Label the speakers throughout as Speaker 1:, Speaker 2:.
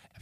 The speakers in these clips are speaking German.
Speaker 1: hab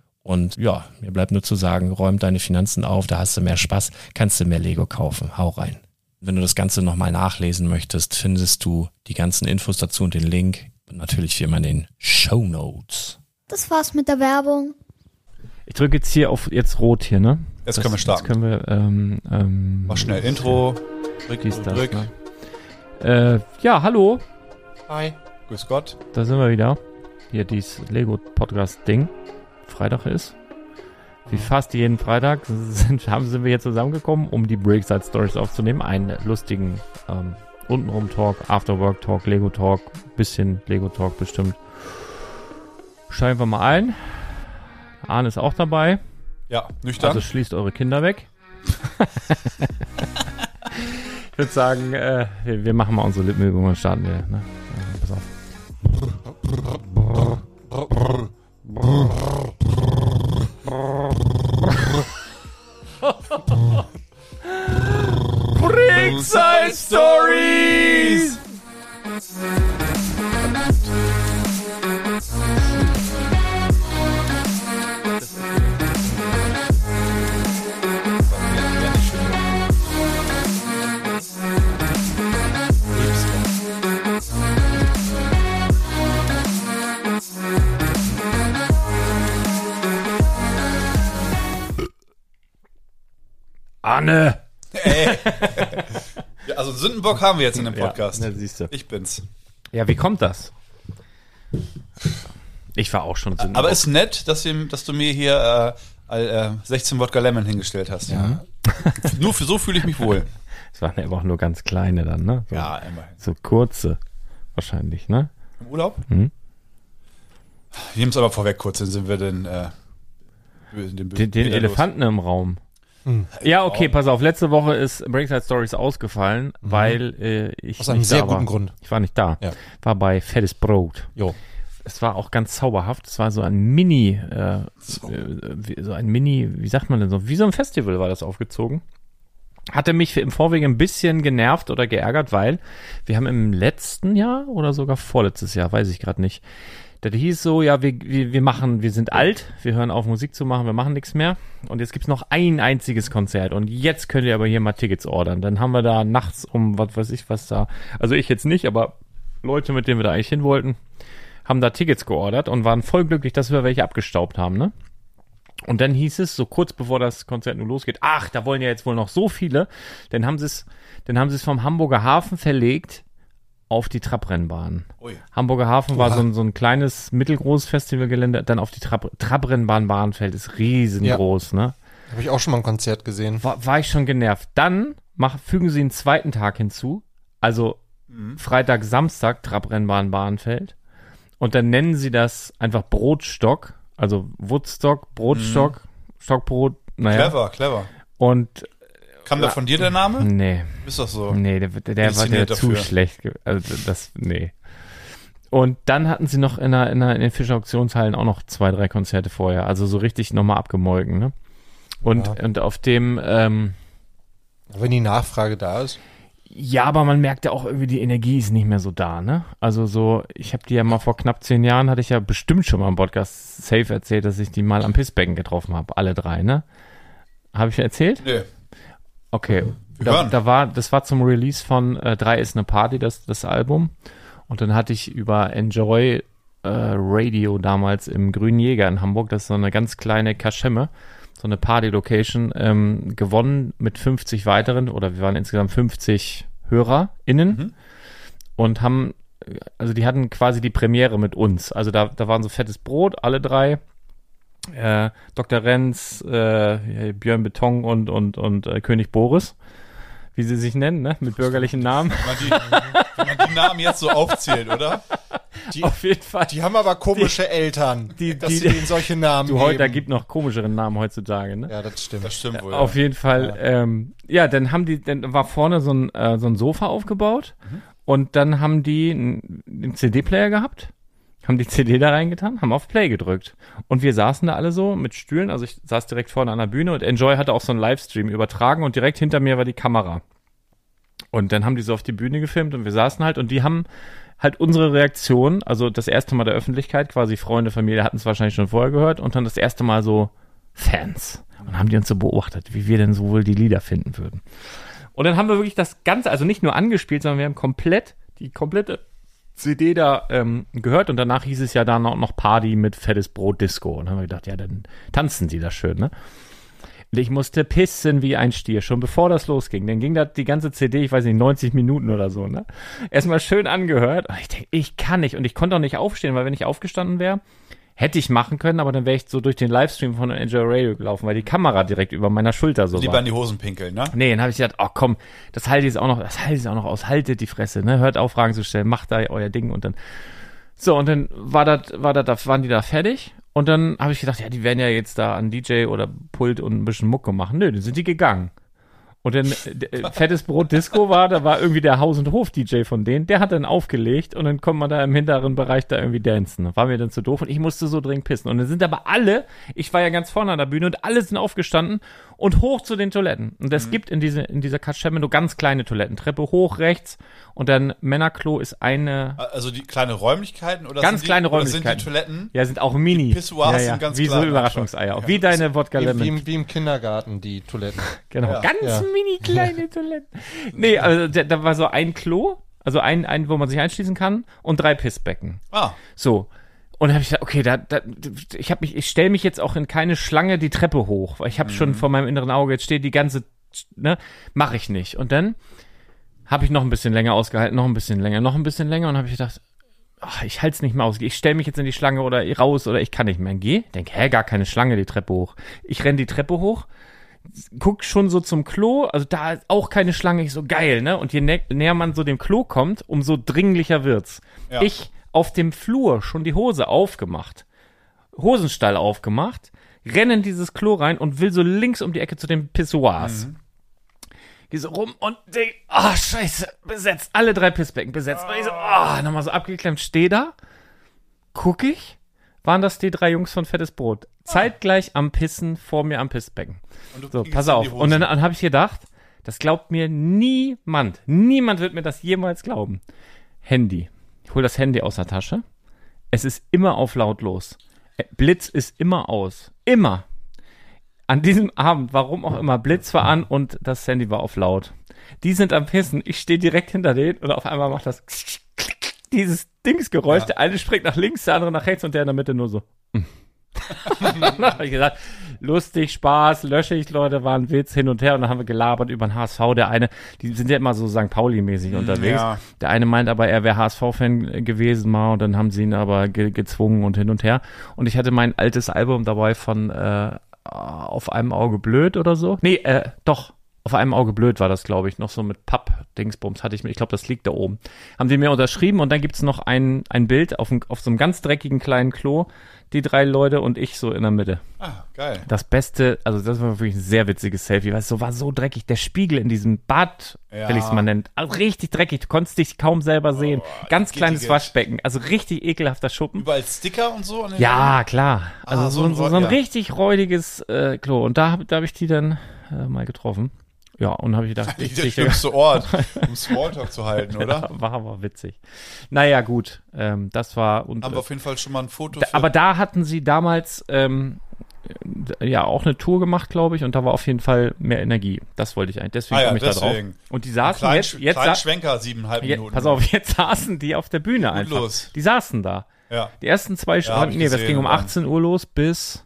Speaker 1: Und ja, mir bleibt nur zu sagen, räum deine Finanzen auf, da hast du mehr Spaß, kannst du mehr Lego kaufen. Hau rein. Wenn du das Ganze nochmal nachlesen möchtest, findest du die ganzen Infos dazu und den Link und natürlich wie immer in den Show Notes.
Speaker 2: Das war's mit der Werbung.
Speaker 3: Ich drücke jetzt hier auf jetzt rot hier, ne?
Speaker 4: Jetzt können wir starten.
Speaker 3: Jetzt können wir ähm, ähm,
Speaker 4: Mach schnell Intro. Drück,
Speaker 3: dies, das,
Speaker 4: drück.
Speaker 3: ne? Äh, ja, hallo,
Speaker 4: Hi. Grüß Gott.
Speaker 3: da sind wir wieder. Hier dieses Lego Podcast Ding. Freitag ist. Wie fast jeden Freitag sind, haben, sind wir hier zusammengekommen, um die Breakside Stories aufzunehmen. Einen lustigen ähm, untenrum Talk, Afterwork Talk, Lego Talk, bisschen Lego Talk bestimmt. Steigen wir mal ein. Arne ist auch dabei.
Speaker 4: Ja, nüchtern.
Speaker 3: Also schließt eure Kinder weg. ich würde sagen, äh, wir, wir machen mal unsere Lippenübung und starten wir. Ne? Äh, pass auf. Brickside Stories! Anne!
Speaker 4: Ja, also einen Sündenbock haben wir jetzt in dem Podcast.
Speaker 3: Ja, ne, siehst du.
Speaker 4: Ich bin's.
Speaker 3: Ja, wie kommt das? Ich war auch schon Sündenbock.
Speaker 4: Aber ist nett, dass, wir, dass du mir hier äh, all, äh, 16 Wodka Lemon hingestellt hast. Ja. Nur für so fühle ich mich wohl.
Speaker 3: es waren ja aber auch nur ganz kleine dann, ne? So,
Speaker 4: immerhin.
Speaker 3: so kurze wahrscheinlich, ne?
Speaker 4: Im Urlaub?
Speaker 3: Mhm.
Speaker 4: Ich nehme es aber vorweg kurz, dann sind wir denn äh, in den,
Speaker 3: Den, den
Speaker 4: wieder los.
Speaker 3: Elefanten im Raum.
Speaker 5: Hm.
Speaker 3: Ja, okay, pass auf. Letzte Woche ist Breakside Stories ausgefallen, weil äh, ich
Speaker 5: Mhm. Aus einem
Speaker 3: nicht
Speaker 5: sehr
Speaker 3: da war.
Speaker 5: guten Grund.
Speaker 3: Ich war nicht da.
Speaker 5: Ja.
Speaker 3: War bei Fettes Brot.
Speaker 5: Jo.
Speaker 3: Es war auch ganz zauberhaft. Es war so ein Mini, äh, äh, wie- so ein Mini, wie sagt man denn so? Wie so ein Festival war das aufgezogen. Hatte mich im Vorwege ein bisschen genervt oder geärgert, weil wir haben im letzten Jahr oder sogar vorletztes Jahr, weiß ich gerade nicht, das hieß so, ja, wir, wir, wir machen, wir sind alt, wir hören auf Musik zu machen, wir machen nichts mehr. Und jetzt gibt's noch ein einziges Konzert und jetzt könnt ihr aber hier mal Tickets ordern. Dann haben wir da nachts um, was weiß ich, was da, also ich jetzt nicht, aber Leute, mit denen wir da eigentlich hin wollten, haben da Tickets geordert und waren voll glücklich, dass wir welche abgestaubt haben, ne? Und dann hieß es, so kurz bevor das Konzert nun losgeht, ach, da wollen ja jetzt wohl noch so viele, dann haben sie es, dann haben sie es vom Hamburger Hafen verlegt auf die Trabrennbahn.
Speaker 4: Ui.
Speaker 3: Hamburger Hafen war so ein, so ein kleines, mittelgroßes Festivalgelände, dann auf die Trab Trabrennbahn Bahnfeld ist riesengroß, ne?
Speaker 5: Habe ich auch schon mal ein Konzert gesehen.
Speaker 3: war, war ich schon genervt. Dann mach, fügen sie einen zweiten Tag hinzu, also
Speaker 4: Mhm.
Speaker 3: Freitag, Samstag, Trabrennbahn Bahnfeld. Und dann nennen sie das einfach Brotstock, also Woodstock, Brotstock, Stockbrot, naja.
Speaker 4: Mhm. Clever, clever.
Speaker 3: Und
Speaker 4: Kam da von dir der Name?
Speaker 3: nee,
Speaker 4: Ist doch so.
Speaker 3: nee, der, der, der war der
Speaker 4: Inszeniert
Speaker 3: zu
Speaker 4: dafür.
Speaker 3: schlecht. ge- Also das, nee. Und dann hatten sie noch in, der, in, der, in den Fischer Auktionshallen auch noch zwei, drei Konzerte vorher. Also so richtig nochmal abgemolken, ne? Und, und auf dem, ähm,
Speaker 5: Wenn die Nachfrage da ist.
Speaker 3: Ja, aber man merkt ja auch irgendwie, die Energie ist nicht mehr so da, ne? Also so, ich habe die ja mal vor knapp zehn Jahren, hatte ich ja bestimmt schon mal im Podcast safe erzählt, dass ich die mal am Pissbecken getroffen habe, alle drei, ne? Habe ich erzählt?
Speaker 4: Nee.
Speaker 3: Okay. Da,
Speaker 4: hören.
Speaker 3: da war, das war zum Release von äh, Drei ist eine Party, das, das Album. Und dann hatte ich über Enjoy äh, Radio damals im Grünen Jäger in Hamburg, das ist so eine ganz kleine Kaschemme, so eine Party-Location, ähm, gewonnen mit 50 weiteren, oder wir waren insgesamt 50 HörerInnen und haben, äh, also die hatten quasi die Premiere mit uns. Also da, da waren so fettes Brot, alle drei. Äh, Dr. Renz, äh, Björn Beton und, und, und äh, König Boris, wie sie sich nennen, ne? mit bürgerlichen Namen.
Speaker 4: Wenn man, die, wenn man die Namen jetzt so aufzählt, oder?
Speaker 3: Auf jeden Fall.
Speaker 5: Die haben aber komische Eltern,
Speaker 3: die-
Speaker 5: dass
Speaker 3: die-
Speaker 5: sie denen solche Namen
Speaker 3: Du, heute, da
Speaker 5: geben.
Speaker 3: gibt noch komischere Namen heutzutage, ne?
Speaker 5: ja, das stimmt.
Speaker 4: Das stimmt wohl.
Speaker 3: Auf jeden Fall. Ja, ähm, ja dann haben die, dann war vorne so ein, äh, so ein Sofa aufgebaut und dann haben die einen, einen CD-Player gehabt, haben die CD da reingetan, haben auf Play gedrückt. Und wir saßen da alle so mit Stühlen, also ich saß direkt vorne an der Bühne und Enjoy hatte auch so einen Livestream übertragen und direkt hinter mir war die Kamera. Und dann haben die so auf die Bühne gefilmt und wir saßen halt und die haben halt unsere Reaktion, also das erste Mal der Öffentlichkeit, quasi Freunde, Familie hatten es wahrscheinlich schon vorher gehört und dann das erste Mal so Fans. Und haben die uns so beobachtet, wie wir denn so wohl die Lieder finden würden. Und dann haben wir wirklich das Ganze, also nicht nur angespielt, sondern wir haben komplett, die komplette CD da ähm, gehört und danach hieß es ja dann auch noch Party mit fettes Brot Disco. Und dann haben wir gedacht, ja, dann tanzen die da schön, ne? Und ich musste pissen wie ein Stier, schon bevor das losging. Dann ging das die ganze CD, ich weiß nicht, 90 Minuten oder so, ne? Erstmal schön angehört. Und ich denke, ich kann nicht. Und ich konnte auch nicht aufstehen, weil wenn ich aufgestanden wäre, hätte ich machen können, aber dann wäre ich so durch den Livestream von Angel Radio gelaufen, weil die Kamera direkt über meiner Schulter so
Speaker 4: Lieber
Speaker 3: war.
Speaker 4: an die Hosen pinkeln, ne?
Speaker 3: Nee, dann habe ich gedacht, oh komm, das halte ich jetzt auch noch, das halte ich jetzt auch noch aus, haltet die Fresse, ne? Hört auf, Fragen zu stellen, macht da euer Ding und dann. So, und dann war das, war das, da waren die da fertig und dann habe ich gedacht, ja, die werden ja jetzt da an DJ oder Pult und ein bisschen Mucke machen. Nö, dann sind die gegangen. Und dann äh, fettes Brot Disco war, da war irgendwie der Haus- und Hof-DJ von denen, der hat dann aufgelegt und dann konnte man da im hinteren Bereich da irgendwie dancen. War mir dann zu doof und ich musste so dringend pissen. Und dann sind aber alle, ich war ja ganz vorne an der Bühne und alle sind aufgestanden und hoch zu den Toiletten. Und
Speaker 4: Mhm.
Speaker 3: es gibt in, diese, in dieser Kaschemme nur ganz kleine Toiletten. Treppe hoch rechts und dann Männerklo ist eine,
Speaker 4: Also die kleine Räumlichkeiten oder
Speaker 3: Ganz
Speaker 4: sind die,
Speaker 3: kleine
Speaker 4: oder
Speaker 3: Räumlichkeiten.
Speaker 4: sind die Toiletten?
Speaker 3: ja, sind auch Mini.
Speaker 4: Pissoirs
Speaker 3: ja,
Speaker 4: sind
Speaker 3: ja,
Speaker 4: ganz
Speaker 3: Wie so
Speaker 4: klein.
Speaker 3: Überraschungseier.
Speaker 4: Ja.
Speaker 3: Wie deine Wodka
Speaker 5: Wie,
Speaker 3: Lemon.
Speaker 5: wie, im- wie im Kindergarten, die Toiletten.
Speaker 3: Genau, ganz
Speaker 5: ja.
Speaker 3: mini kleine Toiletten. Nee, also da, da war so ein Klo, also ein, ein, wo man sich einschließen kann und drei Pissbecken.
Speaker 4: Ah,
Speaker 3: So. Und dann habe ich gedacht, okay, da, da, ich habe mich, ich stelle mich jetzt auch in keine Schlange die Treppe hoch, weil ich habe
Speaker 5: Mhm.
Speaker 3: schon vor meinem inneren Auge, jetzt steht die ganze, ne, mache ich nicht. Und dann habe ich noch ein bisschen länger ausgehalten, noch ein bisschen länger, noch ein bisschen länger und habe ich gedacht, ach, ich halte es nicht mehr aus, ich stelle mich jetzt in die Schlange oder raus oder ich kann nicht mehr. Geh, denke, hä, gar keine Schlange die Treppe hoch. Ich renn die Treppe hoch, guck schon so zum Klo, also da ist auch keine Schlange, ich so geil, ne? Und je nä näher man so dem Klo kommt, umso dringlicher wird's.
Speaker 4: Ja.
Speaker 3: Ich auf dem Flur schon die Hose aufgemacht, Hosenstall aufgemacht, renn in dieses Klo rein und will so links um die Ecke zu den Pissoirs. Geh so rum und denk, ah, scheiße, besetzt. Alle drei Pissbecken besetzt. Und ich so, ah, nochmal so abgeklemmt, steh da, guck ich, waren das die drei Jungs von Fettes Brot. Zeitgleich am Pissen, vor mir am Pissbecken.
Speaker 4: Und du
Speaker 3: So,
Speaker 4: kriegst
Speaker 3: pass
Speaker 4: in die
Speaker 3: auf.
Speaker 4: Hose.
Speaker 3: Und dann, dann habe ich gedacht, das glaubt mir niemand. Niemand wird mir das jemals glauben. Handy. Ich hole das Handy aus der Tasche. Es ist immer auf lautlos. Äh, Blitz ist immer aus. Immer. An diesem Abend, warum auch immer, Blitz war an und das Handy war auf laut. Die sind am Pissen. Ich stehe direkt hinter denen und auf einmal macht das dieses Dingsgeräusch. Der eine springt nach links, der andere nach rechts und der in der Mitte nur so. Dann habe ich gesagt, lustig, Spaß, löschig, Leute, war ein Witz hin und her. Und dann haben wir gelabert über den HSV. Der eine, die sind ja immer so St. Pauli-mäßig unterwegs.
Speaker 4: ja.
Speaker 3: Der eine meint aber, er wäre HSV-Fan gewesen mal. Und dann haben sie ihn aber ge gezwungen und hin und her. Und ich hatte mein altes Album dabei von äh, Auf einem Auge blöd oder so. Nee, äh, doch. Auf einem Auge blöd war das, glaube ich, noch so mit Papp-Dingsbums hatte ich mir, ich glaube, das liegt da oben. Haben die mir unterschrieben und dann gibt's noch ein, ein Bild auf, dem- auf so einem ganz dreckigen kleinen Klo, die drei Leute und ich so in der Mitte.
Speaker 4: Ah, geil.
Speaker 3: Das Beste, also das war wirklich ein sehr witziges Selfie, weil es so war so dreckig. Der Spiegel in diesem Bad,
Speaker 4: Ja. Oh,
Speaker 3: will ich es mal nennen, also richtig dreckig. Du konntest dich kaum selber sehen. Ganz kleines
Speaker 4: gittiges.
Speaker 3: Waschbecken, also richtig ekelhafter Schuppen.
Speaker 4: Überall Sticker und so? an den
Speaker 3: Ja, klar. Also
Speaker 4: Ah,
Speaker 3: so,
Speaker 4: so
Speaker 3: ein,
Speaker 4: ein
Speaker 3: so, so ein
Speaker 4: Roll- ja.
Speaker 3: richtig räudiges äh, Klo. Und da, hab- da habe ich die dann äh, mal getroffen. Ja, und habe ich gedacht,
Speaker 4: Eigentlich
Speaker 3: ich-
Speaker 4: der
Speaker 3: ich-
Speaker 4: schlimmste Ort, um Smalltalk zu halten, oder?
Speaker 3: war aber witzig. Naja, gut. Ähm, das war und
Speaker 4: Haben wir auf jeden Fall schon mal ein Foto
Speaker 3: Da,
Speaker 4: für-
Speaker 3: aber da hatten sie damals ähm, d- ja auch eine Tour gemacht, glaube ich, und da war auf jeden Fall mehr Energie. Das wollte ich eigentlich. Deswegen
Speaker 4: Ah ja,
Speaker 3: komme ich da
Speaker 4: deswegen.
Speaker 3: drauf. Und die saßen
Speaker 4: kleinen,
Speaker 3: jetzt, jetzt, sa
Speaker 4: kleinen Schwenker, siebeneinhalb
Speaker 3: je,
Speaker 4: Minuten.
Speaker 3: pass auf, jetzt saßen die auf der Bühne einfach.
Speaker 4: los.
Speaker 3: Die saßen da.
Speaker 4: Ja.
Speaker 3: Die ersten zwei
Speaker 4: hab
Speaker 3: Stunden,
Speaker 4: ich
Speaker 3: nee, das
Speaker 4: gesehen,
Speaker 3: ging um
Speaker 4: Mann.
Speaker 3: 18 Uhr los bis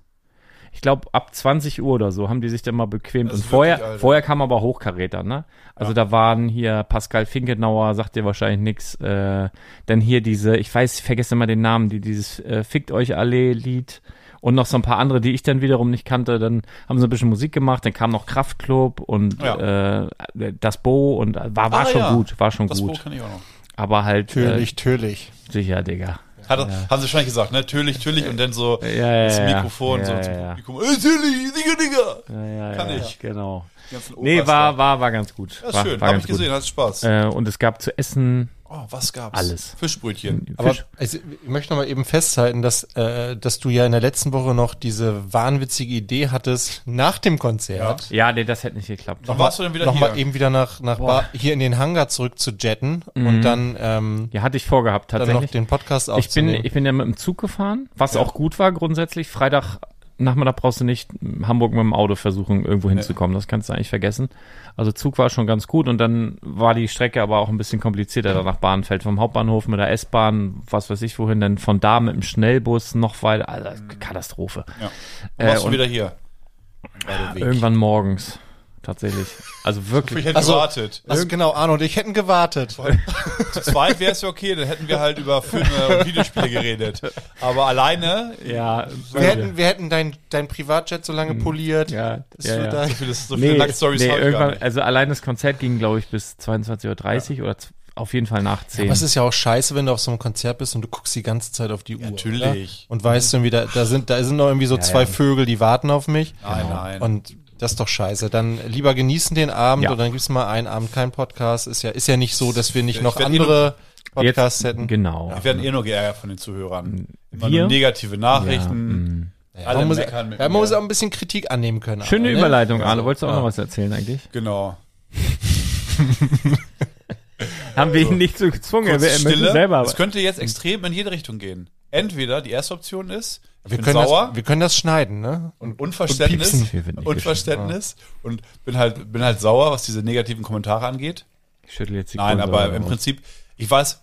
Speaker 3: ich glaube ab 20 Uhr oder so haben die sich dann mal bequemt
Speaker 4: Das
Speaker 3: und
Speaker 4: ist
Speaker 3: vorher
Speaker 4: wirklich, Alter.
Speaker 3: vorher kam aber Hochkaräter, ne? Also da waren hier Pascal Finkenauer, sagt dir wahrscheinlich nix, äh, dann hier diese, ich weiß, ich vergesse immer den Namen, die dieses äh, fickt euch alle Lied und noch so ein paar andere, die ich dann wiederum nicht kannte, dann haben sie ein bisschen Musik gemacht, dann kam noch Kraftklub und äh, das Bo und äh, war war
Speaker 4: Ah,
Speaker 3: schon
Speaker 4: ja.
Speaker 3: gut, war schon
Speaker 4: Das Buch
Speaker 3: gut,
Speaker 4: kann ich auch noch.
Speaker 3: aber halt äh,
Speaker 5: natürlich.
Speaker 3: sicher, Digga.
Speaker 4: Hat, Haben sie wahrscheinlich gesagt, ne? Natürlich, natürlich. Und dann so
Speaker 3: ja,
Speaker 4: das
Speaker 3: ja, ja.
Speaker 4: Mikrofon
Speaker 3: Ja,
Speaker 4: so zum
Speaker 3: ja, ja.
Speaker 4: Publikum. Äh, Natürlich, Digga, Digga.
Speaker 3: Ja, ja,
Speaker 4: Kann
Speaker 3: ja,
Speaker 4: ich.
Speaker 3: Genau.
Speaker 4: Die ganzen
Speaker 3: Nee,
Speaker 4: Opas
Speaker 3: war,
Speaker 4: da.
Speaker 3: war, war ganz gut.
Speaker 4: Das ist
Speaker 3: war,
Speaker 4: schön,
Speaker 3: war
Speaker 4: habe
Speaker 3: ganz
Speaker 4: ich gesehen, hat Spaß.
Speaker 3: Gut. Äh, und es gab zu essen
Speaker 4: oh, was gab's?
Speaker 3: alles. Äh,
Speaker 4: Fischbrötchen.
Speaker 5: Aber
Speaker 3: Fisch.
Speaker 5: also, ich möchte noch mal eben festhalten, dass, äh, dass du ja in der letzten Woche noch diese wahnwitzige Idee hattest, nach dem Konzert
Speaker 3: Ja, nee, das hätte nicht geklappt.
Speaker 4: Wann warst du denn wieder
Speaker 5: noch
Speaker 4: hier?
Speaker 5: mal eben wieder nach, nach ba hier in den Hangar zurück zu jetten und dann, ähm,
Speaker 3: Mhm. Ja, hatte ich vorgehabt,
Speaker 5: dann noch
Speaker 3: tatsächlich.
Speaker 5: den Podcast
Speaker 3: Ich bin,
Speaker 5: aufzunehmen.
Speaker 3: ich bin ja mit dem Zug gefahren, was auch gut war grundsätzlich. Freitag Nachmittag brauchst du nicht in Hamburg mit dem Auto versuchen, irgendwo hinzukommen. Das kannst du eigentlich vergessen. Also Zug war schon ganz gut und dann war die Strecke aber auch ein bisschen komplizierter. Dann nach Bahnfeld vom Hauptbahnhof mit der S-Bahn, was weiß ich wohin, dann von da mit dem Schnellbus noch weiter. Also Katastrophe.
Speaker 4: Ja.
Speaker 3: Äh,
Speaker 4: Wann warst
Speaker 3: und-
Speaker 4: du wieder hier?
Speaker 3: Irgendwann morgens. Tatsächlich. Also wirklich.
Speaker 4: Ich hätte
Speaker 5: Also-
Speaker 4: gewartet.
Speaker 5: also genau, Arno und ich hätten gewartet.
Speaker 4: Zu zweit wäre es ja okay, dann hätten wir halt über Filme und Videospiele geredet. Aber alleine,
Speaker 3: Ja,
Speaker 5: Wir hätten, wir hätten dein, dein Privatjet so
Speaker 4: Mhm.
Speaker 5: lange poliert.
Speaker 3: ja,
Speaker 5: dass
Speaker 3: ja,
Speaker 5: du
Speaker 3: ja.
Speaker 5: da-
Speaker 4: so viele, so viele
Speaker 3: nee,
Speaker 4: Nacktstories
Speaker 3: nee,
Speaker 4: hab ich gar
Speaker 3: irgendwann,
Speaker 4: nicht.
Speaker 3: also allein das Konzert ging, glaube ich, bis 22.30 Uhr oder z- auf jeden Fall nach 10.
Speaker 5: Aber es ist ja auch scheiße, wenn du auf so einem Konzert bist und du guckst die ganze Zeit auf die Uhr.
Speaker 4: natürlich.
Speaker 5: Oder? Und weißt irgendwie, da, da sind, da sind noch irgendwie so zwei Vögel, die warten auf mich.
Speaker 4: Nein, Ah, nein.
Speaker 5: Und das ist doch scheiße. Dann lieber genießen den Abend
Speaker 3: Ja.
Speaker 5: und dann gibt's mal einen Abend keinen Podcast. Ist ja, ist ja nicht so, dass wir nicht
Speaker 4: Ich
Speaker 5: noch
Speaker 4: werd eh
Speaker 5: andere Podcasts hätten.
Speaker 3: Genau.
Speaker 4: Wir werden eh nur geärgert von den Zuhörern. Immer
Speaker 3: Wir? mm.
Speaker 4: nur negative Nachrichten. alle
Speaker 5: Man muss, ja,
Speaker 4: meckern mit
Speaker 5: man
Speaker 4: mir.
Speaker 5: muss auch ein bisschen Kritik annehmen können.
Speaker 3: Schöne
Speaker 5: aber, ne?
Speaker 3: Überleitung, Arne. Wolltest du auch noch was erzählen eigentlich?
Speaker 4: Genau.
Speaker 3: Haben wir ihn nicht so gezwungen.
Speaker 4: also- Kurze
Speaker 3: wir er möchte
Speaker 4: Stille.
Speaker 3: selber.
Speaker 4: es könnte jetzt extrem in jede Richtung gehen. Entweder die erste Option ist, ich
Speaker 5: Wir
Speaker 4: bin
Speaker 5: können,
Speaker 4: sauer
Speaker 5: das, wir können das schneiden, ne?
Speaker 4: und Unverständnis,
Speaker 3: piepsen. Hier wird nicht
Speaker 4: Unverständnis und bin halt, bin halt sauer, was diese negativen Kommentare angeht.
Speaker 3: ich schüttel jetzt die
Speaker 4: Nein,
Speaker 3: Kohlensäure
Speaker 4: aber im
Speaker 3: raus.
Speaker 4: Prinzip, ich weiß,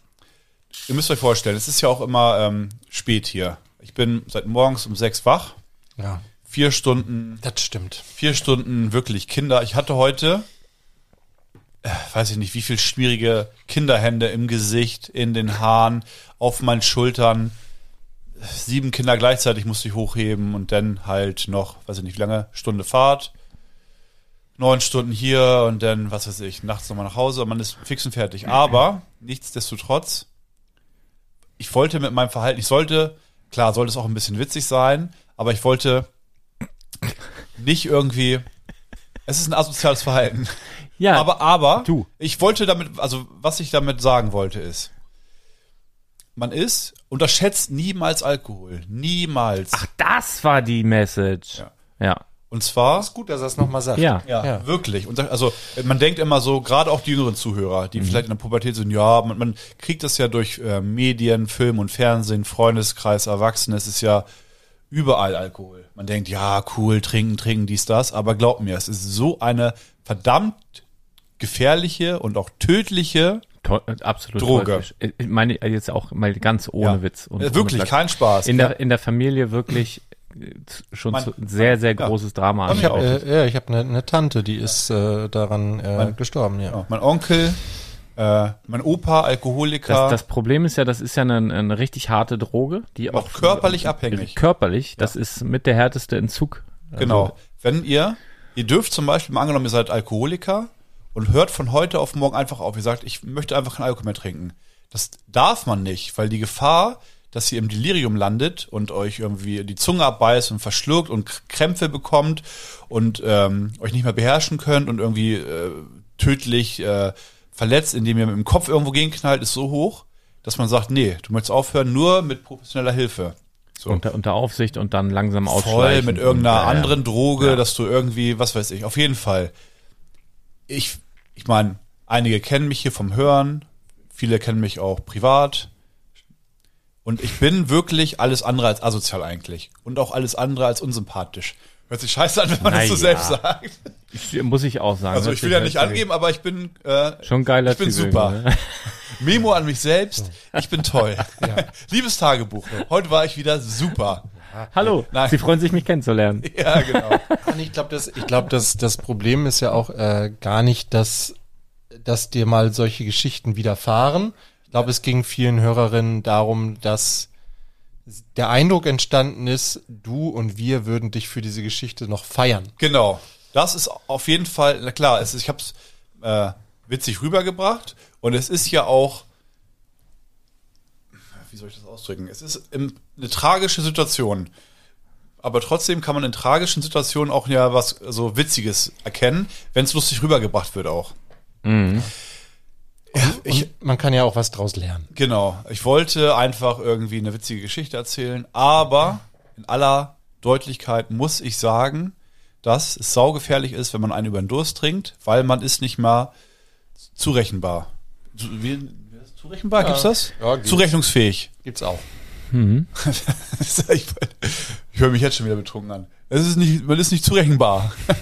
Speaker 4: ihr müsst euch vorstellen, es ist ja auch immer ähm, spät hier. Ich bin seit morgens um sechs wach,
Speaker 5: Ja,
Speaker 4: vier Stunden
Speaker 5: das stimmt.
Speaker 4: vier Stunden wirklich Kinder. Ich hatte heute, äh, weiß ich nicht, wie viel schmierige Kinderhände im Gesicht, in den Haaren, auf meinen Schultern. Sieben Kinder gleichzeitig musste ich hochheben und dann halt noch, weiß ich nicht, wie lange, Stunde Fahrt. Neun Stunden hier und dann, was weiß ich, nachts nochmal nach Hause und man ist fix und fertig. Aber nichtsdestotrotz, ich wollte mit meinem Verhalten, ich sollte, klar, sollte es auch ein bisschen witzig sein, aber ich wollte nicht irgendwie. Es ist ein asoziales Verhalten.
Speaker 3: Ja,
Speaker 4: Aber, aber,
Speaker 3: Du.
Speaker 4: ich wollte damit, also was ich damit sagen wollte ist, man ist, unterschätzt niemals Alkohol. Niemals.
Speaker 3: das war die Message.
Speaker 4: Ja.
Speaker 3: Ja.
Speaker 4: Und zwar,
Speaker 5: Gut, dass er es nochmal sagt.
Speaker 3: Ja.
Speaker 4: ja,
Speaker 5: Ja.
Speaker 4: wirklich. Und, also man denkt immer so, gerade auch die jüngeren Zuhörer,
Speaker 3: Mhm.
Speaker 4: die vielleicht in der Pubertät sind, ja, man, man kriegt das ja durch äh, Medien, Film und Fernsehen, Freundeskreis, Erwachsene, es ist ja überall Alkohol. Man denkt, ja, cool, trinken, trinken, dies, das. Aber glaub mir, es ist so eine verdammt gefährliche und auch tödliche
Speaker 3: To absolut.
Speaker 4: Droge.
Speaker 3: teuflisch. Ich meine äh, jetzt auch mal ganz ohne
Speaker 4: Ja.
Speaker 3: Witz.
Speaker 4: Äh,
Speaker 3: ohne
Speaker 4: wirklich,
Speaker 3: Flachs.
Speaker 4: kein Spaß.
Speaker 3: in, der, in der Familie wirklich äh, schon
Speaker 4: Mein-
Speaker 3: zu, sehr, sehr großes Drama.
Speaker 4: Hab ich auch.
Speaker 3: angerichtet.
Speaker 5: Äh, ja, ich habe eine ne Tante, die ist äh, daran äh, gestorben, ja.
Speaker 4: Ja, mein Onkel, äh, mein Opa, Alkoholiker,
Speaker 3: Das, das Problem ist ja, das ist ja eine, eine richtig harte Droge, die auch,
Speaker 4: auch körperlich abhängig.
Speaker 3: Körperlich, das ist mit der härteste Entzug. also
Speaker 4: Genau. Wenn ihr, ihr dürft zum Beispiel, mal angenommen, ihr seid Alkoholiker und hört von heute auf morgen einfach auf, ihr sagt, ich möchte einfach keinen Alkohol mehr trinken. Das darf man nicht, weil die Gefahr, dass ihr im Delirium landet und euch irgendwie die Zunge abbeißt und verschluckt und K- Krämpfe bekommt und ähm, euch nicht mehr beherrschen könnt und irgendwie äh, tödlich äh, verletzt, indem ihr mit dem Kopf irgendwo gegenknallt, ist so hoch, dass man sagt, nee, du möchtest aufhören nur mit professioneller Hilfe. So
Speaker 3: Unter, unter Aufsicht und dann langsam
Speaker 4: voll
Speaker 3: ausschleichen.
Speaker 4: mit irgendeiner
Speaker 3: und, äh,
Speaker 4: anderen Droge, dass du irgendwie, was weiß ich, auf jeden Fall. Ich, ich meine, einige kennen mich hier vom Hören, viele kennen mich auch privat. Und ich bin wirklich alles andere als asozial eigentlich. Und auch alles andere als unsympathisch. Hört sich scheiße an, wenn man
Speaker 3: Na
Speaker 4: das so
Speaker 3: ja.
Speaker 4: selbst sagt.
Speaker 3: Ich- Muss ich auch sagen.
Speaker 4: Also ich will ja nicht
Speaker 3: angeben.
Speaker 4: angeben, aber ich bin, äh,
Speaker 3: halt Schon geiler
Speaker 4: ich bin
Speaker 3: Typ
Speaker 4: super.
Speaker 3: irgendwie, ne?
Speaker 4: Memo an mich selbst, ich bin toll. Liebes Tagebuch, heute war ich wieder super.
Speaker 3: Hallo,
Speaker 4: Nein.
Speaker 3: Sie freuen sich, mich kennenzulernen.
Speaker 4: Ja, genau.
Speaker 5: Und Ah, ich glaube, das, ich glaub, das, das Problem ist ja auch äh, gar nicht, dass, dass dir mal solche Geschichten widerfahren. Ich glaube, es ging vielen Hörerinnen darum, dass der Eindruck entstanden ist, du und wir würden dich für diese Geschichte noch feiern.
Speaker 4: Genau. Das ist auf jeden Fall, na klar, es ist, ich habe es äh, witzig rübergebracht und es ist ja auch, wie soll ich das ausdrücken? Es ist im, eine tragische Situation. Aber trotzdem kann man in tragischen Situationen auch ja was so Witziges erkennen, wenn es lustig rübergebracht wird auch. Ja, ich,
Speaker 5: Und man kann ja auch was draus lernen.
Speaker 4: Genau. Ich wollte einfach irgendwie eine witzige Geschichte erzählen, aber in aller Deutlichkeit muss ich sagen, dass es saugefährlich ist, wenn man einen über den Durst trinkt, weil man ist nicht mal zurechenbar. Zu- Wie, wie ist zurechenbar, gibt's das?
Speaker 5: Ja, gibt's.
Speaker 4: Zurechnungsfähig.
Speaker 5: Gibt's auch.
Speaker 4: ich ich höre mich jetzt schon wieder betrunken an. Es ist nicht, man ist nicht zurechenbar.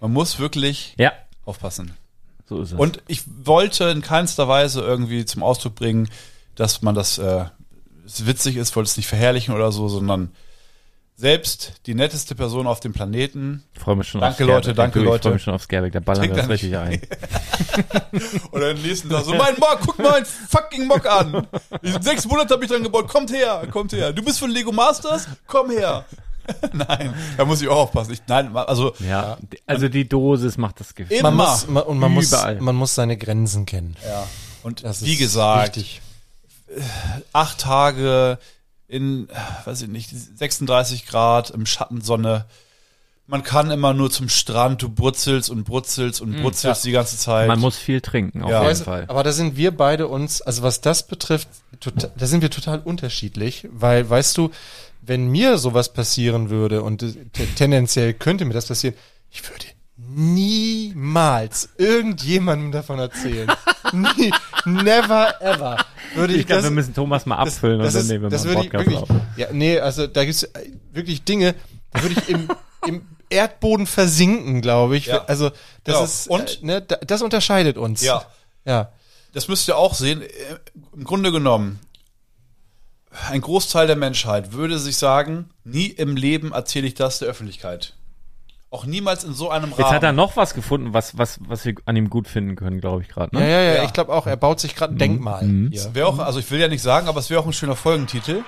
Speaker 4: Man muss wirklich
Speaker 3: Ja,
Speaker 4: aufpassen.
Speaker 3: so ist es.
Speaker 4: Und ich wollte in keinster Weise irgendwie zum Ausdruck bringen, dass man das äh, es witzig ist, wollte es nicht verherrlichen oder so, sondern selbst die netteste Person auf dem Planeten
Speaker 3: ich freue mich schon
Speaker 4: Danke,
Speaker 3: aufs
Speaker 4: Leute,
Speaker 3: Gerbeck.
Speaker 4: danke,
Speaker 3: Du, Ich
Speaker 4: Leute.
Speaker 3: freue mich schon aufs Gerbeck, da ballern wir
Speaker 4: Trinkt
Speaker 3: uns
Speaker 4: da
Speaker 3: richtig ein.
Speaker 4: oder den nächsten Tag so, mein Mock, guck mal einen fucking Mock an. Ich, sechs Monate habe ich dran gebaut, kommt her, kommt her. Du bist von Lego Masters? Komm her. nein, da muss ich auch aufpassen. Ich, nein, also
Speaker 3: Ja, also die Dosis macht das Gefühl.
Speaker 4: immer.
Speaker 5: Man muss, man, und man muss,
Speaker 3: Überall.
Speaker 5: man muss seine Grenzen kennen.
Speaker 4: ja. Und
Speaker 5: Das
Speaker 4: wie
Speaker 5: ist
Speaker 4: gesagt,
Speaker 5: wichtig.
Speaker 4: acht Tage in, äh, weiß ich nicht, 36 Grad im Schattensonne. Man kann immer nur zum Strand, du brutzelst und brutzelst und brutzelst die ganze Zeit.
Speaker 3: Hm, Man muss viel trinken, auf
Speaker 4: halt. Ja. Also,
Speaker 3: jeden
Speaker 5: Weißt du,
Speaker 3: Fall.
Speaker 5: Aber da sind wir beide uns, also was das betrifft, tota- da sind wir total unterschiedlich, weil, weißt du, wenn mir sowas passieren würde und äh, te- tendenziell könnte mir das passieren, ich würde niemals irgendjemandem davon erzählen. Nie, never ever würde ich,
Speaker 3: Ich glaube,
Speaker 5: das
Speaker 3: wir müssen Thomas mal abfüllen und dann nehmen wir mal einen
Speaker 5: würde ich
Speaker 3: Podcast
Speaker 5: wirklich,
Speaker 3: auf.
Speaker 5: Ja, nee, also da gibt's äh, wirklich Dinge, da würde ich im, im Erdboden versinken, glaube ich.
Speaker 4: Ja.
Speaker 5: Also das
Speaker 4: Genau.
Speaker 5: ist
Speaker 4: Und?
Speaker 5: äh, ne, da, das unterscheidet uns.
Speaker 4: Ja.
Speaker 5: Ja.
Speaker 4: das müsst ihr auch sehen, äh, im Grunde genommen, ein Großteil der Menschheit würde sich sagen, nie im Leben erzähle ich das der Öffentlichkeit. Auch niemals in so einem Rahmen.
Speaker 3: Jetzt hat er noch was gefunden, was, was, was wir an ihm gut finden können, glaube ich gerade.
Speaker 5: Ja,
Speaker 3: Ne?
Speaker 5: ja, ja,
Speaker 4: Ja.
Speaker 5: ich glaube auch, er baut sich
Speaker 3: Mhm.
Speaker 5: gerade ein Denkmal. Hier.
Speaker 4: Wäre auch, also ich will ja nicht sagen, aber es wäre auch ein schöner Folgentitel.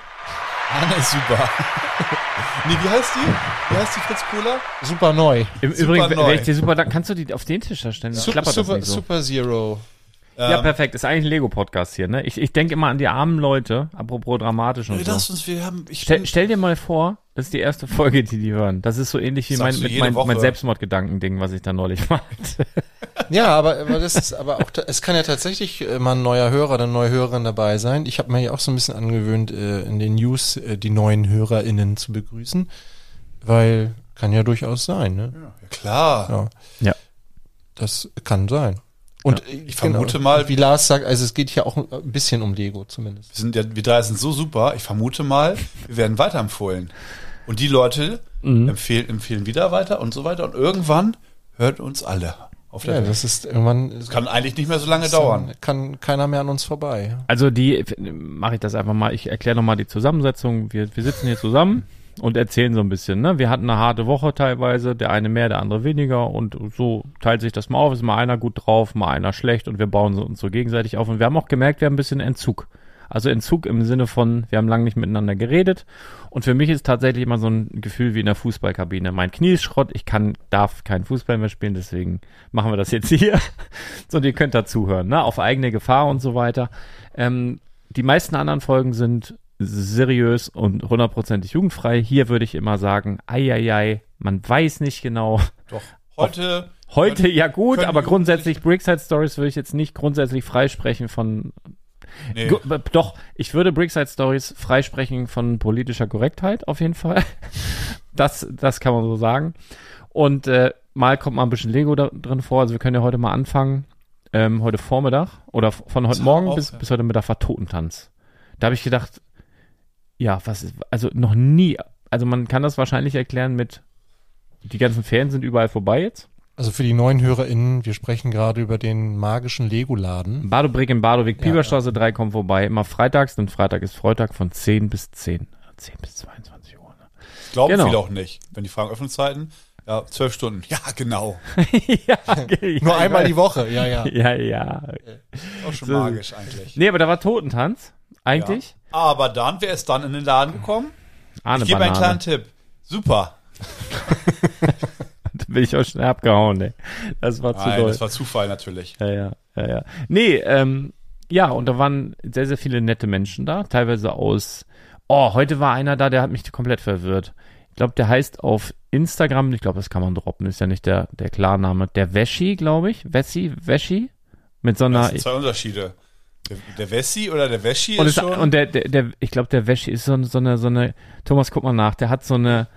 Speaker 4: Anne ist super. nee, wie heißt die? Wie heißt die Fritz Kohler?
Speaker 5: Super neu.
Speaker 3: Im
Speaker 4: Super
Speaker 3: Übrigen, wenn
Speaker 4: neu.
Speaker 3: ich dir super dank, kannst du die auf den Tisch da stellen? Dann
Speaker 5: Super,
Speaker 3: klappert das
Speaker 5: super,
Speaker 3: nicht so.
Speaker 5: super Zero.
Speaker 3: ja, perfekt. Ist eigentlich ein Lego-Podcast hier, ne? Ich, ich denke immer an die armen Leute, apropos dramatisch und
Speaker 4: Wir
Speaker 3: so.
Speaker 4: lassen uns, wir haben, ich
Speaker 3: Stell, stell dir mal vor, das ist die erste Folge, die die hören. Das ist so ähnlich wie mein,
Speaker 4: Sagst du
Speaker 3: mit
Speaker 4: jede
Speaker 3: mein, mein
Speaker 4: Woche.
Speaker 3: Selbstmordgedankending, was ich da neulich machte.
Speaker 5: Ja, aber, aber das ist aber auch, ta- es kann ja tatsächlich äh, mal ein neuer Hörer oder eine neue Hörerin dabei sein. Ich habe mir ja auch so ein bisschen angewöhnt, äh, in den News äh, die neuen HörerInnen zu begrüßen, weil kann ja durchaus sein, ne?
Speaker 4: ja, klar.
Speaker 5: Ja.
Speaker 3: Ja.
Speaker 5: Das kann sein. Und
Speaker 4: Ich vermute
Speaker 5: Genau.
Speaker 4: mal-
Speaker 5: wie Lars sagt, also es geht ja auch ein bisschen um Lego zumindest.
Speaker 4: Wir sind ja, wir drei sind so super. Ich vermute mal, wir werden weiterempfohlen. Und die Leute
Speaker 3: Mhm.
Speaker 4: empfehlen, empfehlen wieder weiter und so weiter. Und irgendwann hört uns alle auf der
Speaker 5: Ja,
Speaker 4: Welt.
Speaker 5: das ist irgendwann
Speaker 4: Das kann eigentlich nicht mehr so lange
Speaker 5: das
Speaker 4: dauern.
Speaker 5: Kann keiner mehr an uns vorbei.
Speaker 3: Also die, mache ich das einfach mal, ich erkläre nochmal die Zusammensetzung. Wir, wir sitzen hier zusammen und erzählen so ein bisschen. Ne? Wir hatten eine harte Woche teilweise, der eine mehr, der andere weniger und so teilt sich das mal auf. Ist mal einer gut drauf, mal einer schlecht und wir bauen so- uns so gegenseitig auf. Und wir haben auch gemerkt, wir haben ein bisschen Entzug. Also Entzug im Sinne von, wir haben lange nicht miteinander geredet. Und für mich ist tatsächlich immer so ein Gefühl wie in der Fußballkabine. Mein Knie ist Schrott, ich kann, darf keinen Fußball mehr spielen, deswegen machen wir das jetzt hier. So, und ihr könnt dazuhören, ne? Auf eigene Gefahr und so weiter. Ähm, die meisten anderen Folgen sind seriös und hundertprozentig jugendfrei. Hier würde ich immer sagen, eieiei, man weiß nicht genau.
Speaker 4: Doch. Heute.
Speaker 3: Heute ja gut,
Speaker 4: können
Speaker 3: aber
Speaker 4: Jugendliche-
Speaker 3: grundsätzlich Brickside Stories würde ich jetzt nicht grundsätzlich freisprechen von
Speaker 4: Nee.
Speaker 3: Gu- b- Doch, ich würde Brickside Stories freisprechen von politischer Korrektheit auf jeden Fall. Das, das kann man so sagen. Und äh, mal kommt mal ein bisschen Lego da drin vor. Also wir können ja heute mal anfangen. Ähm, heute Vormittag oder f- von heute
Speaker 4: Tag
Speaker 3: Morgen
Speaker 4: auf,
Speaker 3: bis,
Speaker 4: ja.
Speaker 3: bis heute Mittag war Totentanz. Da habe ich gedacht, ja, was ist, also noch nie, also man kann das wahrscheinlich erklären mit, die ganzen Ferien sind überall vorbei jetzt.
Speaker 5: Also für die neuen HörerInnen, wir sprechen gerade über den magischen Lego-Laden.
Speaker 3: Badobrick in Badowig,
Speaker 5: Ja,
Speaker 3: Pieberstraße 3 kommen vorbei. Immer freitags, denn Freitag ist Freitag von 10 bis 10. 10 bis 22 Uhr. ne?
Speaker 4: Das glauben
Speaker 3: Genau.
Speaker 4: viele auch nicht. Wenn die fragen Öffnungszeiten, ja, zwölf Stunden. Ja, genau.
Speaker 3: ja, okay,
Speaker 5: Nur
Speaker 3: ja,
Speaker 5: einmal
Speaker 3: ich
Speaker 5: die Woche, ja, ja.
Speaker 3: weiß. Ja, ja.
Speaker 4: Auch schon
Speaker 3: So.
Speaker 4: magisch eigentlich.
Speaker 3: Nee, aber da war Totentanz. Eigentlich.
Speaker 4: Ja. Aber dann, wer ist dann in den Laden gekommen?
Speaker 3: Ahne
Speaker 4: ich gebe einen
Speaker 3: Banane.
Speaker 4: kleinen Tipp. Super.
Speaker 3: Da bin ich auch schnell abgehauen, ey. Das war zu
Speaker 4: Nein,
Speaker 3: doll.
Speaker 4: das war Zufall natürlich.
Speaker 3: Ja, ja, ja, ja. Nee, ähm, ja, und da waren sehr, sehr viele nette Menschen da, teilweise aus. Oh, heute war einer da, der hat mich komplett verwirrt. Ich glaube, der heißt auf Instagram, ich glaube, das kann man droppen, ist ja nicht der, der Klarname. Der Wäschi, glaube ich. Wessi, Wäschi? Mit so
Speaker 4: Das
Speaker 3: einer.
Speaker 4: sind zwei Unterschiede. Der, der Wessi oder der Weschi
Speaker 3: Und,
Speaker 4: ist
Speaker 3: es,
Speaker 4: schon.
Speaker 3: und der, der, der, ich glaube, der Wäschi ist so, so eine, so eine. Thomas, guck mal nach, der hat so eine,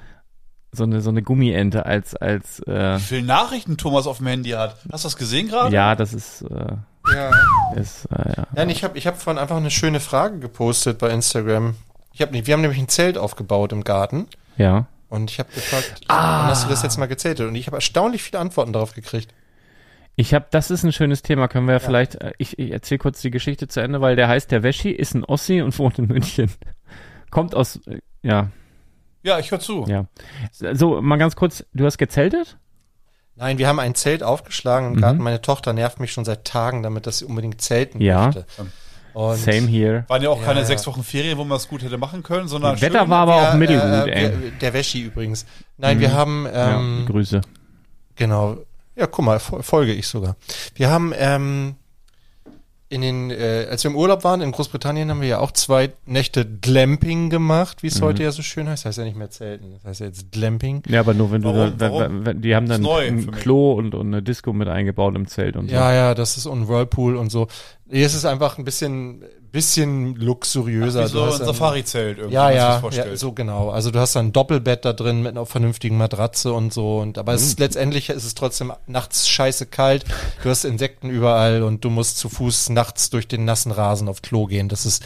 Speaker 3: so eine, so eine Gummiente als, als, äh,
Speaker 4: Wie viele Nachrichten Thomas auf dem Handy hat. Hast du das gesehen gerade?
Speaker 3: ja, das ist, äh,
Speaker 5: ja.
Speaker 3: ist, äh, ja.
Speaker 5: Nein, ich habe ich hab vorhin einfach eine schöne Frage gepostet bei Instagram. Ich hab, nicht- wir haben nämlich ein Zelt aufgebaut im Garten
Speaker 3: ja.
Speaker 5: und ich habe gefragt, wann hast du das jetzt mal gezeltet? Und ich habe erstaunlich viele Antworten darauf gekriegt.
Speaker 3: Ich habe, das ist ein schönes Thema. Können wir ja, vielleicht, äh, ich, ich erzähle kurz die Geschichte zu Ende, weil der heißt der Wäschi, ist ein Ossi und wohnt in München. Kommt aus, äh, ja,
Speaker 4: Ja, ich höre
Speaker 5: Oh.
Speaker 4: zu.
Speaker 3: ja. So, mal ganz kurz, du hast gezeltet?
Speaker 5: Nein, wir haben ein Zelt aufgeschlagen im
Speaker 3: Mhm.
Speaker 5: Garten. Meine Tochter nervt mich schon seit Tagen damit, dass sie unbedingt zelten
Speaker 3: Ja.
Speaker 5: möchte. Und
Speaker 3: Same here.
Speaker 4: Waren ja auch
Speaker 5: Ja,
Speaker 4: keine
Speaker 5: ja.
Speaker 4: sechs Wochen Ferien, wo man das gut hätte machen können, sondern
Speaker 3: Das Wetter
Speaker 4: schön-
Speaker 3: war aber auch
Speaker 5: Ja,
Speaker 3: mittelgut,
Speaker 5: äh,
Speaker 3: ey. Mhm.
Speaker 5: wir- Der Wäschi übrigens. Nein, wir haben
Speaker 3: Ja,
Speaker 5: ähm,
Speaker 3: Grüße.
Speaker 5: Genau. Ja, guck mal, fol- folge ich sogar. Wir haben ähm, in den, äh, als wir im Urlaub waren in Großbritannien, haben wir ja auch zwei Nächte Glamping gemacht,
Speaker 3: Mhm.
Speaker 5: wie es heute ja so schön heißt. Heißt ja nicht mehr Zelten, das heißt ja jetzt Glamping.
Speaker 3: Ja, aber nur wenn du,
Speaker 4: Warum?
Speaker 3: da,
Speaker 4: Warum?
Speaker 3: wenn- wenn- die haben dann
Speaker 4: Ist neu
Speaker 3: ein
Speaker 4: für mich.
Speaker 3: Klo und, und eine Disco mit eingebaut im Zelt und
Speaker 5: Ja, ja, das ist und Whirlpool und so. Hier ist es einfach ein bisschen, bisschen luxuriöser.
Speaker 4: Wie so
Speaker 5: Du
Speaker 4: ein
Speaker 5: hast dann-
Speaker 4: Safari-Zelt irgendwie, wenn
Speaker 5: Ja,
Speaker 4: man sich das
Speaker 5: ja,
Speaker 4: vorstellt.
Speaker 5: ja, so genau. Also du hast da ein Doppelbett da drin mit einer vernünftigen Matratze und so. Und aber es
Speaker 4: Mm.
Speaker 5: ist, letztendlich ist es trotzdem nachts scheiße kalt. Du hast Insekten überall und du musst zu Fuß nachts durch den nassen Rasen auf Klo gehen. Das ist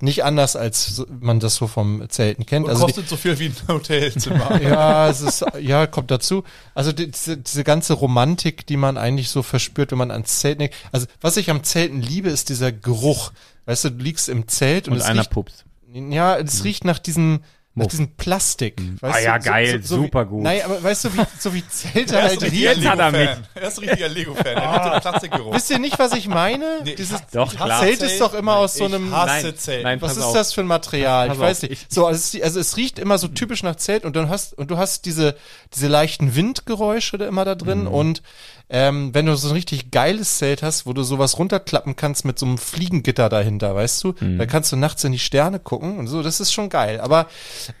Speaker 5: nicht anders, als so- man das so vom Zelten kennt.
Speaker 4: Und
Speaker 5: Also die-
Speaker 4: kostet so viel wie ein Hotelzimmer.
Speaker 5: ja, es ist, ja, kommt dazu. Also die, diese, diese ganze Romantik, die man eigentlich so verspürt, wenn man ans Zelten denkt. Also was ich am Zelten liebe, ist dieser Geruch. Weißt du, du liegst im Zelt und,
Speaker 3: und
Speaker 5: es
Speaker 3: einer
Speaker 5: riecht
Speaker 3: pups.
Speaker 5: ja, es riecht nach diesem nach
Speaker 3: Muff.
Speaker 5: diesem Plastik. Weißt
Speaker 3: Ah ja,
Speaker 5: du,
Speaker 3: geil, super
Speaker 5: wie,
Speaker 3: gut.
Speaker 5: Nein, aber weißt du, wie, so wie Zelte
Speaker 4: Er ist
Speaker 5: halt
Speaker 4: ein
Speaker 5: riechen?
Speaker 4: richtiger
Speaker 3: Jetzt hat er
Speaker 4: Lego-Fan. Er ist ein richtiger Lego-Fan. Er liebt den Plastikgeruch.
Speaker 5: Ah. Wisst ihr nicht, was ich meine?
Speaker 4: Nee,
Speaker 5: Dieses
Speaker 4: ich
Speaker 3: Doch,
Speaker 4: hasse
Speaker 3: klar.
Speaker 5: Zelt ist doch immer aus so einem-
Speaker 4: Ich hasse
Speaker 3: Nein,
Speaker 4: Zelt.
Speaker 3: nein,
Speaker 5: was
Speaker 3: pass
Speaker 5: ist
Speaker 3: auf.
Speaker 5: das für ein Material?
Speaker 3: Pass
Speaker 5: Ich weiß
Speaker 3: auf,
Speaker 5: nicht.
Speaker 3: ich-
Speaker 5: so, also es, ist- also es riecht immer so
Speaker 3: Mhm.
Speaker 5: typisch nach Zelt und dann hast und du hast diese diese leichten Windgeräusche da immer da drin und ähm, wenn du so ein richtig geiles Zelt hast, wo du sowas runterklappen kannst mit so einem Fliegengitter dahinter, weißt du,
Speaker 3: Mhm.
Speaker 5: da kannst du nachts in die Sterne gucken und so, das ist schon geil. Aber,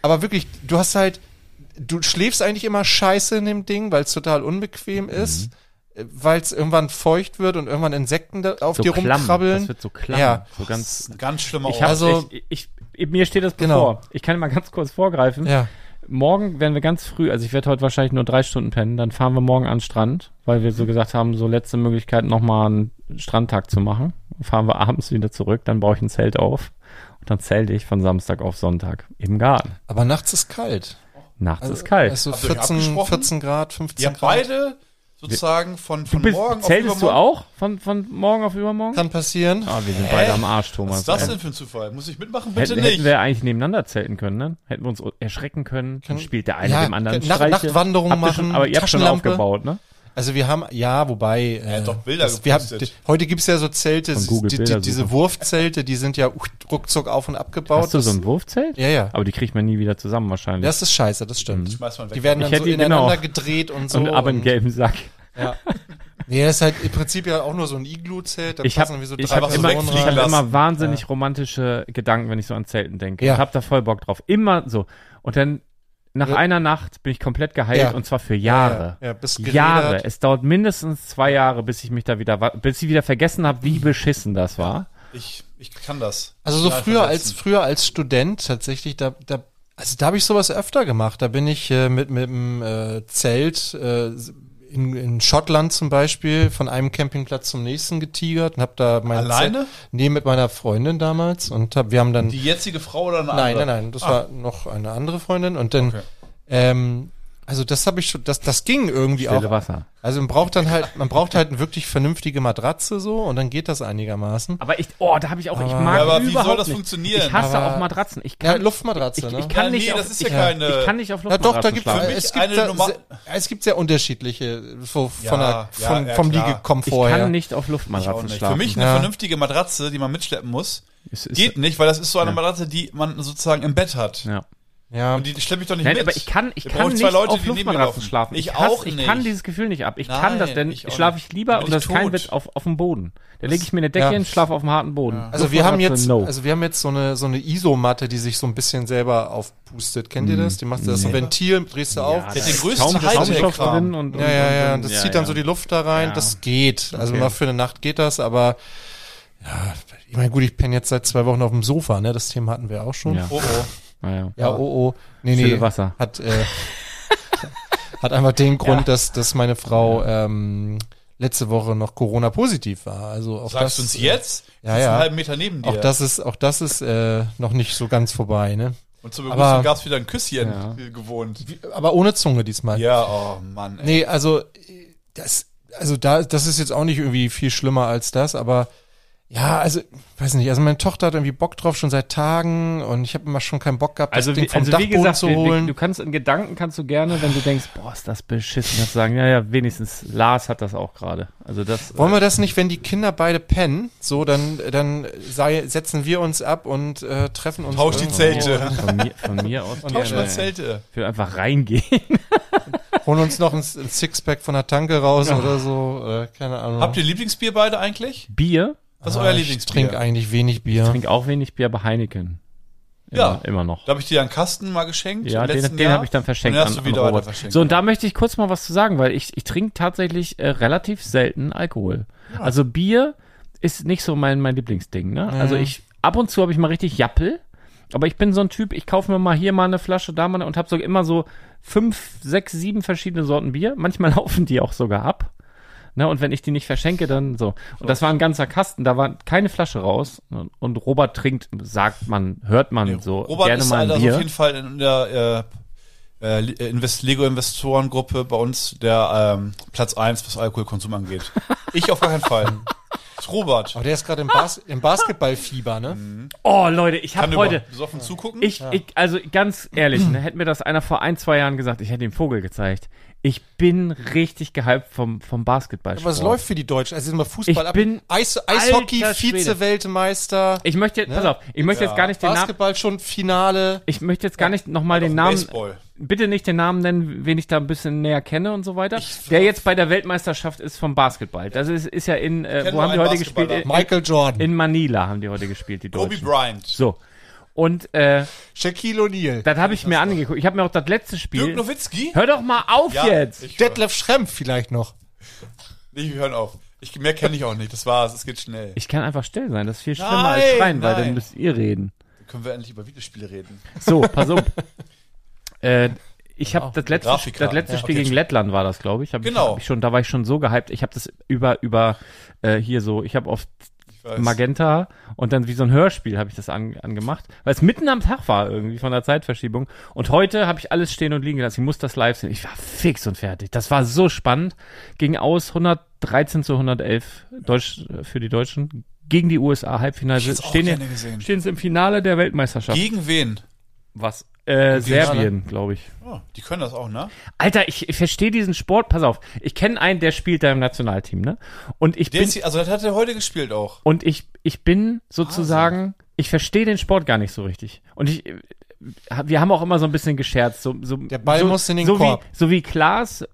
Speaker 5: aber wirklich, du hast halt, du schläfst eigentlich immer scheiße in dem Ding, weil es total
Speaker 3: Mhm.
Speaker 5: unbequem ist, weil es irgendwann feucht wird und irgendwann Insekten da auf dir rumkrabbeln.
Speaker 3: Das wird so klamm.
Speaker 5: Ja.
Speaker 3: So ganz.
Speaker 4: Ganz schlimmer
Speaker 3: Ich hab,
Speaker 5: Also-
Speaker 3: also, ich, ich, mir steht das
Speaker 5: Genau.
Speaker 3: bevor. Ich kann mal ganz kurz vorgreifen.
Speaker 5: ja.
Speaker 3: Morgen werden wir ganz früh, also ich werde heute wahrscheinlich nur drei Stunden pennen, dann fahren wir morgen an den Strand, weil wir
Speaker 4: Mhm.
Speaker 3: so gesagt haben, so letzte Möglichkeit nochmal einen Strandtag zu machen. Fahren wir abends wieder zurück, dann baue ich ein Zelt auf und dann zelte ich von Samstag auf Sonntag im Garten.
Speaker 5: Aber nachts ist kalt.
Speaker 3: Nachts ist kalt.
Speaker 5: Also
Speaker 4: Habt ihr euch
Speaker 5: 14,
Speaker 4: abgesprochen?
Speaker 5: 14 Grad, 15
Speaker 4: Ihr habt
Speaker 5: Grad.
Speaker 4: beide sozusagen von, von
Speaker 3: Bist-
Speaker 4: morgen
Speaker 3: Zeltest du
Speaker 4: übermorgen-
Speaker 3: auch von, von morgen auf übermorgen?
Speaker 5: Kann passieren.
Speaker 3: Ah, wir sind beide am Arsch,
Speaker 4: Was
Speaker 3: Thomas.
Speaker 4: ist das
Speaker 3: ey.
Speaker 4: denn für ein Zufall? Muss ich mitmachen? Bitte
Speaker 3: Hätten,
Speaker 4: nicht.
Speaker 3: hätten wir eigentlich nebeneinander zelten können, ne? Hätten wir uns erschrecken können. Dann spielt der eine
Speaker 5: Ja,
Speaker 3: dem anderen
Speaker 5: Nacht-
Speaker 3: Streiche.
Speaker 5: Nachtwanderungen
Speaker 3: Habt ihr Schon,
Speaker 5: machen,
Speaker 3: aber ihr habt schon
Speaker 5: Taschenlampe.
Speaker 3: aufgebaut, ne?
Speaker 5: Also wir haben, ja, wobei. Er
Speaker 4: hat doch Bilder
Speaker 5: wir haben,
Speaker 4: gepostet.
Speaker 5: Heute gibt's ja so Zelte,
Speaker 3: Von Google
Speaker 5: die, die,
Speaker 3: Bildersuche.
Speaker 5: diese Wurfzelte, die sind ja ruckzuck auf und abgebaut.
Speaker 3: Hast du so ein Wurfzelt?
Speaker 5: Ja, ja.
Speaker 3: Aber die kriegt man nie wieder zusammen wahrscheinlich.
Speaker 5: das ist scheiße, das stimmt.
Speaker 4: Schmeiß mal weg.
Speaker 5: Die werden
Speaker 3: Mhm. Ich
Speaker 5: dann so
Speaker 3: hätte ihn
Speaker 5: ineinander
Speaker 3: genau.
Speaker 5: gedreht und so.
Speaker 3: und, aber im
Speaker 5: und-
Speaker 3: gelben Sack.
Speaker 5: Nee, das ist halt im Prinzip ja auch nur so ein Iglu-Zelt. da
Speaker 3: Ich
Speaker 5: passen
Speaker 3: habe
Speaker 5: irgendwie so
Speaker 3: ich
Speaker 5: drei
Speaker 3: hab
Speaker 4: Wasser
Speaker 3: immer,
Speaker 5: Personen
Speaker 3: ich
Speaker 5: rein.
Speaker 3: hab
Speaker 4: lassen.
Speaker 3: immer wahnsinnig romantische Gedanken, wenn ich so an Zelten denke.
Speaker 5: Ja.
Speaker 3: Ich hab da voll Bock drauf. Immer so. Und dann nach einer Nacht bin ich komplett geheilt
Speaker 5: Ja.
Speaker 3: und zwar für Jahre.
Speaker 5: Ja, ja, bist gerädert.
Speaker 3: Jahre. Es dauert mindestens zwei Jahre, bis ich mich da wieder, wa- bis ich wieder vergessen habe, wie beschissen das war.
Speaker 4: Ich, ich kann das.
Speaker 5: Also so
Speaker 4: Total
Speaker 5: früher als
Speaker 4: versetzen.
Speaker 5: früher als Student tatsächlich, da, da also da habe ich sowas öfter gemacht. Da bin ich äh, mit mit dem äh, Zelt äh, in, in Schottland zum Beispiel von einem Campingplatz zum nächsten getigert und habe da mein
Speaker 4: Alleine?
Speaker 5: Zelt, nee mit meiner Freundin damals und hab, wir haben dann
Speaker 4: Die jetzige Frau oder eine
Speaker 5: nein
Speaker 4: andere? Ah.
Speaker 5: nein nein das war noch eine andere Freundin und dann ähm, also das habe ich schon das das ging irgendwie
Speaker 3: Stille
Speaker 5: auch
Speaker 3: Wasser.
Speaker 5: also man braucht dann halt man braucht halt eine wirklich vernünftige Matratze so und dann geht das einigermaßen
Speaker 3: Aber ich, oh, da habe ich auch, ich mag
Speaker 4: Ja, aber wie
Speaker 3: überhaupt
Speaker 4: soll das
Speaker 3: nicht.
Speaker 4: funktionieren?
Speaker 3: Ich hasse
Speaker 5: Aber-
Speaker 3: auch Matratzen. Ich
Speaker 5: ja
Speaker 3: kann,
Speaker 5: Luftmatratze
Speaker 3: ich,
Speaker 5: ne
Speaker 3: ich kann
Speaker 4: Ja,
Speaker 3: nicht
Speaker 4: nee,
Speaker 3: auf,
Speaker 4: das ist ja
Speaker 3: ich,
Speaker 4: keine-
Speaker 3: ich kann nicht auf
Speaker 5: Ja, doch, da
Speaker 3: Luftmatratzen
Speaker 5: gibt
Speaker 3: schlafen.
Speaker 4: mich
Speaker 5: es gibt
Speaker 4: eine
Speaker 5: da,
Speaker 4: Nummer-
Speaker 5: se- es gibt sehr unterschiedliche so von
Speaker 4: Ja,
Speaker 5: der, von,
Speaker 4: ja, ja,
Speaker 5: vom
Speaker 4: klar.
Speaker 3: Ich
Speaker 5: Liegekomfort her.
Speaker 3: kann nicht auf
Speaker 4: Auch
Speaker 3: Luftmatratzen
Speaker 4: nicht.
Speaker 3: schlafen.
Speaker 4: Für mich eine
Speaker 5: Ja.
Speaker 4: vernünftige Matratze, die man mitschleppen muss,
Speaker 3: Es ist-
Speaker 4: geht nicht, weil das ist so eine Matratze, die man sozusagen im Bett hat.
Speaker 3: Ja.
Speaker 5: Ja.
Speaker 4: Und die schleppe ich doch nicht
Speaker 3: Nein,
Speaker 4: mit.
Speaker 3: aber ich kann, ich
Speaker 4: Da
Speaker 3: kann
Speaker 4: brauche
Speaker 3: nicht
Speaker 4: ich zwei Leute,
Speaker 3: auf
Speaker 4: die neben mir
Speaker 3: Luftmatratzen
Speaker 4: laufen.
Speaker 3: schlafen.
Speaker 4: Ich
Speaker 3: hasse-
Speaker 4: auch
Speaker 3: Ich
Speaker 4: nicht.
Speaker 3: kann dieses Gefühl nicht ab. Ich kann
Speaker 4: Nein,
Speaker 3: das denn,
Speaker 4: ich auch
Speaker 3: schlafe
Speaker 4: nicht.
Speaker 3: ich lieber
Speaker 4: Bin
Speaker 3: und
Speaker 4: ich
Speaker 3: das ist kein
Speaker 4: tot.
Speaker 3: Witz auf, auf dem Boden. Da lege ich mir eine Decke
Speaker 5: ja.
Speaker 3: hin, schlafe auf dem harten Boden.
Speaker 5: also wir haben jetzt,
Speaker 3: Luftmatratze, No.
Speaker 5: also wir haben jetzt so eine, so eine Isomatte, die sich so ein bisschen selber aufpustet. Kennt
Speaker 3: Mhm.
Speaker 5: ihr das? Die machst du das so ein Ventil, drehst du auf.
Speaker 3: da
Speaker 4: Ah, der
Speaker 3: ist
Speaker 4: hat den größten
Speaker 3: Schaum-
Speaker 4: Hightech-Kram.
Speaker 3: Schaumstoff drin und, und,
Speaker 5: Ja, ja, ja.
Speaker 3: und-
Speaker 5: Das
Speaker 3: ja,
Speaker 5: zieht dann
Speaker 3: ja.
Speaker 5: so die Luft da rein.
Speaker 3: Ja.
Speaker 5: Das geht. Also
Speaker 3: Okay.
Speaker 5: mal für eine Nacht geht das, aber ja, ich meine, gut, ich penne jetzt seit zwei Wochen auf dem Sofa, ne? Das Thema hatten wir auch schon.
Speaker 3: Ja.
Speaker 4: Oh, oh.
Speaker 3: Naja.
Speaker 5: Ja, oh, oh. Nee,
Speaker 3: Stille
Speaker 5: nee.
Speaker 3: Wasser.
Speaker 5: Hat, äh, hat einfach den Grund, dass, dass meine Frau ähm, letzte Woche noch Corona-positiv war. Also auch
Speaker 4: Sagst
Speaker 5: das,
Speaker 4: du uns
Speaker 5: äh,
Speaker 4: jetzt?
Speaker 5: ja,
Speaker 4: Sitzt
Speaker 5: ja.
Speaker 4: einen halben Meter neben dir.
Speaker 5: Auch das ist, auch das ist äh, noch nicht so ganz vorbei, ne?
Speaker 4: und zur
Speaker 5: aber-
Speaker 4: Begrüßung gab es wieder ein Küsschen
Speaker 3: Ja.
Speaker 4: äh, gewohnt.
Speaker 5: Aber ohne Zunge diesmal.
Speaker 4: Ja, oh Mann. Ey.
Speaker 5: Nee, also äh, das, also da, das ist jetzt auch nicht irgendwie viel schlimmer als das, aber ja, also, weiß nicht, also meine Tochter hat irgendwie Bock drauf schon seit Tagen und ich habe immer schon keinen Bock gehabt,
Speaker 3: Also,
Speaker 5: das Ding
Speaker 3: wie,
Speaker 5: vom
Speaker 3: also wie
Speaker 5: Dachboden
Speaker 3: gesagt,
Speaker 5: zu
Speaker 3: wir- wir-
Speaker 5: holen.
Speaker 3: du kannst in Gedanken kannst du gerne, wenn du denkst, boah, ist das beschissen, kannst du sagen, ja, ja, wenigstens Lars hat das auch gerade. Also das
Speaker 5: Wollen wir das nicht, wenn die Kinder beide pennen, so, dann, dann sei, setzen wir uns ab und äh, treffen uns.
Speaker 4: Tausch die
Speaker 5: irgendwo.
Speaker 4: Zelte.
Speaker 3: von mir, von mir aus
Speaker 4: Tausch mal
Speaker 3: gerne.
Speaker 4: Zelte.
Speaker 3: Ich will einfach reingehen.
Speaker 5: Holen uns noch ein, S- ein Sixpack von der Tanke raus oder so. Äh, keine Ahnung.
Speaker 4: Habt ihr Lieblingsbier beide eigentlich?
Speaker 3: Bier,
Speaker 4: Was ist euer
Speaker 5: Ah, ich
Speaker 4: Lieblingsbier?
Speaker 5: trinke eigentlich wenig Bier.
Speaker 3: trinke auch wenig Bier, aber Heineken. Immer,
Speaker 4: Ja.
Speaker 3: immer noch.
Speaker 4: Da habe ich dir einen Kasten mal geschenkt.
Speaker 3: Ja,
Speaker 4: im
Speaker 3: den,
Speaker 4: letzten
Speaker 3: den
Speaker 4: Jahr.
Speaker 3: habe ich dann verschenkt
Speaker 4: Und den hast
Speaker 3: an,
Speaker 4: du wieder
Speaker 3: an
Speaker 4: weiter
Speaker 3: Robert.
Speaker 4: verschenkt.
Speaker 3: So, und da möchte ich kurz mal was zu sagen, weil ich, ich trinke tatsächlich äh, relativ selten Alkohol. Also Bier ist nicht so mein, mein Lieblingsding. Ne?
Speaker 4: Mhm.
Speaker 3: Also ich, ab und zu habe ich mal richtig Jappel, aber ich bin so ein Typ, ich kaufe mir mal hier mal eine Flasche, da mal eine und habe so immer so fünf, sechs, sieben verschiedene Sorten Bier. Manchmal laufen die auch sogar ab. Ne, und wenn ich die nicht verschenke, dann so. Und das war ein ganzer Kasten, da war keine Flasche raus. Und- Und Robert trinkt, sagt man, hört man so
Speaker 4: Robert
Speaker 3: gerne
Speaker 4: ist
Speaker 3: mal ein
Speaker 4: also
Speaker 3: Bier.
Speaker 4: auf jeden Fall in der äh, äh, Invest Lego-Investorengruppe bei uns der ähm, Platz 1, was Alkoholkonsum angeht. Ich auf gar keinen Fall. Ist Robert.
Speaker 5: Aber der ist gerade im, Bas im Basketballfieber,
Speaker 4: Hm,
Speaker 5: ne?
Speaker 3: oh, Leute, ich
Speaker 4: Kann
Speaker 3: habe
Speaker 4: heute
Speaker 3: heute,
Speaker 4: besoffen zugucken.
Speaker 3: Ich, ich, also ganz ehrlich, ne, hätte mir das einer vor ein, zwei Jahren gesagt, ich hätte ihm Vogel gezeigt. Ich bin richtig gehypt vom, vom Basketball.
Speaker 5: Aber es läuft für die Deutschen. Also sind wir Fußball
Speaker 3: Ich bin
Speaker 5: Eis, Eishockey,
Speaker 3: alter Schwede.
Speaker 5: Vize-Weltmeister.
Speaker 3: Ich
Speaker 5: Ne?
Speaker 3: möchte, jetzt, pass auf, ich möchte jetzt gar nicht den Namen,
Speaker 5: Basketball schon Finale.
Speaker 3: ich möchte jetzt gar nicht nochmal den Namen,
Speaker 4: Baseball.
Speaker 3: bitte nicht den Namen nennen, wen ich da ein bisschen näher kenne und so weiter, der jetzt bei der Weltmeisterschaft ist vom Basketball. Das ist, ist ja in, äh,
Speaker 4: kenn
Speaker 3: wo
Speaker 4: nur
Speaker 3: haben die
Speaker 4: einen
Speaker 3: heute gespielt? In,
Speaker 5: Michael Jordan,
Speaker 3: in Manila haben die heute gespielt, die
Speaker 4: Kobe
Speaker 3: Deutschen.
Speaker 4: Bryant.
Speaker 3: So. Und äh,
Speaker 5: Shaquille O'Neal,
Speaker 3: das habe ich mir angeguckt. Ich habe mir auch das letzte Spiel.
Speaker 4: Dirk Nowitzki?
Speaker 3: Hör doch mal auf jetzt!
Speaker 4: Ich,
Speaker 5: Detlef Schrempf vielleicht noch.
Speaker 4: nee, wir hören auf. Ich, mehr kenne ich auch nicht. Das war's. Es geht schnell.
Speaker 3: Ich kann einfach still sein, das ist viel schlimmer als
Speaker 4: Nein,
Speaker 3: schreien, weil dann
Speaker 4: nein.
Speaker 3: müsst ihr reden.
Speaker 4: Können wir endlich über Videospiele reden?
Speaker 3: So, pass auf. äh, ich habe das letzte,
Speaker 4: Grafikkarte.
Speaker 3: das letzte
Speaker 4: Ja,
Speaker 3: Spiel
Speaker 4: okay.
Speaker 3: gegen Lettland war das, glaube ich. Hab
Speaker 4: Genau.
Speaker 3: Ich, hab ich schon, da war ich schon so gehypt. Ich habe das über über äh, hier so. Ich habe auf
Speaker 4: Ich weiß.
Speaker 3: Magenta und dann wie so ein Hörspiel habe ich das an, angemacht, weil es mitten am Tag war irgendwie von der Zeitverschiebung. Und heute habe ich alles stehen und liegen gelassen. Ich muss das live sehen. Ich war fix und fertig. Das war so spannend. Ging aus 113 zu 111 Deutsch, für die Deutschen gegen die USA Halbfinale.
Speaker 4: Ich hätt's auch
Speaker 3: Stehen,
Speaker 4: gerne gesehen.
Speaker 3: stehen sie im Finale der Weltmeisterschaft.
Speaker 4: Gegen wen?
Speaker 3: Was? Äh,
Speaker 4: Gegen
Speaker 3: Serbien, glaube ich.
Speaker 4: Oh, die können das auch, ne?
Speaker 3: Alter, ich, ich verstehe diesen Sport. Pass auf, ich kenne einen, der spielt da im Nationalteam, ne? Und ich
Speaker 4: Der
Speaker 3: bin
Speaker 4: ist, hier- also das hat er heute gespielt auch.
Speaker 3: und ich ich bin sozusagen, ich verstehe den Sport gar nicht so richtig. Und ich äh, wir haben auch immer so ein bisschen gescherzt, so so
Speaker 5: Der Ball
Speaker 3: so,
Speaker 5: muss in den
Speaker 3: so
Speaker 5: Korb.
Speaker 3: wie so wie Klaas äh,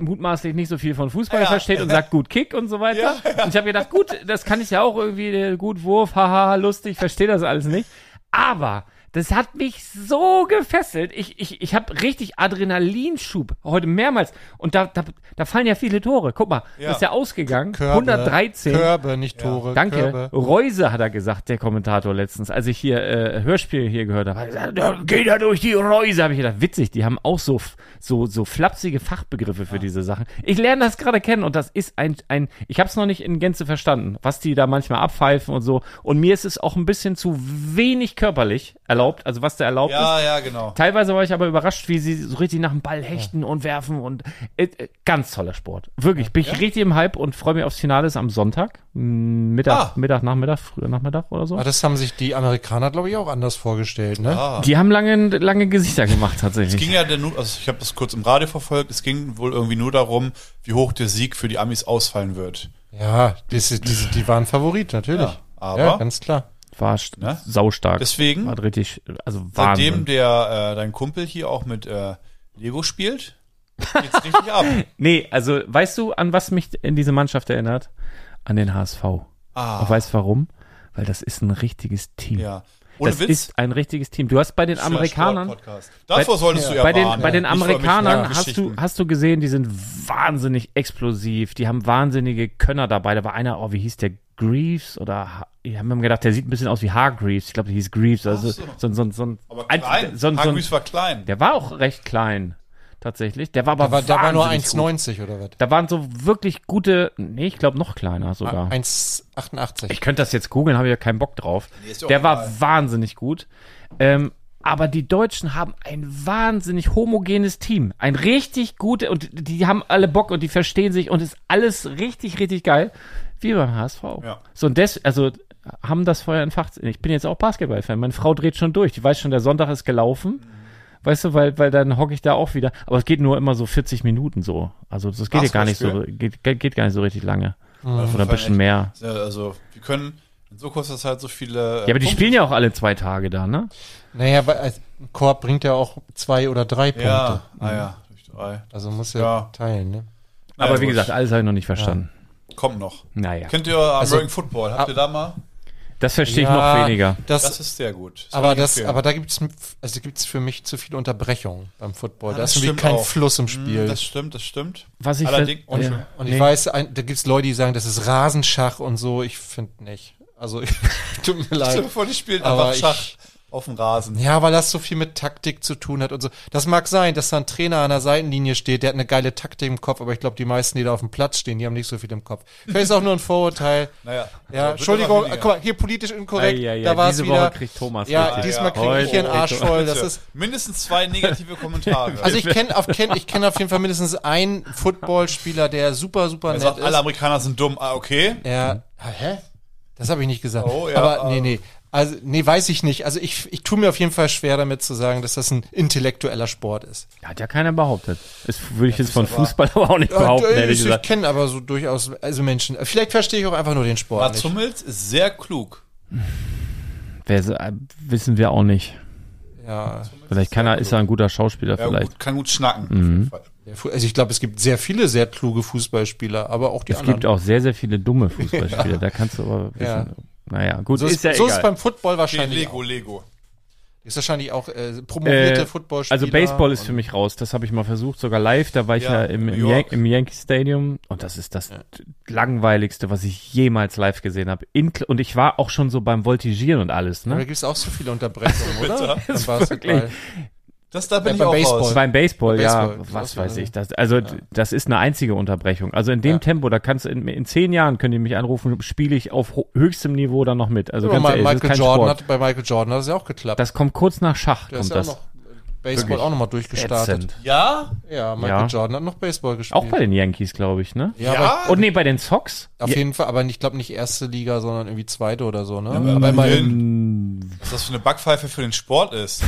Speaker 3: mutmaßlich nicht so viel von Fußball
Speaker 4: Ja.
Speaker 3: versteht und sagt gut Kick und so weiter. Und ich habe gedacht, gut, das kann ich ja auch irgendwie äh, gut Wurf, haha, lustig, verstehe das alles nicht. Aber das hat mich so gefesselt. Ich, ich, ich habe richtig Adrenalinschub heute mehrmals. Und da, da, da fallen ja viele Tore. Guck mal,
Speaker 4: Ja.
Speaker 3: das ist ja ausgegangen.
Speaker 5: Körbe,
Speaker 3: 113.
Speaker 5: Körbe, nicht Tore.
Speaker 3: Danke.
Speaker 5: Körbe.
Speaker 3: Reuse hat er gesagt, der Kommentator letztens, als ich hier äh, Hörspiel hier gehört habe. Hat er gesagt, "Ja, geh da durch die Reuse, habe ich gedacht. Witzig, die haben auch so f- so so flapsige Fachbegriffe für diese Sachen. Ich lerne das gerade kennen und das ist ein ein. Ich habe es noch nicht in Gänze verstanden, was die da manchmal abpfeifen und so. Und mir ist es auch ein bisschen zu wenig körperlich erlaubt, also was da erlaubt ist.
Speaker 4: Ja, ja, genau.
Speaker 3: Teilweise war ich aber überrascht, wie sie so richtig nach dem Ball hechten und werfen und äh, äh, ganz toller Sport. Wirklich, bin ich richtig im Hype und freue mich aufs Finale ist am Sonntag. M, Mittag,
Speaker 4: Ah.
Speaker 3: Mittag, Nachmittag, früher Nachmittag oder so.
Speaker 5: Aber Ah, das haben sich die Amerikaner, glaube ich, auch anders vorgestellt, ne?
Speaker 4: Ah.
Speaker 3: Die haben lange, lange Gesichter gemacht tatsächlich.
Speaker 4: Ging ja denn nur, also ich habe das kurz im Radio verfolgt, es ging wohl irgendwie nur darum, wie hoch der Sieg für die Amis ausfallen wird.
Speaker 5: Ja, diese, diese, die waren Favorit, natürlich.
Speaker 4: Ja, aber-
Speaker 5: Ja, ganz klar.
Speaker 3: War st
Speaker 4: Ne?
Speaker 3: saustark.
Speaker 4: Deswegen,
Speaker 3: war richtig, also
Speaker 4: seitdem
Speaker 3: Wahnsinn.
Speaker 4: der äh, dein Kumpel hier auch mit äh, Lego spielt, geht's richtig ab.
Speaker 3: Nee, also weißt du, an was mich in diese Mannschaft erinnert? An den HSV.
Speaker 4: Ah,
Speaker 3: Und weißt warum? Weil das ist ein richtiges Team.
Speaker 4: ja. Ohne
Speaker 3: das
Speaker 4: Witz.
Speaker 3: ist ein richtiges Team. Du hast bei den
Speaker 4: schöner
Speaker 3: Amerikanern,
Speaker 4: Sportpodcast. Davor
Speaker 3: Bei-
Speaker 4: solltest du ja
Speaker 3: bei den,
Speaker 4: warnen.
Speaker 3: bei den
Speaker 4: Nicht vor mich
Speaker 3: Amerikanern
Speaker 4: mit
Speaker 3: hast du,
Speaker 4: Geschichten.
Speaker 3: hast du gesehen, die sind wahnsinnig explosiv, die haben wahnsinnige Könner dabei. Da war einer, oh, wie hieß der Greaves oder Ha- ich habe mir gedacht, der sieht ein bisschen aus wie Hargreaves. Ich glaube, der hieß Greaves. Also so.
Speaker 4: so.
Speaker 3: ein, so ein, so ein,
Speaker 4: aber
Speaker 3: ein-
Speaker 4: klein.
Speaker 3: so ein, so ein
Speaker 4: Hargreaves war klein.
Speaker 3: der war auch recht klein tatsächlich. Der war aber
Speaker 5: Da war, da war nur
Speaker 3: wahnsinnig gut.
Speaker 5: 1,90 oder was?
Speaker 3: Da waren so wirklich gute, nee, ich glaube noch kleiner sogar.
Speaker 5: 1,88.
Speaker 3: Ich könnte das jetzt googeln, habe ich ja keinen Bock drauf.
Speaker 4: Nee, ist ja auch
Speaker 3: Der war
Speaker 4: egal.
Speaker 3: wahnsinnig gut. Ähm, aber die Deutschen haben ein wahnsinnig homogenes Team. Ein richtig gutes, und die haben alle Bock und die verstehen sich und ist alles richtig, richtig geil. Wie beim HSV.
Speaker 4: Ja.
Speaker 3: So und des, also haben das Feuer entfacht. Ich bin jetzt auch Basketballfan. Meine Frau dreht schon durch. Die weiß schon, der Sonntag ist gelaufen.
Speaker 4: Mhm.
Speaker 3: Weißt du, weil, weil dann hocke ich da auch wieder. Aber es geht nur immer so 40 Minuten so. Also das geht ja gar nicht so, geht, geht gar nicht so richtig lange. Oder ein bisschen mehr.
Speaker 4: Also Ja, Also, wir können in so kurzer Zeit so viele. äh,
Speaker 3: Ja, aber die
Speaker 4: Punkte-
Speaker 3: spielen ja auch alle zwei Tage da, ne?
Speaker 5: Naja, weil als- ein Korb bringt ja auch zwei oder drei Punkte.
Speaker 4: Ja, ah ja, durch drei.
Speaker 5: Also muss ja,
Speaker 4: Ja.
Speaker 5: teilen, ne?
Speaker 3: Aber
Speaker 4: Ja,
Speaker 3: wie
Speaker 4: gut.
Speaker 3: gesagt, alles habe ich noch nicht verstanden.
Speaker 4: Kommt noch.
Speaker 3: Naja,
Speaker 4: Kennt ihr
Speaker 5: Also,
Speaker 4: American Football? Habt
Speaker 5: ab-
Speaker 4: ihr da mal?
Speaker 3: das verstehe
Speaker 5: Ja,
Speaker 3: ich noch weniger.
Speaker 5: Das,
Speaker 4: Das ist sehr gut. Das
Speaker 5: aber,
Speaker 4: kann ich
Speaker 5: das,
Speaker 4: empfehlen.
Speaker 5: aber da gibt's also gibt's für mich zu viele Unterbrechungen beim Football.
Speaker 4: Ja,
Speaker 5: da
Speaker 4: das
Speaker 5: ist irgendwie
Speaker 4: stimmt
Speaker 5: kein
Speaker 4: auch.
Speaker 5: Fluss im
Speaker 4: Hm,
Speaker 5: Spiel.
Speaker 4: Das stimmt, das stimmt.
Speaker 3: Was ich ver-
Speaker 4: Allerdings-
Speaker 3: ja.
Speaker 4: Entschuldigung.
Speaker 5: Und
Speaker 3: Nee.
Speaker 5: ich weiß, ein, da gibt's Leute, die sagen, das ist Rasenschach und so. Ich finde nicht. Also, ich, tut mir
Speaker 4: Stell dir
Speaker 5: leid.
Speaker 4: vor, die spielen
Speaker 5: Aber
Speaker 4: einfach Schach
Speaker 5: ich-
Speaker 4: auf dem Rasen.
Speaker 5: Ja, weil das so viel mit Taktik zu tun hat und so. Das mag sein, dass da ein Trainer an der Seitenlinie steht, der hat eine geile Taktik im Kopf, aber ich glaube, die meisten, die da auf dem Platz stehen, die haben nicht so viel im Kopf. Vielleicht ist auch nur ein Vorurteil.
Speaker 4: Naja.
Speaker 5: Ja,
Speaker 4: Wird
Speaker 5: Entschuldigung,
Speaker 4: immer weniger.
Speaker 5: guck mal, hier politisch inkorrekt.
Speaker 3: Ei, ei, ei,
Speaker 5: da war
Speaker 3: diese
Speaker 5: es wieder.
Speaker 3: Woche kriegt Thomas
Speaker 5: ja,
Speaker 3: richtig.
Speaker 5: diesmal
Speaker 4: Ja,
Speaker 5: kriege ich
Speaker 3: heute
Speaker 5: hier einen Arsch
Speaker 3: kriegt
Speaker 5: voll. Das
Speaker 4: Bitte.
Speaker 5: ist,
Speaker 4: Mindestens zwei negative Kommentare.
Speaker 5: also ich kenne auf, kenn, ich kenn auf jeden Fall mindestens einen Footballspieler, der super, super
Speaker 4: er
Speaker 5: nett
Speaker 4: sagt, alle
Speaker 5: ist.
Speaker 4: Amerikaner sind dumm. Ah, okay.
Speaker 5: Ja, hä? Das habe ich nicht gesagt.
Speaker 4: Ah, Oh, ja,
Speaker 5: aber nee,
Speaker 4: aber-
Speaker 5: nee. Also, nee, weiß ich nicht. Also ich, ich tue mir auf jeden Fall schwer damit zu sagen, dass das ein intellektueller Sport ist.
Speaker 3: Hat ja keiner behauptet. Das würde ich jetzt von
Speaker 4: aber-
Speaker 3: Fußball aber auch nicht behaupten,
Speaker 5: Ja,
Speaker 3: hätte ich
Speaker 5: Äh, ich ich
Speaker 3: gesagt.
Speaker 5: kenne aber so durchaus also Menschen. Vielleicht verstehe ich auch einfach nur den Sport
Speaker 4: Mats
Speaker 5: nicht.
Speaker 4: Hummels ist sehr klug.
Speaker 3: Wer, so- äh, wissen wir auch nicht.
Speaker 5: Ja.
Speaker 3: Vielleicht kann er, ist er ein guter Schauspieler
Speaker 4: Ja,
Speaker 3: vielleicht.
Speaker 4: gut, kann gut schnacken. auf
Speaker 3: Mhm.
Speaker 4: jeden Fall.
Speaker 5: Ja, fu- Also ich glaube, es gibt sehr viele sehr kluge Fußballspieler, aber auch die
Speaker 3: Es
Speaker 5: anderen.
Speaker 3: gibt auch sehr, sehr viele dumme Fußballspieler. Da kannst du aber wissen.
Speaker 5: Ja.
Speaker 3: Naja, gut,
Speaker 5: so ist,
Speaker 3: ist ja
Speaker 5: so ist
Speaker 3: egal.
Speaker 5: es beim Football
Speaker 4: Okay,
Speaker 5: wahrscheinlich.
Speaker 4: Lego,
Speaker 5: Auch.
Speaker 4: Lego.
Speaker 5: Ist wahrscheinlich auch äh, promovierte
Speaker 3: Äh,
Speaker 5: Footballspieler.
Speaker 3: also Baseball ist
Speaker 5: und-
Speaker 3: für mich raus. Das habe ich mal versucht, sogar live. Da war ich ja,
Speaker 4: Ja,
Speaker 3: im,
Speaker 4: New
Speaker 3: im, Yan
Speaker 4: York.
Speaker 3: im Yankee Stadium und das ist das langweiligste, was ich jemals live gesehen habe. Inkl- Und ich war auch schon so beim Voltigieren und alles.
Speaker 5: Aber da
Speaker 3: Ne?
Speaker 5: gibt es auch so viele Unterbrechungen, oder?
Speaker 4: bitter.
Speaker 5: Beim
Speaker 3: Ist
Speaker 5: Basketball.
Speaker 3: wirklich-
Speaker 4: Das da bin
Speaker 5: beim
Speaker 4: ich auch
Speaker 5: Baseball.
Speaker 4: raus.
Speaker 3: Beim Baseball,
Speaker 5: Beim
Speaker 3: ja,
Speaker 5: Baseball,
Speaker 3: was
Speaker 5: das
Speaker 3: weiß
Speaker 5: war-
Speaker 3: ich. Das, also d- das ist eine einzige Unterbrechung. Also in dem
Speaker 5: Ja.
Speaker 3: Tempo, da kannst du in, in zehn Jahren könnt ihr mich anrufen, spiele ich auf ho- höchstem Niveau dann noch mit. Also
Speaker 5: Aber
Speaker 3: ganz
Speaker 5: mal-
Speaker 3: ehrlich, das ist
Speaker 5: Michael
Speaker 3: kein
Speaker 5: Jordan
Speaker 3: Sport.
Speaker 5: hat, bei Michael Jordan hat es ja auch geklappt.
Speaker 3: Das kommt kurz nach Schach,
Speaker 5: Der
Speaker 3: kommt
Speaker 5: ist ja auch
Speaker 3: das.
Speaker 5: noch Baseball
Speaker 3: Wirklich.
Speaker 5: auch nochmal durchgestartet.
Speaker 3: Ätzend.
Speaker 4: Ja?
Speaker 5: Ja, Michael
Speaker 3: Ja.
Speaker 5: Jordan hat noch Baseball gespielt.
Speaker 3: Auch bei den Yankees, glaube ich, ne?
Speaker 5: ja,
Speaker 4: Ja?
Speaker 5: aber
Speaker 3: Und nee, bei den Sox?
Speaker 5: auf jeden Fall, aber ich glaube nicht erste Liga, sondern irgendwie zweite oder so, ne?
Speaker 3: Äh,
Speaker 4: aber
Speaker 5: aber immerhin.
Speaker 4: Was das für eine Backpfeife für den Sport ist.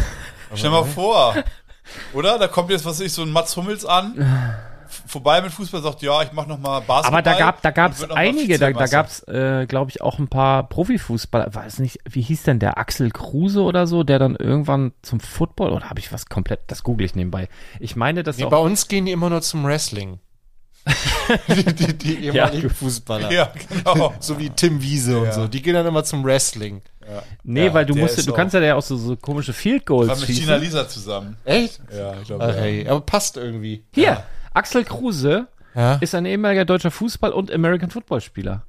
Speaker 4: Stell mal vor. Oder? Da kommt jetzt, was weiß ich, so ein Mats Hummels an. f- Vorbei mit Fußball sagt, ja, ich mach noch mal Basketball.
Speaker 3: Aber da gab da
Speaker 4: und
Speaker 3: gab's
Speaker 4: wird noch mal
Speaker 3: einige, da, da
Speaker 4: Vizemeister.
Speaker 3: gab's äh, glaube ich auch ein paar Profifußballer, weiß nicht, wie hieß denn der Axel Kruse oder so, der dann irgendwann zum Football oder habe ich was komplett, das google ich nebenbei. Ich meine, das
Speaker 5: Nee,
Speaker 3: auch-
Speaker 5: bei uns gehen die immer nur zum Wrestling. die, die, die ehemaligen
Speaker 3: Ja.
Speaker 5: Fußballer.
Speaker 4: Ja, genau.
Speaker 5: So wie Tim Wiese und
Speaker 4: Ja.
Speaker 5: so. Die gehen dann immer zum Wrestling.
Speaker 3: nee,
Speaker 4: ja,
Speaker 3: weil du
Speaker 4: der
Speaker 3: musst
Speaker 4: ist
Speaker 3: du
Speaker 4: auch-
Speaker 3: kannst ja da auch so, so komische Field
Speaker 4: War
Speaker 3: Goals
Speaker 4: mit China
Speaker 3: schießen.
Speaker 4: Lisa zusammen.
Speaker 5: Echt?
Speaker 4: Ja, ich glaube.
Speaker 5: Ach, ey, aber passt irgendwie.
Speaker 3: Hier, Axel Kruse
Speaker 5: Ja.
Speaker 3: ist ein ehemaliger deutscher Fußball- und American Football Spieler.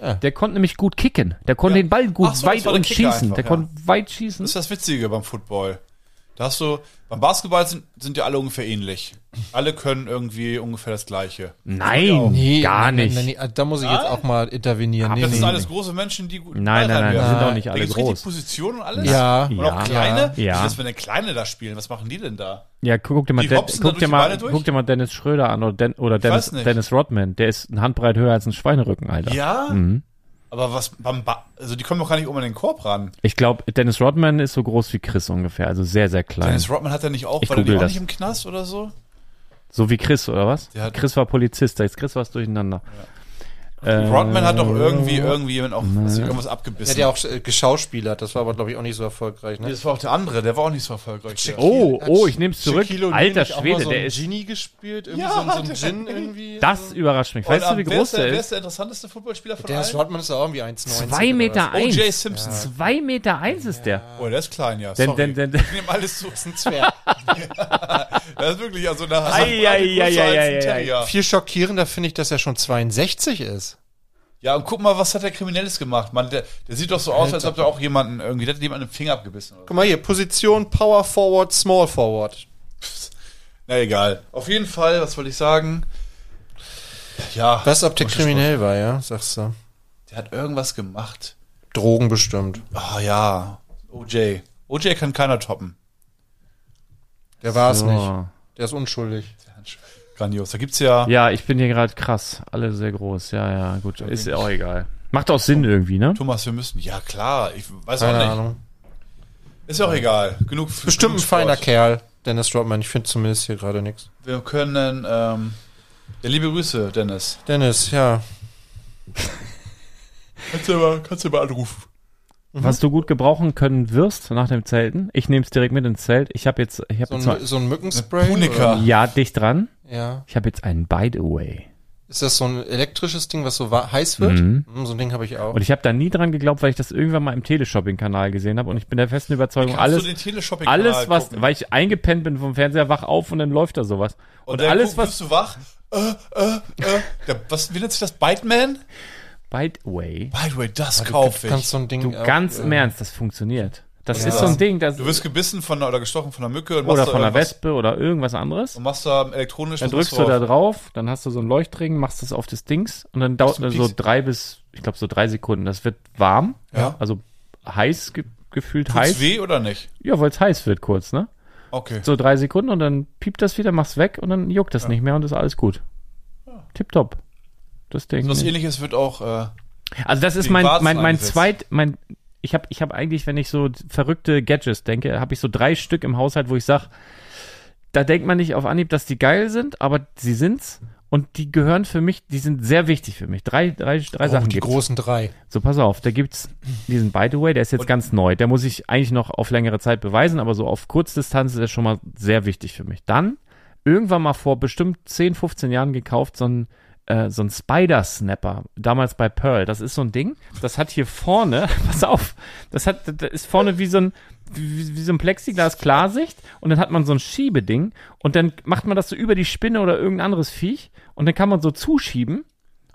Speaker 5: Ja.
Speaker 3: Der konnte nämlich gut kicken. Der konnte
Speaker 4: Ah, Ja.
Speaker 3: den Ball gut
Speaker 4: Ach so, das
Speaker 3: weit
Speaker 4: war der
Speaker 3: und
Speaker 4: Kicker
Speaker 3: schießen.
Speaker 4: einfach,
Speaker 3: der
Speaker 4: ja.
Speaker 3: konnte weit schießen.
Speaker 4: Das ist das Witzige beim Football. Da hast du, beim Basketball sind, sind ja alle ungefähr ähnlich. Alle können irgendwie ungefähr das Gleiche.
Speaker 3: Nein, gar
Speaker 5: nein,
Speaker 3: nicht.
Speaker 5: Nein, nein, Ah, da muss ich jetzt auch mal intervenieren.
Speaker 3: Aber
Speaker 5: Nee,
Speaker 4: das
Speaker 5: nee,
Speaker 4: sind
Speaker 5: nee.
Speaker 4: alles große Menschen, die gut
Speaker 3: Nein, nein, nein,
Speaker 4: werden.
Speaker 3: die sind
Speaker 5: Nein.
Speaker 3: doch nicht
Speaker 4: Da
Speaker 3: alle
Speaker 4: gibt's richtig
Speaker 3: groß.
Speaker 4: Positionen und alles.
Speaker 5: Ja.
Speaker 4: Und auch
Speaker 3: Ja.
Speaker 4: kleine?
Speaker 3: Ja.
Speaker 4: Was ist, wenn denn Kleine da spielen? Was machen die denn da?
Speaker 3: Ja, guck dir mal,
Speaker 4: Die
Speaker 3: Den,
Speaker 4: hopsen da
Speaker 3: guck
Speaker 4: durch
Speaker 3: dir
Speaker 4: die
Speaker 3: mal,
Speaker 4: Beine durch?
Speaker 3: guck dir mal Dennis Schröder an oder, Den, oder Dennis,
Speaker 4: weiß nicht.
Speaker 3: Dennis Rodman. Der ist ein Handbreit höher als ein Schweinerücken, Alter.
Speaker 4: Ja?
Speaker 3: Mhm.
Speaker 4: Aber was beim ba also die kommen doch gar nicht um an den Korb ran.
Speaker 3: Ich glaube, Dennis Rodman ist so groß wie Chris ungefähr, also sehr, sehr klein.
Speaker 4: Dennis Rodman hat er nicht auch,
Speaker 3: Ich
Speaker 4: war der nicht
Speaker 3: google
Speaker 4: auch
Speaker 3: das.
Speaker 4: nicht im Knast oder so?
Speaker 3: so wie Chris, oder was?
Speaker 4: Der hat-
Speaker 3: Chris war Polizist, da ist Chris was durcheinander. Äh,
Speaker 4: Rodman hat doch irgendwie irgendwie jemand auch was, irgendwas
Speaker 5: Der hat
Speaker 4: abgebissen.
Speaker 5: ja auch äh, geschauspielert, das war aber, glaube ich, auch nicht so erfolgreich. Ne?
Speaker 4: das war auch der andere, der war auch nicht so erfolgreich. der-
Speaker 3: oh,
Speaker 5: Hat
Speaker 3: oh, ich nehm's zurück.
Speaker 5: Shaquille O'Neal
Speaker 3: Alter
Speaker 5: nicht auch mal
Speaker 3: Schwede,
Speaker 5: so
Speaker 3: der
Speaker 5: einen
Speaker 3: ist.
Speaker 5: Genie gespielt, irgendwie
Speaker 4: Ja,
Speaker 5: so, ein- so ein
Speaker 4: der-
Speaker 5: Gin irgendwie.
Speaker 3: Das überrascht mich.
Speaker 4: Und,
Speaker 3: Weißt du,
Speaker 4: ähm,
Speaker 3: wie
Speaker 4: wer
Speaker 3: groß
Speaker 4: ist der,
Speaker 3: der
Speaker 4: Wer
Speaker 3: ist?
Speaker 4: ist der interessanteste Footballspieler von
Speaker 5: Dennis
Speaker 4: allen?
Speaker 5: Rodman ist auch irgendwie 1,90.
Speaker 3: Zwei Meter
Speaker 5: oder was.
Speaker 3: eins.
Speaker 4: O.J. Simpson.
Speaker 3: Zwei Meter eins ist der.
Speaker 4: Oh, der ist klein, ja.
Speaker 3: Denn-
Speaker 4: Sorry.
Speaker 3: denn- denn-
Speaker 4: ich nehme alles zu.
Speaker 5: Das ist ein Zwerg.
Speaker 4: Das ist wirklich also eine
Speaker 3: Ei, ei, ei, ei, ei, ei,
Speaker 4: Terrier.
Speaker 5: Viel schockierender finde ich, dass er schon 62 ist.
Speaker 4: Ja, und guck mal, was hat der Kriminelles gemacht? Mann, der, der sieht doch so aus, als ob der auch jemanden irgendwie, der hat jemanden den Finger abgebissen. Oder so.
Speaker 5: Guck mal hier, Position Power Forward, Small Forward.
Speaker 4: Na egal. Auf jeden Fall, was wollte ich sagen? Ja,
Speaker 5: Was, ob der kriminell war, ja, sagst du.
Speaker 4: der hat irgendwas gemacht.
Speaker 5: Drogen bestimmt.
Speaker 4: Ah ja, OJ. OJ kann keiner toppen.
Speaker 5: Der war es
Speaker 3: So.
Speaker 5: nicht. Der ist unschuldig.
Speaker 4: Grandios. Da gibt's ja,
Speaker 3: Ja, ich bin hier gerade krass. Alle sehr groß. Ja, ja, gut. Ist ja auch egal. Macht auch Sinn irgendwie, ne?
Speaker 4: Thomas, wir müssen. Ja, klar, ich weiß auch
Speaker 5: Keine
Speaker 4: nicht.
Speaker 5: Ahnung.
Speaker 4: Ist ja auch egal. Genug für
Speaker 5: Bestimmt ein
Speaker 4: genug
Speaker 5: feiner
Speaker 4: Sport.
Speaker 5: Kerl, Dennis Rodman. Ich finde zumindest hier gerade nichts.
Speaker 4: Wir können, ähm, ja, liebe Grüße, Dennis.
Speaker 5: Dennis, ja.
Speaker 4: Kannst du mal, kannst du mal anrufen. Mhm.
Speaker 3: Was du gut gebrauchen können wirst nach dem Zelten. Ich nehme es direkt mit ins Zelt. Ich habe jetzt, ich
Speaker 5: So
Speaker 3: habe jetzt
Speaker 5: ein,
Speaker 3: mal,
Speaker 5: so ein Mückenspray.
Speaker 4: Punika.
Speaker 5: oder?
Speaker 3: ja dicht dran.
Speaker 5: Ja.
Speaker 3: Ich habe jetzt einen Bite Away.
Speaker 5: Ist das so ein elektrisches Ding, was so wa- heiß wird?
Speaker 3: Mhm.
Speaker 5: Mhm, So ein Ding habe
Speaker 4: Oh.
Speaker 5: ich auch.
Speaker 3: Und ich habe da nie dran geglaubt, weil ich das irgendwann mal im Teleshopping-Kanal gesehen habe. Und ich bin der festen Überzeugung,
Speaker 4: Kannst du
Speaker 3: alles,
Speaker 4: den Teleshopping
Speaker 3: alles was, weil ich eingepennt bin vom Fernseher, wach auf und dann läuft da sowas. Und,
Speaker 4: und
Speaker 3: alles
Speaker 4: Bist
Speaker 3: was
Speaker 4: du wach? Äh, äh, äh. Der, was, wie nennt sich das? Biteman?
Speaker 3: Bite Away.
Speaker 4: By the way, das
Speaker 5: Du
Speaker 4: kaufe ich.
Speaker 5: kannst so ein Ding
Speaker 3: Du
Speaker 5: auch,
Speaker 3: ganz
Speaker 5: äh,
Speaker 3: im Ernst, das funktioniert. Das
Speaker 5: Ja.
Speaker 3: ist so ein Ding, das
Speaker 4: Du wirst gebissen von einer, oder gestochen von einer Mücke und
Speaker 3: oder
Speaker 4: machst da
Speaker 3: von einer
Speaker 4: irgendwas-
Speaker 3: Wespe oder irgendwas anderes.
Speaker 4: und machst da elektronisch
Speaker 3: Dann
Speaker 4: was
Speaker 3: drückst du
Speaker 4: drauf.
Speaker 3: da drauf, dann hast du so einen Leuchtring, machst das auf das Dings und dann dauert
Speaker 4: Machst
Speaker 3: das
Speaker 4: du
Speaker 3: so
Speaker 4: Pieks.
Speaker 3: drei bis, ich glaube so drei Sekunden. Das wird warm,
Speaker 4: Ja.
Speaker 3: also heiß ge gefühlt
Speaker 4: Tut's
Speaker 3: heiß.
Speaker 4: weh oder nicht?
Speaker 3: Ja, weil es heiß wird kurz, ne?
Speaker 4: Okay.
Speaker 3: So drei Sekunden und dann piept das wieder, machst weg und dann juckt das nicht mehr und ist alles gut. Tipptopp. Das Ding.
Speaker 4: So was
Speaker 3: nicht.
Speaker 4: ähnliches wird auch. Äh,
Speaker 3: Also das ist
Speaker 4: Gegen
Speaker 3: mein,
Speaker 4: Warzen
Speaker 3: mein, mein
Speaker 4: eingesetzt.
Speaker 3: zweit, mein, ich habe ich hab eigentlich, wenn ich so verrückte Gadgets denke, habe ich so drei Stück im Haushalt, wo ich sage, da denkt man nicht auf Anhieb, dass die geil sind, aber sie sind's. Und die gehören für mich, die sind sehr wichtig für mich. Drei, drei, drei Sachen
Speaker 5: die
Speaker 3: gibt's.
Speaker 5: großen drei.
Speaker 3: So, pass auf, da gibt's diesen By the Way, der ist jetzt ganz neu. Der muss ich eigentlich noch auf längere Zeit beweisen, aber so auf Kurzdistanz ist er schon mal sehr wichtig für mich. Dann, irgendwann mal vor bestimmt 10, 15 Jahren gekauft, so ein, äh, so ein Spider-Snapper, damals bei Pearl. Das ist so ein Ding, das hat hier vorne, pass auf, das hat, das ist vorne wie so ein, wie, wie so ein Plexiglas Klarsicht und dann hat man so ein Schiebeding und dann macht man das so über die Spinne oder irgendein anderes Viech und dann kann man so zuschieben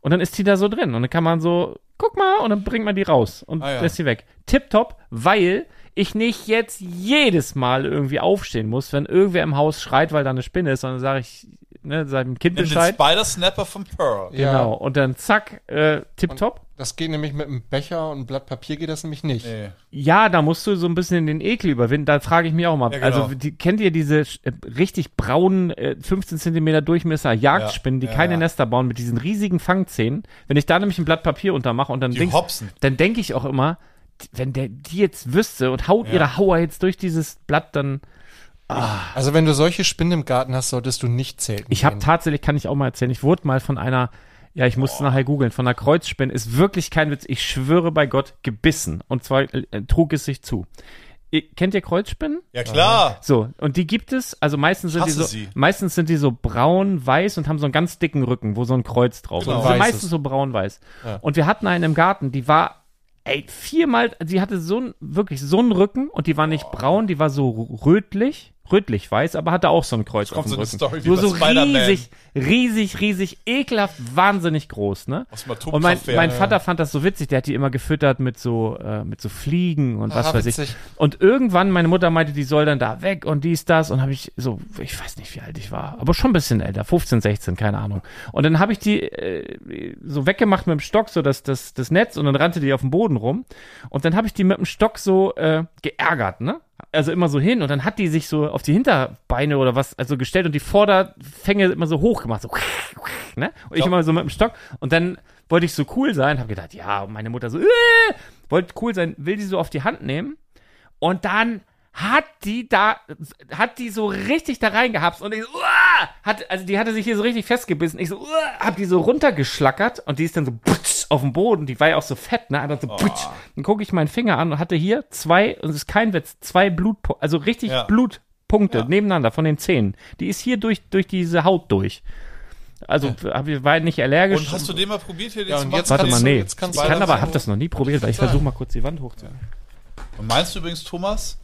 Speaker 3: und dann ist die da so drin. Und dann kann man so, guck mal, und dann bringt man die raus und
Speaker 4: Ah, ja.
Speaker 3: lässt sie weg. Tipptopp, weil ich nicht jetzt jedes Mal irgendwie aufstehen muss, wenn irgendwer im Haus schreit, weil da eine Spinne ist, sondern sage ich, ne, seinem Kind
Speaker 4: Nimm den
Speaker 3: Bescheid.
Speaker 4: Spider-Snapper von Pearl.
Speaker 5: Ja.
Speaker 3: Genau. Und dann zack, äh, tipptopp.
Speaker 5: Das geht nämlich mit einem Becher und einem Blatt Papier geht das nämlich nicht.
Speaker 4: Nee.
Speaker 3: Ja, da musst du so ein bisschen den Ekel überwinden. Da frage ich mich auch mal.
Speaker 4: Ja, genau.
Speaker 3: Also die, kennt ihr diese äh, richtig braunen äh, 15 Zentimeter Durchmesser Jagdspinnen, die
Speaker 4: Ja, ja,
Speaker 3: keine
Speaker 4: ja.
Speaker 3: Nester bauen mit diesen riesigen Fangzähnen? Wenn ich da nämlich ein Blatt Papier untermache und dann
Speaker 4: Die
Speaker 3: links-
Speaker 4: hopsen.
Speaker 3: dann denke ich auch immer, wenn der die jetzt wüsste und haut ihre Hauer jetzt durch dieses Blatt, dann
Speaker 5: Also wenn du solche Spinnen im Garten hast, solltest du nicht zählen.
Speaker 3: Ich
Speaker 4: Genau.
Speaker 3: habe tatsächlich, kann ich auch mal erzählen, ich wurde mal von einer, ja, ich muss nachher googeln, von einer Kreuzspinne, ist wirklich kein Witz, ich schwöre bei Gott, gebissen. Und zwar äh, äh, trug es sich zu. Ihr, kennt ihr Kreuzspinnen?
Speaker 4: Ja, klar.
Speaker 3: So, und die gibt es, also meistens sind die
Speaker 4: hasse
Speaker 3: so,
Speaker 4: sie.
Speaker 3: meistens sind die so braun, weiß und haben so einen ganz dicken Rücken, wo so ein Kreuz drauf ist.
Speaker 4: Genau.
Speaker 3: Und die sind
Speaker 5: Weißes.
Speaker 3: meistens so braun, weiß.
Speaker 5: Ja.
Speaker 3: Und wir hatten einen im Garten, die war, ey, viermal, die hatte so einen, wirklich so einen Röcken und die war nicht braun, die war so rötlich, rötlich weiß, aber hatte auch so ein Kreuz auf
Speaker 4: kommt
Speaker 3: dem
Speaker 4: so eine
Speaker 3: Rücken.
Speaker 4: Story wie
Speaker 3: Nur
Speaker 4: bei
Speaker 3: so
Speaker 4: Spider-Man.
Speaker 3: riesig, riesig, riesig, ekelhaft, wahnsinnig groß, ne?
Speaker 4: Aus dem
Speaker 3: Und mein,
Speaker 4: Atomkraftwerk.
Speaker 3: mein Vater fand das so witzig, der hat die immer gefüttert mit so, äh, mit so Fliegen und was
Speaker 5: Ah,
Speaker 3: weiß ich.
Speaker 5: witzig.
Speaker 3: Und irgendwann, meine Mutter meinte, die soll dann da weg und dies, das. Und habe ich so, ich weiß nicht, wie alt ich war, aber schon ein bisschen älter, 15, 16, keine Ahnung. Und dann habe ich die äh, so weggemacht mit dem Stock, so das, das, das Netz und dann rannte die auf dem Boden rum. Und dann habe ich die mit dem Stock so äh, geärgert, ne? Also immer so hin und dann hat die sich so auf die Hinterbeine oder was also gestellt und die Vorderfänge immer so hoch gemacht, so ne? Und ich immer so mit dem Stock und dann wollte ich so cool sein, habe gedacht, ja, und meine Mutter so, äh, wollte cool sein, will die so auf die Hand nehmen und dann hat die da, hat die so richtig da reingehapst und ich so, uah, hat, also die hatte sich hier so richtig festgebissen. Ich so, uah, hab die so runtergeschlackert und die ist dann so putsch, auf dem Boden. Die war ja auch so fett, ne?
Speaker 5: Oh.
Speaker 3: Einfach so putsch. Dann gucke ich meinen Finger an und hatte hier zwei, und es ist kein Witz, zwei Blutpunkte, also richtig
Speaker 4: Ja.
Speaker 3: Blutpunkte nebeneinander von den Zähnen. Die ist hier durch, durch diese Haut durch. Also hab ich- war nicht allergisch.
Speaker 4: Und hast du den mal probiert hier? Den
Speaker 5: Ja,
Speaker 4: zu
Speaker 5: und
Speaker 4: machen?
Speaker 5: jetzt
Speaker 3: Warte mal,
Speaker 5: kannst du-
Speaker 3: nee.
Speaker 5: jetzt kannst
Speaker 3: ich
Speaker 5: du
Speaker 3: kann
Speaker 5: alles
Speaker 3: aber,
Speaker 5: so-
Speaker 3: hab das noch nie probiert, weil ich versuche mal kurz die Wand hochzuziehen.
Speaker 4: Und meinst du übrigens, Thomas?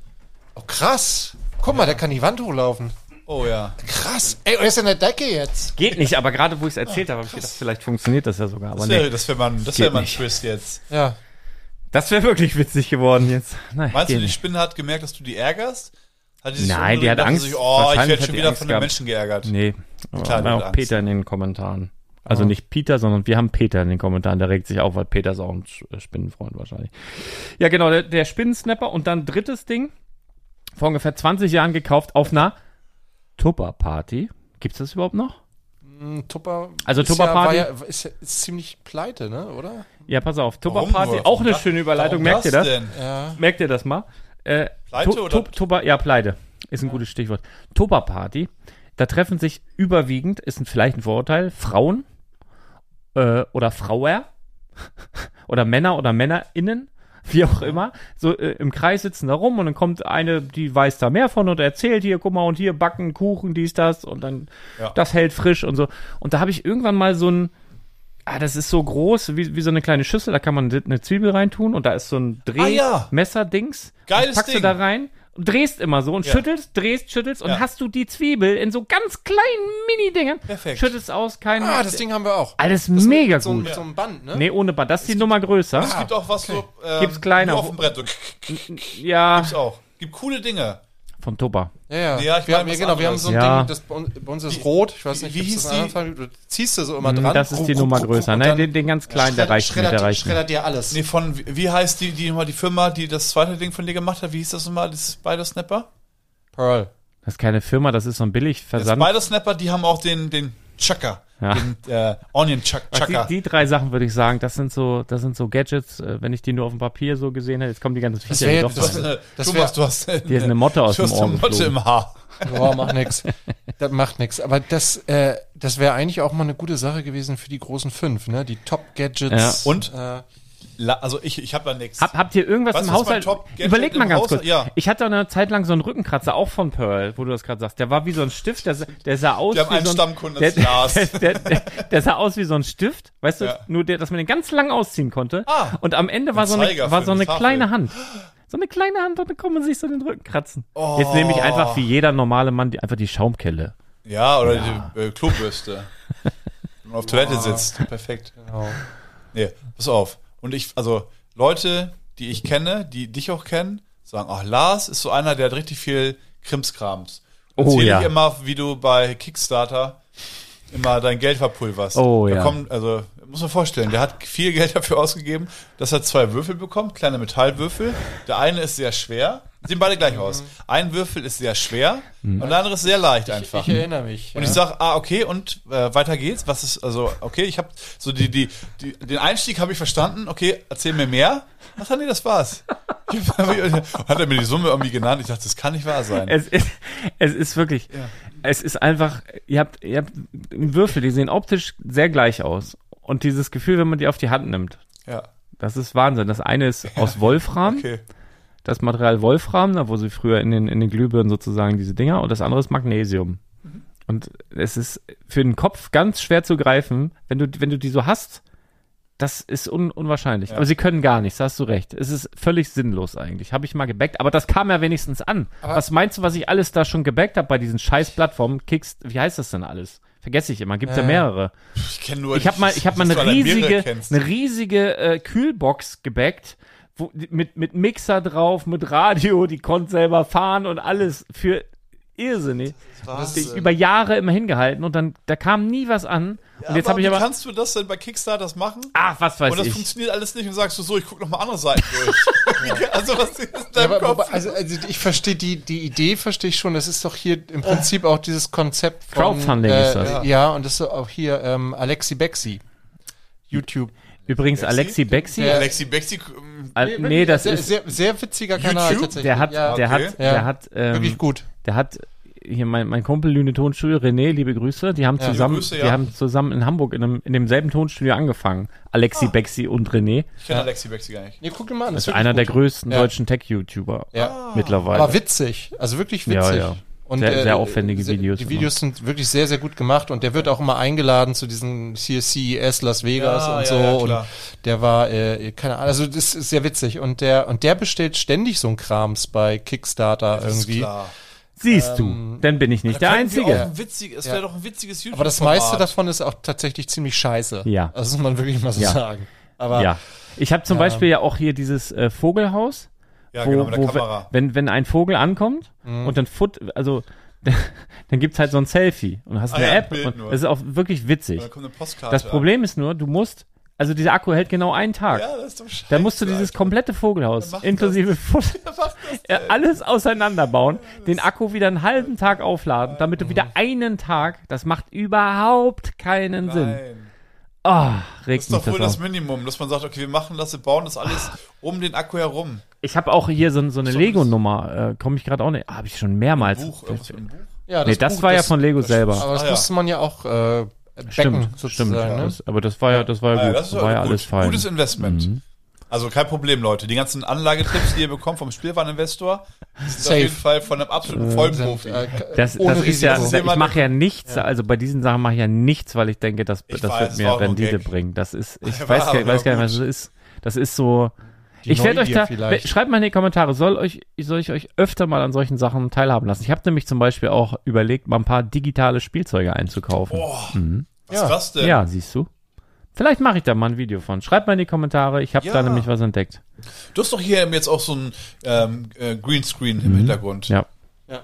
Speaker 5: Oh, krass. Guck mal, der kann die Wand hochlaufen.
Speaker 4: Oh ja.
Speaker 5: Krass. Ey, er ist an der Decke jetzt.
Speaker 3: Geht nicht, aber gerade wo ich es erzählt habe, habe ich gedacht, vielleicht funktioniert das ja sogar. Aber
Speaker 4: Ah, Das
Speaker 3: nee.
Speaker 4: wäre das wär mal, ein- das
Speaker 3: Geht
Speaker 4: wär mal ein
Speaker 3: nicht.
Speaker 4: Twist jetzt.
Speaker 5: Ja.
Speaker 3: Das wäre wirklich witzig geworden jetzt. Nein,
Speaker 4: Meinst
Speaker 3: geht
Speaker 4: du, die
Speaker 3: nicht.
Speaker 4: Spinne hat gemerkt, dass du die ärgerst? Hat
Speaker 3: Nein,
Speaker 4: umgedreht,
Speaker 3: die hat
Speaker 4: dachte
Speaker 3: Angst.
Speaker 4: Sich, oh, ich
Speaker 3: Wahrscheinlich
Speaker 4: werde
Speaker 3: hat
Speaker 4: schon
Speaker 3: die
Speaker 4: wieder
Speaker 3: Angst
Speaker 4: von den
Speaker 3: gehabt.
Speaker 4: Menschen geärgert.
Speaker 3: Nee,
Speaker 4: Klar, Ah.
Speaker 3: aber
Speaker 4: die hat
Speaker 3: auch
Speaker 4: Angst.
Speaker 3: Peter in den Kommentaren. Also nicht Peter, sondern wir haben Peter in den Kommentaren, der regt sich auf, weil Peter ist auch ein Sch- äh, Spinnenfreund wahrscheinlich. Ja, genau, der, der Spinnensnapper und dann drittes Ding, vor ungefähr 20 Jahren gekauft auf einer Tupper-Party. Gibt's das überhaupt noch?
Speaker 5: Ein Tupper.
Speaker 3: Also
Speaker 5: ist ja-
Speaker 3: Tupperparty?
Speaker 5: war Ja, ist, ja, ist ziemlich pleite, ne, oder?
Speaker 3: Ja, pass auf,
Speaker 4: Warum
Speaker 3: Tupper-Party,
Speaker 4: nur?
Speaker 3: auch eine
Speaker 4: Warum
Speaker 3: schöne Überleitung,
Speaker 4: warum
Speaker 3: merkt ihr das?
Speaker 4: Denn?
Speaker 5: Ja.
Speaker 3: Merkt ihr das mal? Äh,
Speaker 4: Pleite
Speaker 3: Tu-
Speaker 4: oder-
Speaker 3: Tu- Tuba, ja, Pleite ist ein gutes Stichwort. Tupper-Party, da treffen sich überwiegend, ist ein, vielleicht ein Vorurteil, Frauen äh, oder Frauer oder Männer oder MännerInnen, wie auch immer, so äh, im Kreis sitzen da rum und dann kommt eine, die weiß da mehr von und erzählt hier, guck mal, und hier backen Kuchen, dies, das und dann
Speaker 4: Ja.
Speaker 3: das hält frisch und so. Und da habe ich irgendwann mal so ein Ah, das ist so groß, wie, wie so eine kleine Schüssel, da kann man eine Zwiebel reintun und da ist so ein
Speaker 4: Ah, ja.
Speaker 3: Drehmesser-Dings.
Speaker 4: Geiles
Speaker 3: packst
Speaker 4: Ding.
Speaker 3: du da rein und drehst immer so und
Speaker 4: Ja.
Speaker 3: schüttelst, drehst, schüttelst und
Speaker 4: Ja.
Speaker 3: hast du die Zwiebel in so ganz kleinen Mini-Dingern.
Speaker 4: Perfekt.
Speaker 3: Schüttelst aus, kein.
Speaker 5: Ah, das Ding haben wir auch.
Speaker 3: Alles
Speaker 5: Das
Speaker 3: mega
Speaker 5: mit so,
Speaker 3: gut.
Speaker 5: Mit so einem Band, ne?
Speaker 3: Nee, ohne Band. Das ist die Nummer größer.
Speaker 4: Es gibt auch was so. Ähm,
Speaker 3: Gibt's kleiner.
Speaker 4: Nur auf dem Brett. So,
Speaker 3: ja,
Speaker 4: gibt's auch. Gibt coole Dinge.
Speaker 3: vom Tupper.
Speaker 5: Ja, ja.
Speaker 4: Ja, ich
Speaker 5: wir
Speaker 4: meine
Speaker 5: haben, ja,
Speaker 4: was
Speaker 5: genau, wir haben so ein
Speaker 3: anderes. Ja.
Speaker 5: Ding, das bei uns, bei uns ist rot. Ich weiß
Speaker 4: wie-
Speaker 5: nicht,
Speaker 4: wie
Speaker 5: gibt's
Speaker 4: hieß
Speaker 5: das
Speaker 4: die?
Speaker 5: in anderen Farben? Du ziehst du so immer dran.
Speaker 3: Hm, Mhm, Das ist die
Speaker 5: Guck,
Speaker 3: Nummer
Speaker 5: guck, guck,
Speaker 3: größer.
Speaker 5: und
Speaker 3: Nein,
Speaker 5: dann
Speaker 3: den, den ganz kleinen, der reicht nicht. Der reicht nicht.
Speaker 5: schreddert dir alles.
Speaker 4: Nee, von, wie- wie heißt die, die nochmal die Firma, die das zweite Ding von dir gemacht hat? Wie hieß das nochmal? Das Spider-Snapper?
Speaker 5: Pearl.
Speaker 3: Das ist keine Firma, das ist so ein
Speaker 4: Der
Speaker 3: Billigversand.
Speaker 4: Spider-Snapper, die haben auch den, den Chucker.
Speaker 3: Ja.
Speaker 4: den äh, Onion Chuck
Speaker 3: Also
Speaker 4: Chucker.
Speaker 3: Die, die drei Sachen würde ich sagen, das sind so, das sind so Gadgets, äh, wenn ich die nur auf dem Papier so gesehen hätte, jetzt kommen die ganzen
Speaker 5: Das
Speaker 3: Viecher
Speaker 5: wär-
Speaker 3: hier doch
Speaker 5: das
Speaker 3: rein.
Speaker 5: wär- das
Speaker 4: Thomas, du hast eine,
Speaker 3: Hier ist eine Motte aus
Speaker 4: du
Speaker 3: dem
Speaker 4: hast
Speaker 3: Ohr
Speaker 4: eine Motte
Speaker 3: geflogen.
Speaker 4: im Haar.
Speaker 5: Boah, macht nix. Das macht nix. Aber das, äh, das wäre eigentlich auch mal eine gute Sache gewesen für die großen fünf, ne? Die Top-Gadgets.
Speaker 4: Ja. Und?
Speaker 5: Äh,
Speaker 4: La, also ich, ich habe da nichts.
Speaker 3: Hab, habt ihr irgendwas
Speaker 4: Was
Speaker 3: im
Speaker 4: ist mein
Speaker 3: Haushalt?
Speaker 4: Top-Gadget
Speaker 3: Überlegt mal
Speaker 4: im
Speaker 3: ganz
Speaker 4: Haushalt?
Speaker 3: kurz.
Speaker 4: Ja.
Speaker 3: Ich hatte eine Zeit lang so einen Rückenkratzer, auch von Pearl, wo du das gerade sagst. Der war wie so ein Stift, der, der sah aus
Speaker 4: Wir haben
Speaker 3: wie
Speaker 4: einen
Speaker 3: so ein,
Speaker 4: Stammkunden,
Speaker 3: der,
Speaker 4: das ist Lars.
Speaker 3: der, der, der sah aus wie so ein Stift, weißt du,
Speaker 4: Ja.
Speaker 3: nur der, dass man den ganz lang ausziehen konnte.
Speaker 4: Ah,
Speaker 3: und am Ende war so
Speaker 4: Zeiger
Speaker 3: eine, war
Speaker 4: für
Speaker 3: so
Speaker 4: den
Speaker 3: eine
Speaker 4: Tafel.
Speaker 3: kleine Hand. So eine kleine Hand und dann kann man sich so den Rücken kratzen. Jetzt nehme
Speaker 4: Oh.
Speaker 3: ich einfach wie jeder normale Mann die, einfach die Schaumkelle.
Speaker 4: Ja, oder die äh, Klobürste. Wenn man auf Toilette sitzt. Perfekt.
Speaker 5: genau.
Speaker 4: Nee, pass auf. Und ich, also Leute, die ich kenne, die dich auch kennen, sagen, ach, Lars ist so einer, der hat richtig viel Krimskrams.
Speaker 3: Oh,
Speaker 4: Erzähl
Speaker 3: ja.
Speaker 4: ich immer, wie du bei Kickstarter immer dein Geld verpulverst.
Speaker 3: Oh,
Speaker 4: da
Speaker 3: ja.
Speaker 4: Kommt, also, muss man vorstellen, der hat viel Geld dafür ausgegeben, dass er zwei Würfel bekommt, kleine Metallwürfel. Der eine ist sehr schwer. Sehen beide gleich aus. Ein Würfel ist sehr schwer und der andere ist sehr leicht einfach.
Speaker 5: Ich erinnere mich.
Speaker 4: Und ich sag, ah, okay, und äh, weiter geht's. Was ist, also, okay, ich habe so die, die, die, den Einstieg habe ich verstanden. Okay, erzähl mir mehr. Ach nee, das war's. Ich hab- Hat er mir die Summe irgendwie genannt? Ich dachte, das kann nicht wahr sein.
Speaker 3: Es ist, es ist wirklich, es ist einfach, ihr habt, ihr habt Würfel, die sehen optisch sehr gleich aus. Und dieses Gefühl, wenn man die auf die Hand nimmt,
Speaker 4: Ja,
Speaker 3: das ist Wahnsinn. Das eine ist aus Wolfram,
Speaker 4: okay.
Speaker 3: das Material Wolfram, da wo sie früher in den, in den Glühbirnen sozusagen diese Dinger, und das andere ist Magnesium. Und es ist für den Kopf ganz schwer zu greifen, wenn du, wenn du die so hast, das ist un, unwahrscheinlich. Aber sie können gar nichts, da hast du recht. Es ist völlig sinnlos eigentlich. Habe ich mal gebackt, aber das kam ja wenigstens an. was meinst du, was ich alles da schon gebackt habe bei diesen scheiß Plattformen? Kicks, wie heißt das denn alles? Vergesse ich immer, gibt ja
Speaker 5: Äh.
Speaker 3: mehrere.
Speaker 4: Ich kenne nur.
Speaker 3: Ich habe mal, ich hab mal
Speaker 4: dass du
Speaker 3: eine
Speaker 4: allein mehrere
Speaker 3: riesige,
Speaker 4: kennst.
Speaker 3: eine riesige äh, Kühlbox gebackt, wo, mit, mit Mixer drauf, mit Radio, die konnte selber fahren und alles für irrsinnig. Das
Speaker 4: äh,
Speaker 3: ist über Jahre immer hingehalten und dann, da kam nie was an. und jetzt habe ich
Speaker 4: wie
Speaker 3: aber,
Speaker 4: Kannst du das denn bei Kickstarter machen?
Speaker 3: ach, was weiß
Speaker 4: Und das
Speaker 3: ich.
Speaker 4: funktioniert alles nicht und sagst du so, ich guck noch mal andere Seiten durch. also was ist in deinem
Speaker 5: Aber,
Speaker 4: Kopf?
Speaker 5: aber, also, also ich verstehe die, die Idee verstehe ich schon. Das ist doch hier im Prinzip auch dieses Konzept von
Speaker 3: Crowdfunding
Speaker 5: äh,
Speaker 3: ist das.
Speaker 5: Ja. ja, und das ist auch hier ähm, Alexi Bexi. YouTube.
Speaker 3: Übrigens, Alexi Bexi, äh,
Speaker 5: Der-
Speaker 4: Alexi Bexi, ähm,
Speaker 3: Al- Äh, nee, das
Speaker 5: sehr,
Speaker 3: ist,
Speaker 5: sehr, sehr witziger Kanal
Speaker 4: YouTube?
Speaker 5: tatsächlich.
Speaker 3: der hat,
Speaker 5: ja,
Speaker 3: der
Speaker 4: okay.
Speaker 3: hat,
Speaker 5: Ja.
Speaker 3: der hat, ähm,
Speaker 5: wirklich gut.
Speaker 3: der hat, äh, hier mein, mein Kumpel Lüne Tonstudio, René, liebe Grüße, die haben
Speaker 5: Ja.
Speaker 3: zusammen,
Speaker 4: Liebe Grüße,
Speaker 3: die
Speaker 4: ja.
Speaker 3: haben zusammen in Hamburg in, einem, in demselben Tonstudio angefangen.
Speaker 4: Ah.
Speaker 3: Alexi Bexi und René.
Speaker 4: ich kenne Alexi Bexi gar nicht.
Speaker 5: Nee, guck dir mal an.
Speaker 3: Das ist
Speaker 5: wirklich
Speaker 3: einer der
Speaker 5: gut.
Speaker 3: größten
Speaker 5: Ja.
Speaker 3: deutschen Tech-YouTuber
Speaker 5: Ja.
Speaker 3: mittlerweile.
Speaker 5: Aber witzig, also wirklich
Speaker 3: Ja,
Speaker 5: witzig.
Speaker 3: ja.
Speaker 5: Und,
Speaker 3: Sehr- sehr aufwendige
Speaker 5: sehr-
Speaker 3: Videos
Speaker 5: Die
Speaker 3: immer.
Speaker 5: Videos sind wirklich sehr, sehr gut gemacht und der wird auch immer eingeladen zu diesen hier CES Las Vegas
Speaker 4: Ja,
Speaker 5: und
Speaker 4: ja,
Speaker 5: so.
Speaker 4: ja, klar.
Speaker 5: und der war, äh, keine Ahnung, also das ist sehr witzig. Und der, und der bestellt ständig so ein Krams bei Kickstarter
Speaker 4: Ist
Speaker 5: irgendwie.
Speaker 4: klar.
Speaker 3: Siehst
Speaker 4: Ähm,
Speaker 3: du, dann bin ich nicht der
Speaker 4: Könnten wir auch
Speaker 3: Einzige.
Speaker 4: ein witzig, es
Speaker 5: Ja.
Speaker 4: wäre doch ein witziges YouTube.
Speaker 5: Aber das meiste davon ist auch tatsächlich ziemlich scheiße.
Speaker 3: Ja.
Speaker 5: Das muss man wirklich mal so
Speaker 3: Ja.
Speaker 5: sagen. Aber
Speaker 3: Ja. Ich habe zum Beispiel ja auch hier dieses äh, Vogelhaus,
Speaker 4: Ja,
Speaker 3: wo,
Speaker 4: genau, mit der
Speaker 3: wo
Speaker 4: Kamera. Mhm.
Speaker 3: wenn, wenn ein Vogel ankommt und dann fut, also dann gibt's halt so ein Selfie und hast
Speaker 4: Ah
Speaker 3: eine
Speaker 4: ja,
Speaker 3: App.
Speaker 4: Bild
Speaker 3: Und
Speaker 4: nur.
Speaker 3: das ist auch wirklich witzig.
Speaker 4: Da kommt eine Postkarte.
Speaker 3: Das Problem ist nur, du musst, also dieser Akku hält genau einen
Speaker 4: An.
Speaker 3: Tag.
Speaker 4: Ja, das ist doch scheiße.
Speaker 3: Dann musst du dieses komplette Vogelhaus
Speaker 4: Wer macht
Speaker 3: inklusive Fut
Speaker 4: Alter. Was ist das
Speaker 3: äh,
Speaker 4: denn?
Speaker 3: alles auseinanderbauen, den Akku wieder einen halben Tag aufladen, damit du wieder einen Tag, das macht überhaupt keinen Sinn.
Speaker 4: Nein.
Speaker 3: Ah, regt
Speaker 4: Das ist
Speaker 3: mich
Speaker 4: doch wohl das
Speaker 3: das Ah. auf.
Speaker 4: Minimum, dass man sagt, okay, wir machen das, wir bauen das alles um den Akku herum.
Speaker 3: Ich habe auch hier so, so eine
Speaker 4: So,
Speaker 3: Lego-Nummer, äh, komme ich gerade auch nicht. Ah, habe ich schon mehrmals.
Speaker 4: Buch, irgendwas mit einem Buch.
Speaker 5: ja,
Speaker 3: nee, das, war ja von Lego selber.
Speaker 5: Aber das
Speaker 4: Ah, ja.
Speaker 5: musste man ja auch äh, backen,
Speaker 3: Stimmt, stimmt.
Speaker 5: sozusagen. Ne?
Speaker 3: Das, aber das war ja, das war ja
Speaker 4: Ah,
Speaker 3: gut.
Speaker 4: das
Speaker 3: Das
Speaker 4: ist
Speaker 3: war ja
Speaker 4: gut.
Speaker 3: alles fein. Mhm.
Speaker 4: Gutes Investment. Also kein Problem, Leute. Die ganzen Anlagetipps, die ihr bekommt vom Spielwareninvestor, sind auf
Speaker 5: Safe.
Speaker 4: jeden Fall von einem absoluten
Speaker 5: Sind,
Speaker 4: Vollprofi.
Speaker 5: äh,
Speaker 3: Das,
Speaker 5: ohne
Speaker 3: das ist ja,
Speaker 5: Risiko.
Speaker 3: ich mache ja nichts, also bei diesen Sachen mache ich ja nichts, weil ich denke, das,
Speaker 4: Ich
Speaker 3: das
Speaker 4: weiß,
Speaker 3: wird
Speaker 4: es war auch
Speaker 3: mir
Speaker 4: nur ein
Speaker 3: Rendite
Speaker 4: Gag.
Speaker 3: bringen. Das ist, ich weiß,
Speaker 4: Ja, war
Speaker 3: gar,
Speaker 4: aber
Speaker 3: weiß gar nicht, was
Speaker 4: gut.
Speaker 3: das ist. Das ist so,
Speaker 5: Die
Speaker 3: ich werde euch
Speaker 5: Neugier
Speaker 3: da,
Speaker 5: vielleicht.
Speaker 3: schreibt mal in die Kommentare, soll euch, soll ich euch öfter mal an solchen Sachen teilhaben lassen? Ich habe nämlich zum Beispiel auch überlegt, mal ein paar digitale Spielzeuge einzukaufen.
Speaker 4: Boah, was
Speaker 5: Ja.
Speaker 4: ist das denn?
Speaker 3: ja, siehst du? Vielleicht mache ich da mal ein Video von. Schreibt mal in die Kommentare, ich habe
Speaker 4: Ja.
Speaker 3: da nämlich was entdeckt.
Speaker 4: Du hast doch hier jetzt auch so ein ähm, äh, Greenscreen im Hintergrund.
Speaker 3: Mhm. Ja.
Speaker 5: Ja.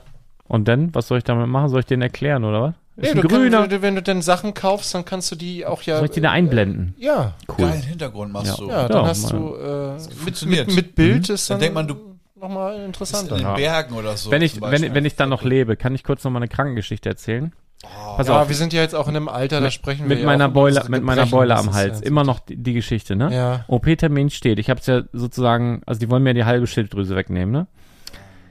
Speaker 3: Und dann, was soll ich damit machen? Soll ich den erklären oder was? Ist ein
Speaker 5: Nee, du
Speaker 3: grüner.
Speaker 5: Kann, wenn du denn Sachen kaufst, dann kannst du die auch ja. äh,
Speaker 3: soll ich die da einblenden?
Speaker 5: ja,
Speaker 3: Cool.
Speaker 4: Geilen Hintergrund machst
Speaker 3: Ja.
Speaker 4: du.
Speaker 5: ja,
Speaker 3: Ja,
Speaker 5: dann hast
Speaker 3: mal. Mhm.
Speaker 5: du äh, mit,
Speaker 4: funktioniert.
Speaker 5: mit, mit Bild ist
Speaker 4: Dann
Speaker 5: dann,
Speaker 4: denkt man, du-
Speaker 5: nochmal
Speaker 4: In
Speaker 5: interessanter.
Speaker 4: den Bergen oder so.
Speaker 3: wenn ich,
Speaker 4: zum
Speaker 3: wenn,
Speaker 4: Beispiel.
Speaker 3: wenn ich dann noch lebe, kann ich kurz noch mal eine Krankengeschichte erzählen.
Speaker 4: Oh,
Speaker 3: Pass
Speaker 5: ja,
Speaker 3: auf,
Speaker 5: wir sind ja jetzt auch in einem Alter, da sprechen wir
Speaker 3: Also, mit
Speaker 5: ja
Speaker 3: meiner,
Speaker 5: auch über
Speaker 3: Beule,
Speaker 5: unsere
Speaker 3: mit meiner
Speaker 5: Gebrechen.
Speaker 3: Beule
Speaker 5: Das
Speaker 3: am
Speaker 5: ist
Speaker 3: Hals.
Speaker 5: ja-
Speaker 3: Immer noch die, die Geschichte, ne?
Speaker 5: Ja.
Speaker 3: OP-Termin steht. Ich habe es ja sozusagen, also die wollen mir die halbe Schilddrüse wegnehmen, ne?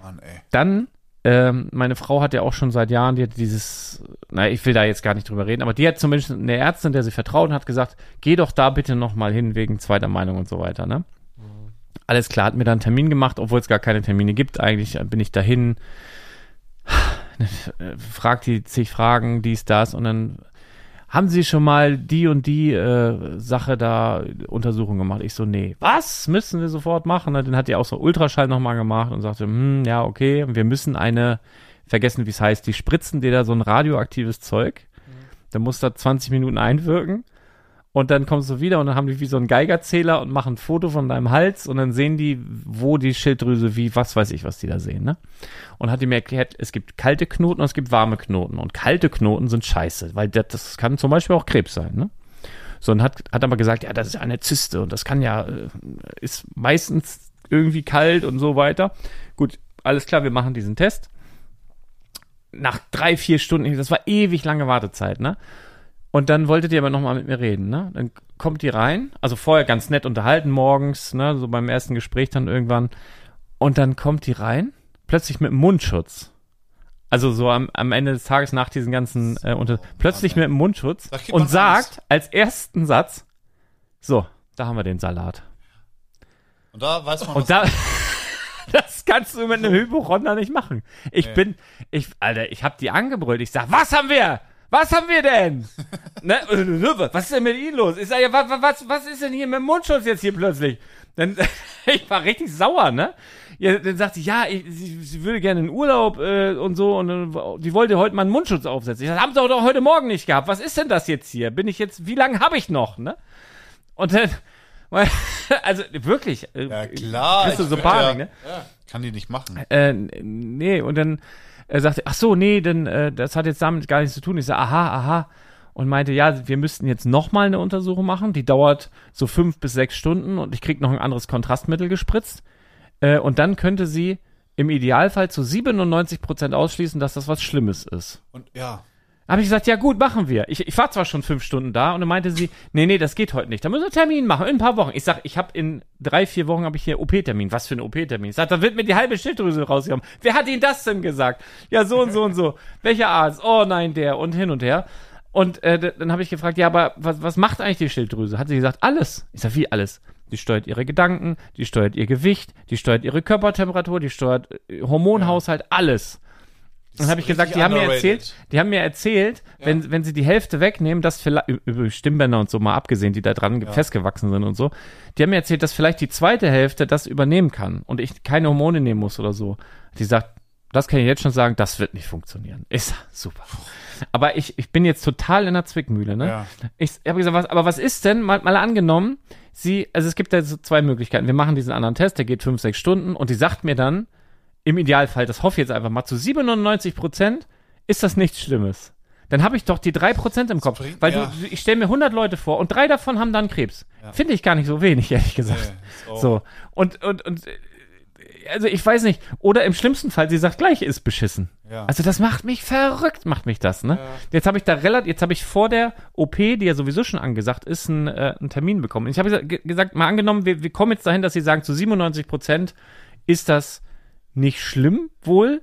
Speaker 4: Mann, ey.
Speaker 3: Dann, ähm, meine Frau hat ja auch schon seit Jahren, die hat dieses, na, ich will da jetzt gar nicht drüber reden, aber die hat zumindest eine Ärztin, der sie vertraut, hat gesagt, geh doch da bitte nochmal hin wegen zweiter Meinung und so weiter, ne?
Speaker 5: Mhm.
Speaker 3: Alles klar, hat mir dann einen Termin gemacht, obwohl es gar keine Termine gibt. Eigentlich bin ich dahin, fragt die zig Fragen, dies, das und dann haben Sie schon mal die und die äh, Sache da Untersuchung gemacht? Ich so, nee, was müssen wir sofort machen? Und dann hat die auch so Ultraschall nochmal gemacht und sagte, hm, ja, okay, wir müssen eine, vergessen wie es heißt, die spritzen dir da so ein radioaktives Zeug. Dann musst du da 20 Minuten einwirken. Und dann kommst du wieder und dann haben die wie so einen Geigerzähler und machen ein Foto von deinem Hals und dann sehen die, wo die Schilddrüse, wie, was weiß ich, was die da sehen, ne? und hat ihm erklärt, es gibt kalte Knoten und es gibt warme Knoten. Und kalte Knoten sind scheiße, weil das, das kann zum Beispiel auch Krebs sein, ne? So, und hat, hat aber gesagt, ja, das ist eine Zyste und das kann ja, äh, ist meistens irgendwie kalt und so weiter. Gut, alles klar, wir machen diesen Test. Nach drei, vier Stunden, das war ewig lange Wartezeit, ne? Und dann wollte die aber nochmal mit mir reden, ne? Dann kommt die rein, also vorher ganz nett unterhalten morgens, ne? So beim ersten Gespräch dann irgendwann. Und dann kommt die rein, plötzlich mit einem Mundschutz. Also so am, am Ende des Tages nach diesen ganzen äh, unter plötzlich mit einem Mundschutz
Speaker 4: Da kriegt man
Speaker 3: und sagt als ersten Satz: So, da haben wir den Salat.
Speaker 4: Und da weiß man, was-
Speaker 3: Und da das kannst du mit einem Hypochonder nicht machen. Ich bin ich Alter, ich hab die angebrüllt. Ich sag, was haben wir? Was haben wir denn? ne? Was ist denn mit Ihnen los? Ich sag, ja, was, was, was ist denn hier mit dem Mundschutz jetzt hier plötzlich? Dann, ich war richtig sauer, ne? Ja, dann sagt sie, ja, ich, sie, sie würde gerne in Urlaub äh, und so und äh, die wollte heute mal einen Mundschutz aufsetzen. Ich sag, haben sie doch heute Morgen nicht gehabt. Was ist denn das jetzt hier? Bin ich jetzt, wie lange habe ich noch, ne? Und dann, also wirklich, äh,
Speaker 4: Ja, klar,
Speaker 3: kriegst du
Speaker 4: ich
Speaker 3: so
Speaker 4: würd
Speaker 3: Panik,
Speaker 4: ja-
Speaker 3: ne?
Speaker 4: kann die nicht machen.
Speaker 3: äh, nee, und dann äh, sagte, ach so, nee, denn äh, das hat jetzt damit gar nichts zu tun. Ich sage, aha, aha. Und meinte, ja, wir müssten jetzt nochmal eine Untersuchung machen. Die dauert so fünf bis sechs Stunden und ich krieg noch ein anderes Kontrastmittel gespritzt. Äh, und dann könnte sie im Idealfall zu 97 Prozent ausschließen, dass das was Schlimmes ist
Speaker 4: Und ja,
Speaker 3: habe ich gesagt, ja gut, machen wir. Ich, ich war zwar schon fünf Stunden da und dann meinte sie, nee, nee, das geht heute nicht. Da müssen wir einen Termin machen, in ein paar Wochen. Ich sag, ich habe in drei, vier Wochen habe ich hier OP-Termin. Was für ein OP-Termin? Ich sag, da wird mir die halbe Schilddrüse rausgekommen. Wer hat Ihnen das denn gesagt? Ja, so und so und so. Welcher Arzt? Oh nein, der und hin und her. Und äh, d- dann habe ich gefragt, ja, aber was, was macht eigentlich die Schilddrüse? Hat sie gesagt, alles. Ich sag, wie alles? Die steuert ihre Gedanken, die steuert ihr Gewicht, die steuert ihre Körpertemperatur, die steuert äh, Hormonhaushalt, alles. Dann habe ich gesagt, die haben mir
Speaker 4: underrated.
Speaker 3: erzählt, die haben mir erzählt, wenn, wenn sie die Hälfte wegnehmen, dass vielleicht, ü- über Stimmbänder und so mal abgesehen, die da dran ge- festgewachsen sind und so, die haben mir erzählt, dass vielleicht die zweite Hälfte das übernehmen kann und ich keine Hormone nehmen muss oder so. Die sagt, das kann ich jetzt schon sagen, das wird nicht funktionieren. Ist super. Aber ich, ich bin jetzt total in der Zwickmühle, ne?
Speaker 4: Ja.
Speaker 3: Ich habe gesagt, was, aber was ist denn, mal, mal angenommen, sie, also es gibt da so zwei Möglichkeiten. Wir machen diesen anderen Test, der geht fünf, sechs Stunden und die sagt mir dann, im Idealfall, das hoffe ich jetzt einfach mal, zu 97 Prozent ist das nichts Schlimmes. Dann habe ich doch die 3% im Kopf.
Speaker 4: bringt-
Speaker 3: weil
Speaker 4: ja.
Speaker 3: du, ich stelle mir 100 Leute vor und drei davon haben dann Krebs. Finde ich gar nicht so wenig, ehrlich gesagt.
Speaker 4: Nee, ist
Speaker 3: so. Und, und, und, äh, also ich weiß nicht. Oder im schlimmsten Fall, sie sagt gleich, ist beschissen.
Speaker 4: Ja.
Speaker 3: Also das macht mich verrückt, macht mich das, ne? Jetzt habe ich da relativ, jetzt habe ich vor der OP, die ja sowieso schon angesagt ist, einen, äh, einen Termin bekommen. Ich habe gesa- ge- gesagt, mal angenommen, wir, wir kommen jetzt dahin, dass sie sagen, zu 97 Prozent ist das nicht schlimm wohl.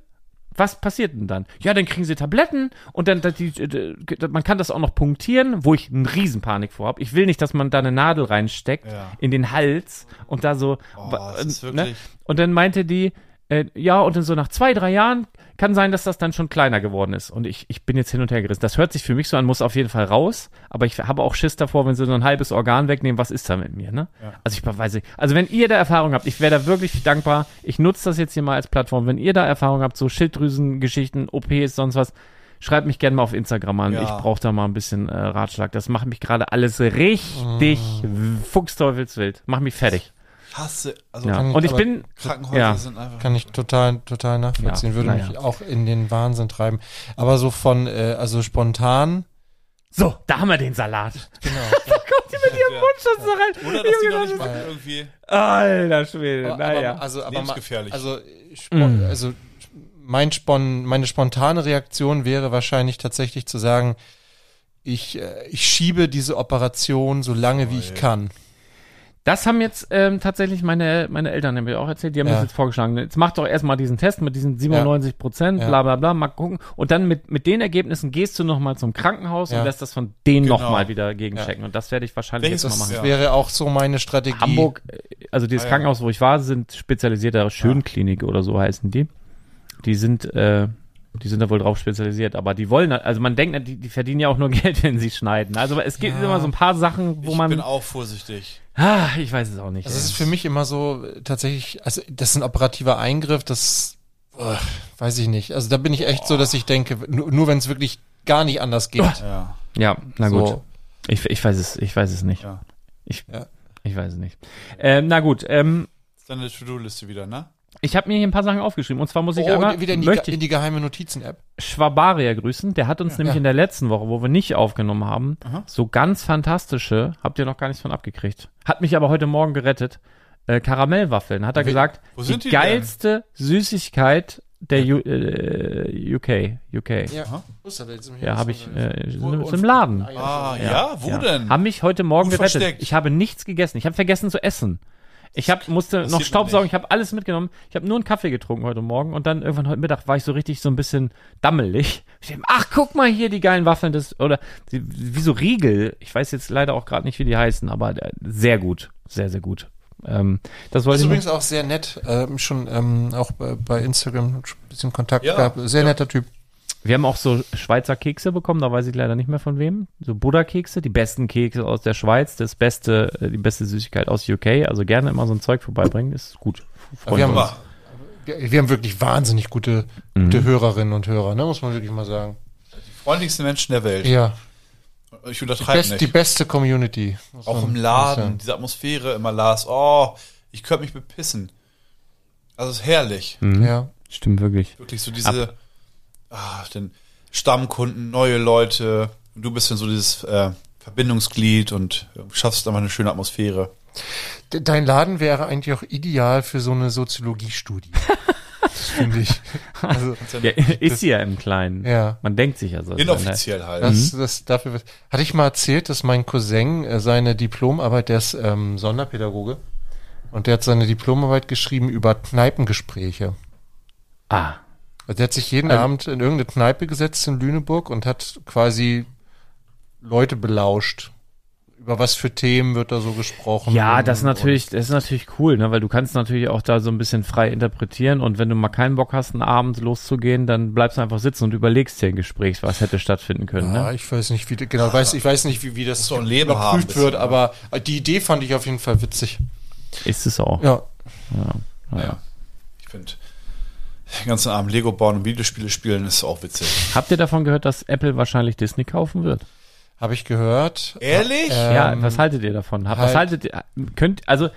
Speaker 3: Was passiert denn dann? Ja, dann kriegen sie Tabletten und dann, dann die, äh, man kann das auch noch punktieren, wo ich eine Riesenpanik vor habe. Ich will nicht, dass man da eine Nadel reinsteckt
Speaker 4: Ja.
Speaker 3: in den Hals und da so.
Speaker 4: Oh,
Speaker 3: wa-
Speaker 4: das ist
Speaker 3: ne?
Speaker 4: wirklich-
Speaker 3: Und dann meinte die, äh, ja, und dann so nach zwei, drei Jahren kann sein, dass das dann schon kleiner geworden ist. Und ich, ich bin jetzt hin und her gerissen. Das hört sich für mich so an, muss auf jeden Fall raus, aber ich habe auch Schiss davor, wenn sie so ein halbes Organ wegnehmen, was ist da mit mir, ne? Also ich weiß nicht. Also wenn ihr da Erfahrung habt, ich wäre da wirklich dankbar. Ich nutze das jetzt hier mal als Plattform. Wenn ihr da Erfahrung habt, so Schilddrüsengeschichten, OPs, sonst was, schreibt mich gerne mal auf Instagram an.
Speaker 4: Ja.
Speaker 3: Ich brauche da mal ein bisschen äh, Ratschlag. Das macht mich gerade alles richtig
Speaker 5: Ah.
Speaker 3: fuchsteufelswild. Macht mich fertig.
Speaker 4: Ich hasse, also
Speaker 3: Ja.
Speaker 5: kann ich
Speaker 3: Und ich
Speaker 5: aber-
Speaker 3: bin
Speaker 4: Krankenhäuser
Speaker 3: Ja.
Speaker 4: sind einfach.
Speaker 5: Kann ich total, total nachvollziehen.
Speaker 3: Ja,
Speaker 5: Würde
Speaker 3: naja.
Speaker 5: mich auch in den Wahnsinn treiben. Aber so von, äh, also spontan.
Speaker 3: So, da haben wir den Salat.
Speaker 5: Genau.
Speaker 3: Kommt die mit ihrem Mundschutz da rein?
Speaker 4: Oder dass die
Speaker 3: Junge,
Speaker 4: noch
Speaker 3: genau, das
Speaker 4: nicht
Speaker 3: ist-
Speaker 4: machen, irgendwie.
Speaker 3: Alter Schwede, Äh, naja.
Speaker 5: also, aber mal,
Speaker 4: Lebensgefährlich.
Speaker 5: also, Sport,
Speaker 3: Mm.
Speaker 5: also mein Spon meine spontane Reaktion wäre wahrscheinlich tatsächlich zu sagen, ich, äh, ich schiebe diese Operation so lange,
Speaker 4: Oh,
Speaker 5: wie ich kann.
Speaker 3: Das haben jetzt ähm, tatsächlich meine, meine Eltern nämlich auch erzählt. Die haben
Speaker 5: Ja.
Speaker 3: das jetzt vorgeschlagen. Jetzt macht doch erstmal diesen Test mit diesen 97 Prozent,
Speaker 5: Ja.
Speaker 3: bla bla bla, mal gucken. Und dann mit, mit den Ergebnissen gehst du nochmal zum Krankenhaus
Speaker 5: Ja.
Speaker 3: und lässt das von denen
Speaker 4: Genau.
Speaker 3: nochmal wieder gegenchecken. Und das werde ich wahrscheinlich
Speaker 4: Welches-
Speaker 3: jetzt mal
Speaker 5: Das
Speaker 3: machen.
Speaker 4: Ja.
Speaker 5: wäre auch so meine Strategie.
Speaker 3: Hamburg, äh, also dieses
Speaker 4: Ah, ja.
Speaker 3: Krankenhaus, wo ich war, sind spezialisierte Schönklinik oder so heißen die. Die sind, äh, die sind da wohl drauf spezialisiert, aber die wollen, also man denkt, die, die verdienen ja auch nur Geld, wenn sie schneiden. Also es gibt immer so ein paar Sachen, wo
Speaker 4: ich
Speaker 3: man,
Speaker 4: bin auch vorsichtig.
Speaker 3: ah, ich weiß es auch nicht.
Speaker 5: Also es
Speaker 3: ey.
Speaker 5: ist für mich immer so äh, tatsächlich, also das ist ein operativer Eingriff, das boah, weiß ich nicht. Also da bin ich echt so, dass ich denke, nur, nur wenn es wirklich gar nicht anders geht.
Speaker 4: Ja.
Speaker 3: ja, na gut.
Speaker 5: So.
Speaker 3: Ich, ich weiß es, ich weiß es nicht.
Speaker 4: Ja.
Speaker 3: Ich,
Speaker 5: Ja.
Speaker 3: ich weiß es nicht. Ähm, na gut, ähm,
Speaker 4: Ist deine To-Do-Liste wieder, ne?
Speaker 3: ich habe mir hier ein paar Sachen aufgeschrieben. Und zwar muss ich
Speaker 5: Oh,
Speaker 3: einmal,
Speaker 5: und wieder in die,
Speaker 3: möchte
Speaker 5: in
Speaker 3: ich
Speaker 5: die geheime Notizen-App.
Speaker 3: Schwabaria grüßen. Der hat uns nämlich
Speaker 5: Ja.
Speaker 3: in der letzten Woche, wo wir nicht aufgenommen haben,
Speaker 4: Aha.
Speaker 3: so ganz fantastische, habt ihr noch gar nichts von abgekriegt. Hat mich aber heute Morgen gerettet. Äh, Karamellwaffeln, hat er
Speaker 5: Wie-
Speaker 3: gesagt.
Speaker 4: wo sind die denn?
Speaker 3: geilste Süßigkeit der U äh, UK. UK. Ja,
Speaker 5: Ja,
Speaker 3: habe ich. Äh, sind,
Speaker 5: Und-
Speaker 3: sind im Laden.
Speaker 4: Ah, ja, wo
Speaker 3: Ja.
Speaker 4: denn?
Speaker 3: Haben mich heute Morgen
Speaker 4: Gut
Speaker 3: gerettet.
Speaker 4: versteckt.
Speaker 3: Ich habe nichts gegessen. Ich habe vergessen zu essen. Ich hab, musste
Speaker 4: Das
Speaker 3: noch
Speaker 4: sieht man
Speaker 3: Staubsaugen,
Speaker 4: nicht.
Speaker 3: ich habe alles mitgenommen. Ich habe nur einen Kaffee getrunken heute Morgen und dann irgendwann heute Mittag war ich so richtig so ein bisschen dammelig. Ich dachte, ach, guck mal hier, die geilen Waffeln, das, oder die, wie so Riegel. Ich weiß jetzt leider auch gerade nicht, wie die heißen, aber äh, sehr gut. Sehr, sehr gut. Ähm, das
Speaker 5: Das
Speaker 3: wollte
Speaker 5: ist
Speaker 4: Mhm.
Speaker 3: ich. noch-
Speaker 5: übrigens auch sehr nett, ähm, schon ähm, auch bei, bei Instagram schon ein bisschen Kontakt
Speaker 4: Ja.
Speaker 5: gehabt. Sehr netter Typ.
Speaker 3: Wir haben auch so Schweizer Kekse bekommen, da weiß ich leider nicht mehr von wem. So Buddha-Kekse, die besten Kekse aus der Schweiz, das beste, äh, die beste Süßigkeit aus UK. Also gerne immer so ein Zeug vorbeibringen, ist gut. Freuen
Speaker 5: wir haben-
Speaker 3: uns.
Speaker 4: Aber,
Speaker 5: Wir, wir haben wirklich wahnsinnig gute, gute Hörerinnen und Hörer, ne? muss man wirklich mal sagen.
Speaker 4: freundlichsten Menschen der Welt.
Speaker 5: Ja,
Speaker 4: Ich untertreibe
Speaker 5: best,
Speaker 4: Halt nicht.
Speaker 5: die beste Community. muss
Speaker 4: Auch
Speaker 5: man-
Speaker 4: im
Speaker 5: muss
Speaker 4: Laden,
Speaker 5: man-
Speaker 4: diese Atmosphäre immer, Lars. Oh, ich könnte mich bepissen. Also es ist herrlich.
Speaker 5: Ja.
Speaker 3: Stimmt wirklich.
Speaker 4: Wirklich so diese ah, den Stammkunden, neue Leute. Und du bist dann so dieses äh, Verbindungsglied und schaffst einfach eine schöne Atmosphäre.
Speaker 5: De- Dein Laden wäre eigentlich auch ideal für so eine Soziologiestudie. Das finde ich. Also,
Speaker 3: Ja, ist ja im Kleinen.
Speaker 5: Ja.
Speaker 3: Man denkt sich ja so. Ne?
Speaker 4: Inoffiziell halt.
Speaker 5: das, das dafür. wird- Hatte ich mal erzählt, dass mein Cousin äh, seine Diplomarbeit, der ist ähm, Sonderpädagoge, und der hat seine Diplomarbeit geschrieben über Kneipengespräche.
Speaker 3: Ah,
Speaker 5: Also der hat sich jeden Abend in irgendeine Kneipe gesetzt in Lüneburg und hat quasi Leute belauscht. Über was für Themen wird da so gesprochen?
Speaker 3: ja,
Speaker 5: Und-
Speaker 3: das ist natürlich, das ist natürlich cool, ne? weil du kannst natürlich auch da so ein bisschen frei interpretieren und wenn du mal keinen Bock hast, einen Abend loszugehen, dann bleibst du einfach sitzen und überlegst dir ein Gespräch, was hätte stattfinden können.
Speaker 5: Ja,
Speaker 3: Ne?
Speaker 5: ich weiß nicht, wie genau, weiß, ich weiß nicht, wie, wie das
Speaker 4: so ein Leben haben, bisschen,
Speaker 5: wird,
Speaker 4: ne?
Speaker 5: aber äh, die Idee fand ich auf jeden Fall witzig.
Speaker 3: Ist es auch.
Speaker 5: Ja.
Speaker 4: Ja. Ich finde, den ganzen Abend Lego bauen und Videospiele spielen ist auch witzig.
Speaker 3: Habt ihr davon gehört, dass Apple wahrscheinlich Disney kaufen wird?
Speaker 5: Habe ich gehört.
Speaker 4: Ehrlich?
Speaker 3: Ja,
Speaker 5: Ähm,
Speaker 3: was haltet ihr davon? Hab- was
Speaker 5: halt-
Speaker 3: haltet ihr, könnt, also,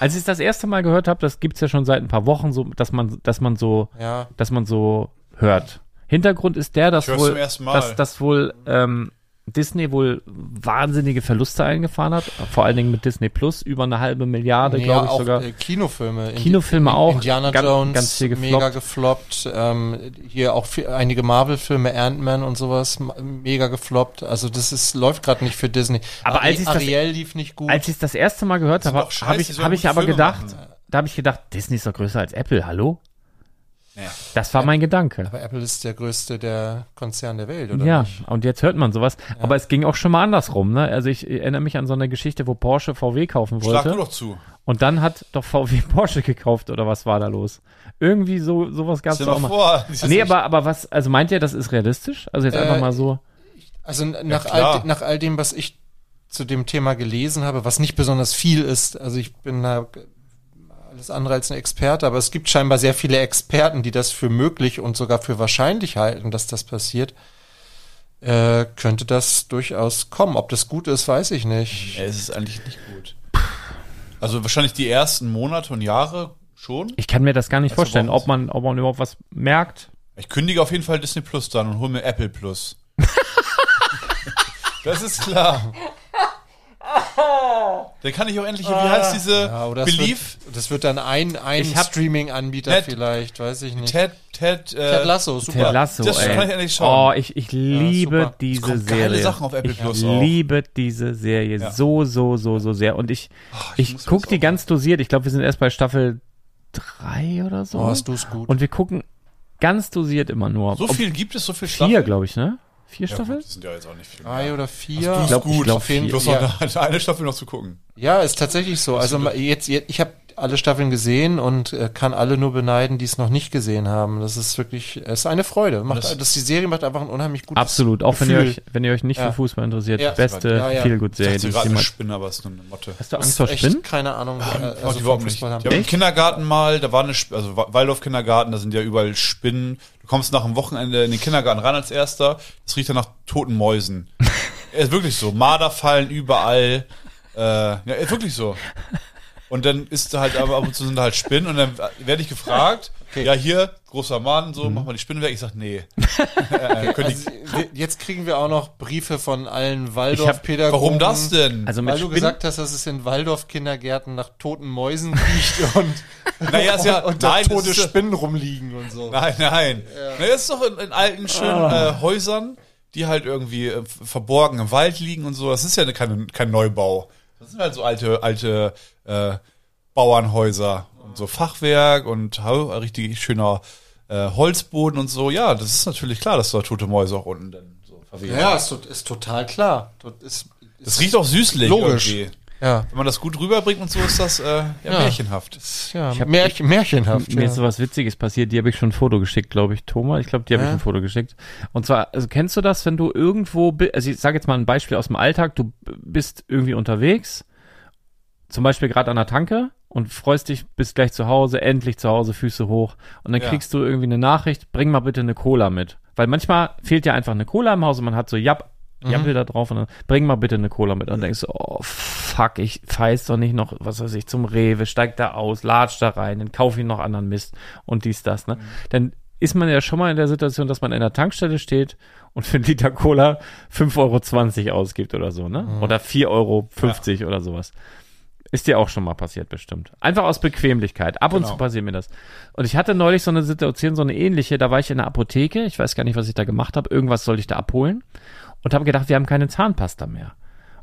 Speaker 3: als ich das erste Mal gehört habe, das gibt's ja schon seit ein paar Wochen so, dass man, dass man so,
Speaker 5: Ja.
Speaker 3: dass man so hört. Hintergrund ist der, dass
Speaker 4: Ich hör's
Speaker 3: wohl,
Speaker 4: zum ersten Mal.
Speaker 3: dass, dass wohl, ähm, Disney wohl wahnsinnige Verluste eingefahren hat, vor allen Dingen mit Disney Plus, über eine halbe Milliarde,
Speaker 5: Ja,
Speaker 3: glaube ich
Speaker 5: auch
Speaker 3: sogar.
Speaker 5: äh, Kinofilme. Indi-
Speaker 3: Kinofilme auch,
Speaker 5: Indiana
Speaker 3: ganz-
Speaker 5: Jones,
Speaker 3: ganz viel gefloppt.
Speaker 5: mega gefloppt. Ähm, hier auch viel, einige Marvel-Filme, Ant-Man und sowas, ma- mega gefloppt. Also das ist, läuft gerade nicht für Disney.
Speaker 3: Aber als ich das-
Speaker 5: Ariel lief nicht gut.
Speaker 3: Als ich das erste Mal gehört
Speaker 4: Das
Speaker 3: habe,
Speaker 4: sind doch scheiße,
Speaker 3: habe
Speaker 4: die
Speaker 3: ich,
Speaker 4: sollen
Speaker 3: hab ich
Speaker 4: gute
Speaker 3: aber
Speaker 4: Filme
Speaker 3: gedacht,
Speaker 4: machen.
Speaker 3: da habe ich gedacht, Disney ist doch größer als Apple, hallo?
Speaker 4: Naja.
Speaker 3: Das war mein Gedanke.
Speaker 5: aber Apple ist der größte der Konzern der Welt, oder?
Speaker 3: Ja,
Speaker 5: nicht?
Speaker 3: und jetzt hört man sowas. Aber es ging auch schon mal andersrum. Ne? Also ich erinnere mich an so eine Geschichte, wo Porsche VW kaufen
Speaker 4: Schlag du
Speaker 3: wollte.
Speaker 4: doch zu.
Speaker 3: Und dann hat doch VW Porsche gekauft oder was war da los? Irgendwie so sowas gab es
Speaker 4: Stell
Speaker 3: auch
Speaker 4: mal
Speaker 3: mal.
Speaker 4: vor.
Speaker 3: Nee, aber, aber was, also meint ihr, das ist realistisch? Also jetzt einfach
Speaker 5: Äh,
Speaker 3: mal so.
Speaker 5: Also nach,
Speaker 4: klar.
Speaker 5: all, de- nach all dem, was ich zu dem Thema gelesen habe, was nicht besonders viel ist, also ich bin da alles andere als ein Experte, aber es gibt scheinbar sehr viele Experten, die das für möglich und sogar für wahrscheinlich halten, dass das passiert, äh, könnte das durchaus kommen. Ob das gut ist, weiß ich nicht.
Speaker 4: Ja, es ist eigentlich nicht gut. Also wahrscheinlich die ersten Monate und Jahre schon.
Speaker 3: Ich kann mir das gar nicht
Speaker 4: Also
Speaker 3: vorstellen,
Speaker 4: warum-
Speaker 3: ob man, ob man überhaupt was merkt.
Speaker 4: Ich kündige auf jeden Fall Disney Plus dann und hole mir Apple Plus. das ist klar. Dann kann ich auch endlich, wie heißt
Speaker 3: Ah.
Speaker 4: diese
Speaker 5: Ja, oder das
Speaker 4: Belief?
Speaker 5: Wird, das wird dann ein, ein
Speaker 3: Ich hab-
Speaker 5: Streaming-Anbieter
Speaker 4: Ted-
Speaker 5: vielleicht, weiß ich nicht.
Speaker 4: Ted, Ted, äh,
Speaker 5: Ted Lasso, super.
Speaker 3: Ted Lasso,
Speaker 4: Das
Speaker 3: ey.
Speaker 4: kann ich endlich schauen.
Speaker 3: Oh, ich, ich
Speaker 5: Ja,
Speaker 3: liebe
Speaker 5: super.
Speaker 3: diese
Speaker 4: kommen geile
Speaker 3: Serie.
Speaker 4: Sachen auf Apple
Speaker 3: ich
Speaker 4: Plus auch.
Speaker 3: liebe diese Serie
Speaker 4: Ja. Oh,
Speaker 3: so, so, so, so sehr. Und ich, ich,
Speaker 4: muss mir
Speaker 3: guck
Speaker 4: das
Speaker 3: die
Speaker 4: auch-
Speaker 3: ganz dosiert. Ich glaube, wir sind erst bei Staffel drei oder so.
Speaker 5: Oh, hast du's gut.
Speaker 3: Und wir gucken ganz dosiert immer nur.
Speaker 4: So
Speaker 3: Ob-
Speaker 4: viel gibt es, so viel
Speaker 3: Vier, glaube ich, Ah, ne? Vier
Speaker 4: Ja,
Speaker 3: Staffeln?
Speaker 4: gut, das sind ja jetzt auch nicht viel.
Speaker 5: Drei oder vier.
Speaker 4: du's
Speaker 5: Ich
Speaker 3: glaub- ich
Speaker 5: gut.
Speaker 3: glaub
Speaker 5: Auf jeden
Speaker 3: vier.
Speaker 4: Du hast
Speaker 5: Fall.
Speaker 4: noch eine, eine Staffel noch zu gucken.
Speaker 5: Ja, ist tatsächlich so. Also ma- jetzt, jetzt ich habe alle Staffeln gesehen und äh, kann alle nur beneiden, die es noch nicht gesehen haben. Das ist wirklich, es ist eine Freude. Macht, das,
Speaker 4: Das-
Speaker 5: die Serie macht einfach ein unheimlich gutes
Speaker 3: Absolut. Auch wenn ihr,
Speaker 5: Gefühl.
Speaker 3: euch, wenn ihr euch nicht
Speaker 5: Ja.
Speaker 3: für Fußball interessiert.
Speaker 5: Ja.
Speaker 3: Beste,
Speaker 5: Ja, ja.
Speaker 3: viel gut
Speaker 4: Ich
Speaker 3: Serie,
Speaker 4: dachte
Speaker 3: die es
Speaker 4: gerade, eine
Speaker 3: jemals.
Speaker 4: Spinne, aber es ist nur eine Motte.
Speaker 3: Hast du Angst
Speaker 5: Angst
Speaker 3: vor
Speaker 5: echt
Speaker 3: Spinnen?
Speaker 5: keine Ahnung. äh,
Speaker 4: Mag
Speaker 5: also
Speaker 4: ich
Speaker 5: vom
Speaker 4: überhaupt Ah, nicht. Die
Speaker 5: Fußball haben.
Speaker 4: haben im Kindergarten mal, da war eine, Sp also Wa- Waldorf-Kindergarten, da sind ja überall Spinnen. Du kommst nach dem Wochenende in den Kindergarten rein als Erster, das riecht dann nach toten Mäusen. ja, ist wirklich so. Marder fallen überall. Äh, ja, ist wirklich so. Und dann ist da halt aber ab und zu sind da halt Spinnen und dann werde ich gefragt, ja hier, großer Mann, so, mach mal die Spinnen weg. Ich sag, nee. äh, könnt
Speaker 5: Also, wir- jetzt kriegen wir auch noch Briefe von allen
Speaker 4: ihr,
Speaker 5: Waldorf-Pädagogen.
Speaker 4: warum das denn?
Speaker 3: Also mit
Speaker 5: Weil du
Speaker 3: Spinnen.
Speaker 5: gesagt hast, dass es in Waldorf-Kindergärten nach toten Mäusen riecht und,
Speaker 4: Naja, ist ja-
Speaker 5: und da
Speaker 4: nein,
Speaker 5: tote
Speaker 4: es ist-
Speaker 5: Spinnen rumliegen und so.
Speaker 4: Nein, nein. Na, das ist doch in, in alten, schönen
Speaker 5: Ah.
Speaker 4: äh, Häusern, die halt irgendwie äh, f- verborgen im Wald liegen und so. Das ist ja eine, keine, kein Neubau. Das sind halt so alte, alte äh, Bauernhäuser und so Fachwerk und hau- richtig schöner äh, Holzboden und so. Ja, das ist natürlich klar, dass da tote Mäuse auch unten dann so verwegen.
Speaker 5: Ja, ist, to- ist total klar. Das Ist,
Speaker 4: Das riecht auch süßlich
Speaker 5: Logisch.
Speaker 4: irgendwie.
Speaker 5: ja.
Speaker 4: Wenn man das gut rüberbringt und so, ist das äh, ja, märchenhaft.
Speaker 5: Ja,
Speaker 3: hab-
Speaker 5: Märch, märchenhaft.
Speaker 3: Mir
Speaker 5: Ja.
Speaker 3: ist sowas Witziges passiert, die habe ich schon ein Foto geschickt, glaube ich, Thomas. Ich glaube, die habe ich
Speaker 5: Ja.
Speaker 3: ein Foto geschickt. Und zwar, also kennst du das, wenn du irgendwo, bi- also ich sage jetzt mal ein Beispiel aus dem Alltag, du b- bist irgendwie unterwegs, zum Beispiel gerade an der Tanke und freust dich, bist gleich zu Hause, endlich zu Hause, Füße hoch. Und dann
Speaker 4: Ja.
Speaker 3: kriegst du irgendwie eine Nachricht, bring mal bitte eine Cola mit. Weil manchmal fehlt ja einfach eine Cola im Haus und man hat so, japp, Jappel da drauf und dann bring mal bitte eine Cola mit. Und dann denkst du, oh fuck, ich feiß doch nicht noch, was weiß ich, zum Rewe, steig da aus, latsch da rein, dann kauf ich noch anderen Mist und dies, das, ne? Dann ist man ja schon mal in der Situation, dass man in der Tankstelle steht und für einen Liter Cola 5,20 Euro ausgibt oder so, ne? Oder 4,50 Euro oder sowas. Ist dir auch schon mal passiert, bestimmt. Einfach aus Bequemlichkeit. Ab und
Speaker 4: Genau.
Speaker 3: zu passiert mir das. Und ich hatte neulich so eine Situation, so eine ähnliche. Da war ich in der Apotheke. Ich weiß gar nicht, was ich da gemacht habe. Irgendwas soll ich da abholen. Und habe gedacht, wir haben keine Zahnpasta mehr.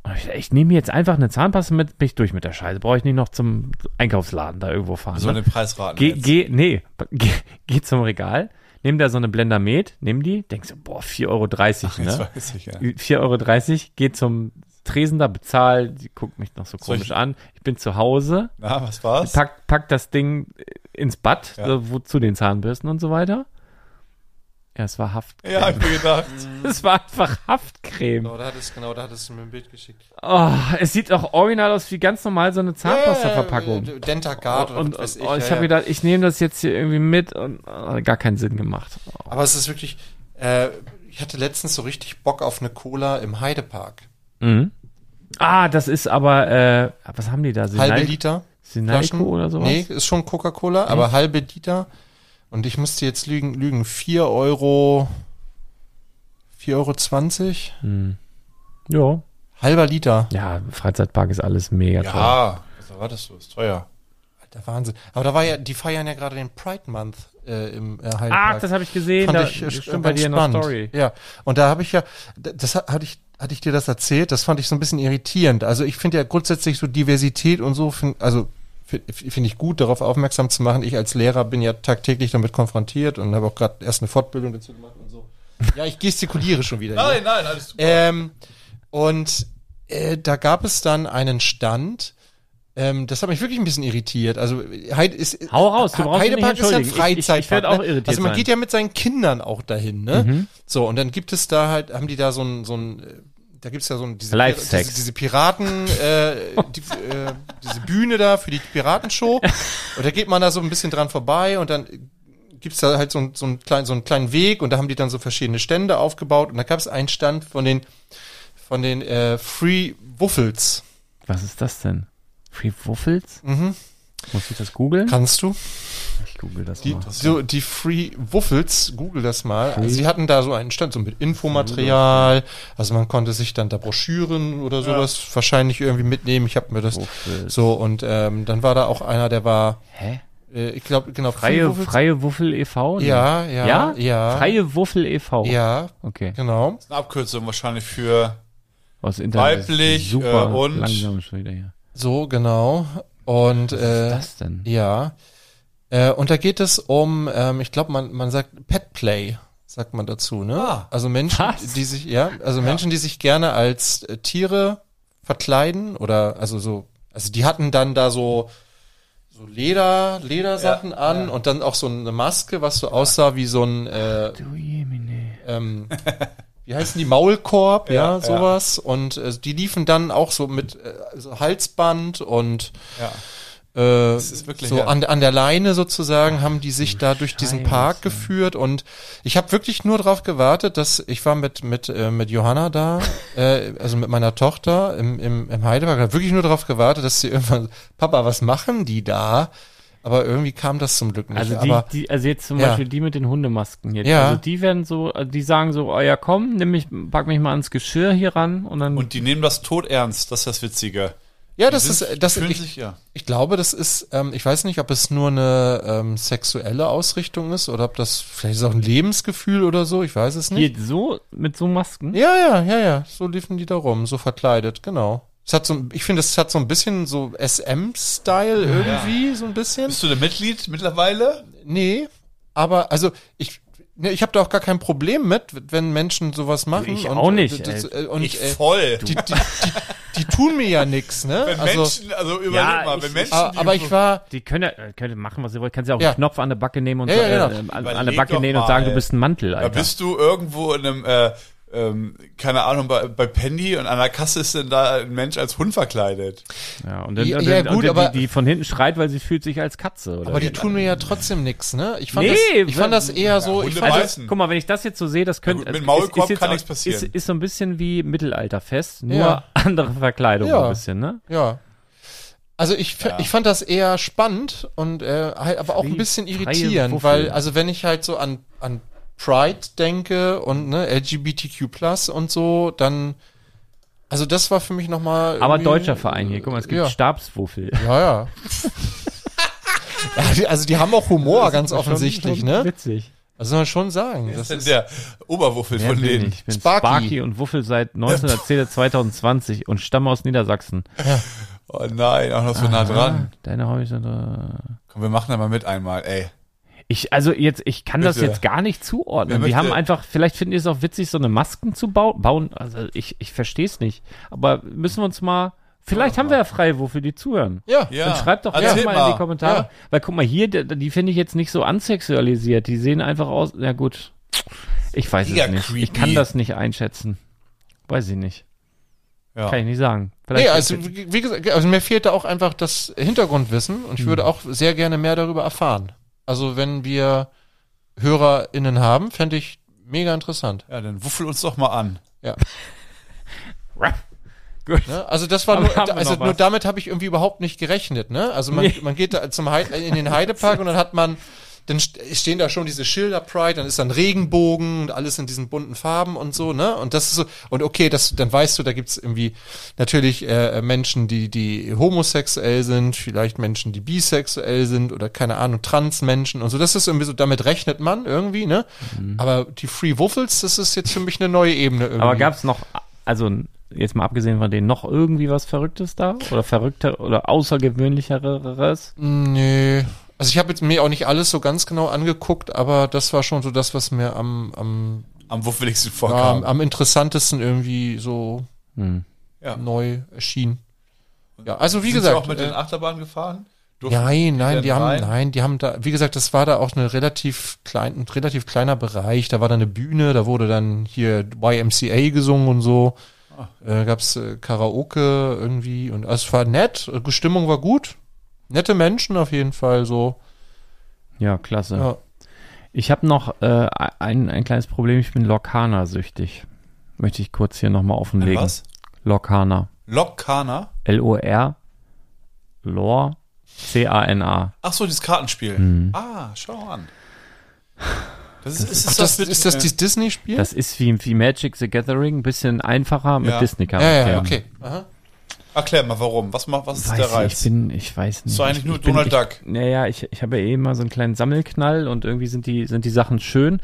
Speaker 3: Und ich, dachte, ich nehme jetzt einfach eine Zahnpasta mit, bin ich durch mit der Scheiße. Brauche ich nicht noch zum Einkaufsladen da irgendwo fahren.
Speaker 4: So
Speaker 3: ne?
Speaker 4: eine Preisraten.
Speaker 3: Geh,
Speaker 4: jetzt.
Speaker 3: geh, nee, geh, geh zum Regal, nimm da so eine Blender Med, nimm die, denkst du, boah, 4,30 Euro,
Speaker 4: Jetzt
Speaker 3: ne?
Speaker 4: weiß ich, ja.
Speaker 3: 4,30 Euro, geh zum Tresen da, bezahl, die guckt mich noch so
Speaker 4: Soll ich-
Speaker 3: komisch an. Ich bin zu Hause,
Speaker 4: Na, was war's?
Speaker 3: pack, pack das Ding äh, ins Bad,
Speaker 4: Ja.
Speaker 3: so, wo, zu den Zahnbürsten und so weiter. Ja, es war Haftcreme.
Speaker 4: Ja, hab ich mir gedacht.
Speaker 3: Es war einfach Haftcreme.
Speaker 5: Genau, da hattest, genau, da hattest du mir ein Bild geschickt.
Speaker 3: Oh, es sieht auch original aus wie ganz normal so eine Zahnpastaverpackung.
Speaker 5: Äh, Dentagard oder
Speaker 3: und
Speaker 5: was weiß
Speaker 3: oh, ich
Speaker 5: ja,
Speaker 3: habe
Speaker 5: ja.
Speaker 3: gedacht, ich nehme das jetzt hier irgendwie mit und oh, gar keinen Sinn gemacht. Oh.
Speaker 5: Aber es ist wirklich, äh, ich hatte letztens so richtig Bock auf eine Cola im Heidepark.
Speaker 3: Mhm. Ah, das ist aber, äh, was haben die da?
Speaker 5: Halbe
Speaker 3: Sinai-
Speaker 5: Liter.
Speaker 3: Sinaico oder sowas?
Speaker 5: Nee, ist schon Coca-Cola, aber halbe Liter. Und ich musste jetzt lügen, lügen, 4 Euro, 4,20 Euro,
Speaker 3: Ja.
Speaker 5: halber Liter.
Speaker 3: ja, Freizeitpark ist alles mega toll.
Speaker 4: Ja, was erwartest du? Ist teuer.
Speaker 5: Alter, Wahnsinn. Aber da war ja, die feiern ja gerade den Pride Month äh, im äh, Heidepark.
Speaker 3: Ach, das habe ich gesehen.
Speaker 5: fand
Speaker 3: Da,
Speaker 5: ich äh,
Speaker 3: stimmt bei dir in der
Speaker 5: spannend.
Speaker 3: Story.
Speaker 5: Ja, und da habe ich ja, d- das hat- hatte ich, hatte ich dir das erzählt, das fand ich so ein bisschen irritierend. Also ich finde ja grundsätzlich so Diversität und so, find, also fi- finde ich gut, darauf aufmerksam zu machen. Ich als Lehrer bin ja tagtäglich damit konfrontiert und habe auch gerade erst eine Fortbildung dazu gemacht und so. Ja, ich gestikuliere schon wieder. hier.
Speaker 4: Nein, nein, alles super.
Speaker 5: Ähm, und äh, da gab es dann einen Stand. Ähm, das hat mich wirklich ein bisschen irritiert. Also Heid ist
Speaker 3: Hau raus, du brauchst dich nicht
Speaker 5: Heidepark ist ja
Speaker 3: entschuldigen.
Speaker 5: ein
Speaker 3: Ich- ich- ich
Speaker 5: Freizeitpark.
Speaker 3: werd auch
Speaker 5: ne?
Speaker 3: irritiert
Speaker 5: Also man
Speaker 3: sein.
Speaker 5: geht ja mit seinen Kindern auch dahin, ne? So und dann gibt es da halt, haben die da so ein so ein äh, da gibt's ja so ein, diese,
Speaker 3: Live-Sex.
Speaker 5: diese, diese Piraten, äh, die, äh, diese Bühne da für die Piratenshow. Und da geht man da so ein bisschen dran vorbei und dann gibt's da halt so, ein- so, einen kleinen, so einen kleinen Weg und da haben die dann so verschiedene Stände aufgebaut und da gab's einen Stand von den, von den äh, Free Wuffels. Mhm.
Speaker 3: Was ist das denn? Free Wuffels? Muss ich das googeln?
Speaker 5: Kannst du?
Speaker 3: Ich google das
Speaker 5: Die,
Speaker 3: mal.
Speaker 5: so, die Free Wuffels, google das mal. Also sie hatten da so einen Stand, so mit Infomaterial. Also man konnte sich dann da Broschüren oder sowas wahrscheinlich irgendwie mitnehmen. Ich habe mir das
Speaker 3: Wuffels.
Speaker 5: so und ähm, dann war da auch einer, der war,
Speaker 3: Hä?
Speaker 5: äh, ich glaube, genau, Free
Speaker 3: Freie,
Speaker 5: Wuffels.
Speaker 3: Freie Wuffel e.V.? Nee.
Speaker 5: Ja, ja,
Speaker 3: Ja?
Speaker 5: ja.
Speaker 3: Freie Wuffel e.V.
Speaker 5: Ja,
Speaker 3: Okay.
Speaker 5: genau.
Speaker 4: Eine Abkürzung wahrscheinlich für
Speaker 3: Aus Internet. ist
Speaker 4: Weiblich,
Speaker 3: Super
Speaker 4: äh, und-
Speaker 3: langsam schon wieder hier.
Speaker 5: So, genau. Und
Speaker 3: Was
Speaker 5: äh,
Speaker 3: ist das denn?
Speaker 5: Ja. Äh, und da geht es um, ähm, ich glaube, man, man sagt Pet Play, sagt man dazu, ne?
Speaker 4: Ah.
Speaker 5: also Menschen,
Speaker 3: Was?
Speaker 5: die sich, ja, also Menschen, die sich gerne als äh, Tiere verkleiden oder also so, also die hatten dann da so so Leder, Ledersachen an und dann auch so eine Maske, was so aussah wie so ein äh,
Speaker 3: Du Jemine.
Speaker 5: ähm, wie heißen die Maulkorb, ja,
Speaker 4: Ja,
Speaker 5: sowas. Und äh, die liefen dann auch so mit äh, so Halsband und
Speaker 4: Ja.
Speaker 5: äh,
Speaker 4: ist wirklich
Speaker 5: so
Speaker 4: herrlich.
Speaker 5: an, an der Leine sozusagen haben die sich da durch diesen
Speaker 3: Scheiße.
Speaker 5: Park geführt und ich habe wirklich nur darauf gewartet, dass ich war mit mit äh, mit Johanna da, äh, also mit meiner Tochter im im, im Heidepark, hab wirklich nur darauf gewartet, dass sie irgendwann Papa, was machen die da? Aber irgendwie kam das zum Glück nicht.
Speaker 3: Also die,
Speaker 5: Aber
Speaker 3: die, also jetzt zum
Speaker 5: Ja.
Speaker 3: Beispiel die mit den Hundemasken hier.
Speaker 5: Ja.
Speaker 3: Also die werden so, also die sagen so, oh ja komm, nimm mich, pack mich mal ans Geschirr hier ran und dann.
Speaker 4: Und die nehmen das tot ernst, das ist das Witzige.
Speaker 5: ja,
Speaker 4: Die
Speaker 5: das
Speaker 4: sind-
Speaker 5: ist äh, das
Speaker 4: fühlen
Speaker 5: ich,
Speaker 4: sich, ja.
Speaker 5: Ich glaube, das ist, ähm, ich weiß nicht, ob es nur eine ähm, sexuelle Ausrichtung ist oder ob das vielleicht ist auch ein Lebensgefühl oder so, ich weiß es nicht.
Speaker 3: Hier so, mit so Masken?
Speaker 5: Ja, ja, ja, ja, so liefen die da rum, so verkleidet, genau. Es hat so, ein- ich finde, es hat so ein bisschen so SM-Style irgendwie, so ein bisschen.
Speaker 4: Bist du denn Mitglied mittlerweile?
Speaker 5: Nee, aber also ich, ne, ich habe da auch gar kein Problem mit, wenn Menschen sowas machen.
Speaker 3: Ich auch nicht,
Speaker 5: das- äh, und,
Speaker 4: ich
Speaker 5: äh,
Speaker 4: voll.
Speaker 5: die, die, die, die tun mir ja nichts, ne?
Speaker 4: wenn
Speaker 5: also,
Speaker 4: Menschen, also überleg
Speaker 3: Ja,
Speaker 4: mal,
Speaker 3: ich-
Speaker 4: wenn Menschen,
Speaker 5: a-
Speaker 4: die-
Speaker 5: aber ich war,
Speaker 3: Die können ja, äh, können machen, was sie wollen. Kannst ja auch
Speaker 5: Ja.
Speaker 3: einen Knopf an der Backe nehmen und
Speaker 5: Ja, ja, genau.
Speaker 3: äh, äh, an, an der
Speaker 4: Überleg
Speaker 3: Backe
Speaker 4: doch
Speaker 3: nähen und
Speaker 4: mal,
Speaker 3: sagen, du
Speaker 4: ey.
Speaker 3: bist ein Mantel,
Speaker 4: da
Speaker 3: Alter.
Speaker 4: bist du irgendwo in einem, äh, ähm, keine Ahnung, bei, bei Penny und an der Kasse ist denn da ein Mensch als Hund verkleidet.
Speaker 3: ja, und dann,
Speaker 5: Ja,
Speaker 3: und
Speaker 5: ja,
Speaker 3: dann,
Speaker 5: gut,
Speaker 3: und dann
Speaker 5: aber-
Speaker 3: die, die von hinten schreit, weil sie fühlt sich als Katze. Oder
Speaker 5: Aber
Speaker 3: wie?
Speaker 5: die tun mir ja trotzdem nichts, ne? Ich fand,
Speaker 3: genau. Nee,
Speaker 5: das, ich fand
Speaker 3: wa-
Speaker 5: das eher so. Ich
Speaker 4: Hunde
Speaker 5: fand das,
Speaker 4: beißen.
Speaker 3: Also, Guck mal, wenn ich das jetzt so sehe, das könnte.
Speaker 4: Na gut, mit
Speaker 3: es-
Speaker 4: Maulkorb
Speaker 3: jetzt
Speaker 4: kann
Speaker 3: auch-
Speaker 4: nichts passieren.
Speaker 3: Ist, ist so ein bisschen wie Mittelalterfest, nur
Speaker 5: Ja.
Speaker 3: andere Verkleidung
Speaker 5: Ja.
Speaker 3: ein bisschen, ne?
Speaker 5: ja. Also ich, f- ich fand das eher spannend und äh, halt, aber auch ein
Speaker 3: Freie-
Speaker 5: bisschen
Speaker 3: freie
Speaker 5: irritierend,
Speaker 3: Wuffel.
Speaker 5: weil also wenn ich halt so an an Pride denke und ne LGBTQ+ und so, dann also das war für mich noch mal
Speaker 3: Aber
Speaker 5: irgendwie-
Speaker 3: deutscher Verein hier, guck mal, es gibt
Speaker 5: ja.
Speaker 3: Stabswuffel.
Speaker 5: Ja, ja. Ja, die- also die haben auch Humor ganz
Speaker 3: Schon-
Speaker 5: offensichtlich,
Speaker 3: schon
Speaker 5: ne?
Speaker 3: Witzig.
Speaker 5: Also soll man schon sagen, das
Speaker 4: Das ist
Speaker 5: ist
Speaker 4: der Oberwuffel
Speaker 3: Wer
Speaker 4: von
Speaker 3: will
Speaker 4: denen.
Speaker 3: nicht? Ich bin
Speaker 5: Sparky.
Speaker 3: Sparky. und Wuffel seit 1910 2020 und stamme aus Niedersachsen.
Speaker 4: Oh nein, auch noch so nah dran.
Speaker 3: Deine Häuser.
Speaker 4: Komm, wir machen da mal mit einmal, ey.
Speaker 3: Ich, also jetzt, ich kann das
Speaker 4: Bitte.
Speaker 3: jetzt gar nicht zuordnen.
Speaker 4: äh, Wer
Speaker 3: Die
Speaker 4: möchte-
Speaker 3: haben einfach, vielleicht finden die es auch witzig, so eine Masken zu bau bauen. Also ich, ich verstehe es nicht. Aber müssen wir uns mal. Vielleicht haben wir ja freie Wuffel, die zuhören.
Speaker 5: ja.
Speaker 4: Ja.
Speaker 3: Dann schreibt doch
Speaker 4: Erzähl
Speaker 3: gerne mal in
Speaker 4: mal.
Speaker 3: die Kommentare.
Speaker 5: Ja.
Speaker 3: Weil guck mal, hier, die, die finde ich jetzt nicht so ansexualisiert. Die sehen einfach aus. Na gut. Ich weiß
Speaker 4: Mega
Speaker 3: es nicht. Ich
Speaker 4: creepy.
Speaker 3: kann das nicht einschätzen. Weiß ich nicht.
Speaker 4: Ja.
Speaker 3: Kann ich nicht sagen. Vielleicht
Speaker 5: Nee, also wie wie gesagt, also mir fehlt da auch einfach das Hintergrundwissen und ich würde
Speaker 3: Hm.
Speaker 5: auch sehr gerne mehr darüber erfahren. Also wenn wir HörerInnen haben, fände ich mega interessant.
Speaker 4: Ja, dann wuffel uns doch mal an.
Speaker 5: Ne? Also das war
Speaker 3: Aber
Speaker 5: nur,
Speaker 3: haben wir
Speaker 5: also
Speaker 3: noch
Speaker 5: nur
Speaker 3: was?
Speaker 5: damit habe ich irgendwie überhaupt nicht gerechnet. Ne? Also man,
Speaker 3: Nee.
Speaker 5: man geht da zum Heid- in den Heidepark und dann hat man, dann st- stehen da schon diese Schilder Pride, dann ist dann Regenbogen und alles in diesen bunten Farben und so. Ne? Und das ist so und okay, das, dann weißt du, da gibt's irgendwie natürlich äh, Menschen, die die homosexuell sind, vielleicht Menschen, die bisexuell sind oder keine Ahnung Transmenschen und so. Das ist irgendwie so, damit rechnet man irgendwie. Ne? Aber die Free Wuffles, das ist jetzt für mich eine neue Ebene irgendwie.
Speaker 3: Mhm. Aber gab es noch, also jetzt mal abgesehen von denen, noch irgendwie was Verrücktes da? Oder verrückter oder außergewöhnlicheres?
Speaker 5: Nee. Also ich habe jetzt mir auch nicht alles so ganz genau angeguckt, aber das war schon so das, was mir am, am,
Speaker 4: Am wuffeligsten
Speaker 5: ja, am,
Speaker 4: vorkam.
Speaker 5: am interessantesten irgendwie so
Speaker 3: Hm.
Speaker 4: Ja.
Speaker 5: neu erschien. Ja, also wie
Speaker 4: Sind Sie
Speaker 5: gesagt.
Speaker 4: auch mit
Speaker 5: äh,
Speaker 4: den Achterbahnen gefahren? Durften
Speaker 5: nein, nein,
Speaker 4: denn
Speaker 5: die haben,
Speaker 4: rein?
Speaker 5: nein, die haben da, wie gesagt, das war da auch eine relativ klein, ein relativ kleiner Bereich. Da war dann eine Bühne, da wurde dann hier YMCA gesungen und so.
Speaker 4: Ah.
Speaker 5: Äh, gab's äh, Karaoke irgendwie und also es war nett, äh, Stimmung war gut. Nette Menschen auf jeden Fall so.
Speaker 3: Ja, klasse.
Speaker 5: Ja.
Speaker 3: Ich habe noch äh, ein, ein kleines Problem. Ich bin Lokana-süchtig. Möchte ich kurz hier nochmal offenlegen.
Speaker 4: Was?
Speaker 3: Lokana.
Speaker 4: Lokana?
Speaker 3: L-O-R. Lor. C-A-N-A.
Speaker 4: Ach so, dieses Kartenspiel.
Speaker 3: Mhm.
Speaker 4: Ah, schau an. Das ist, ist,
Speaker 5: Ach,
Speaker 4: ist
Speaker 5: das,
Speaker 4: mit-
Speaker 5: ist das
Speaker 4: äh,
Speaker 5: dieses Disney-Spiel?
Speaker 3: Das ist wie, wie Magic the Gathering, ein bisschen einfacher mit
Speaker 4: Ja.
Speaker 5: Ja,
Speaker 3: Disney-Charakteren.
Speaker 5: ja, okay. Aha.
Speaker 4: Erklär mal, warum. Was, ma- was ist
Speaker 3: Weiß
Speaker 4: der
Speaker 3: ich,
Speaker 4: Reiz?
Speaker 3: ich bin, ich weiß nicht.
Speaker 4: So eigentlich
Speaker 3: ich,
Speaker 4: nur
Speaker 3: ich bin,
Speaker 4: Donald
Speaker 3: ich,
Speaker 4: Duck.
Speaker 3: Naja, ich, ich habe ja eh immer so einen kleinen Sammelknall und irgendwie sind die, sind die Sachen schön.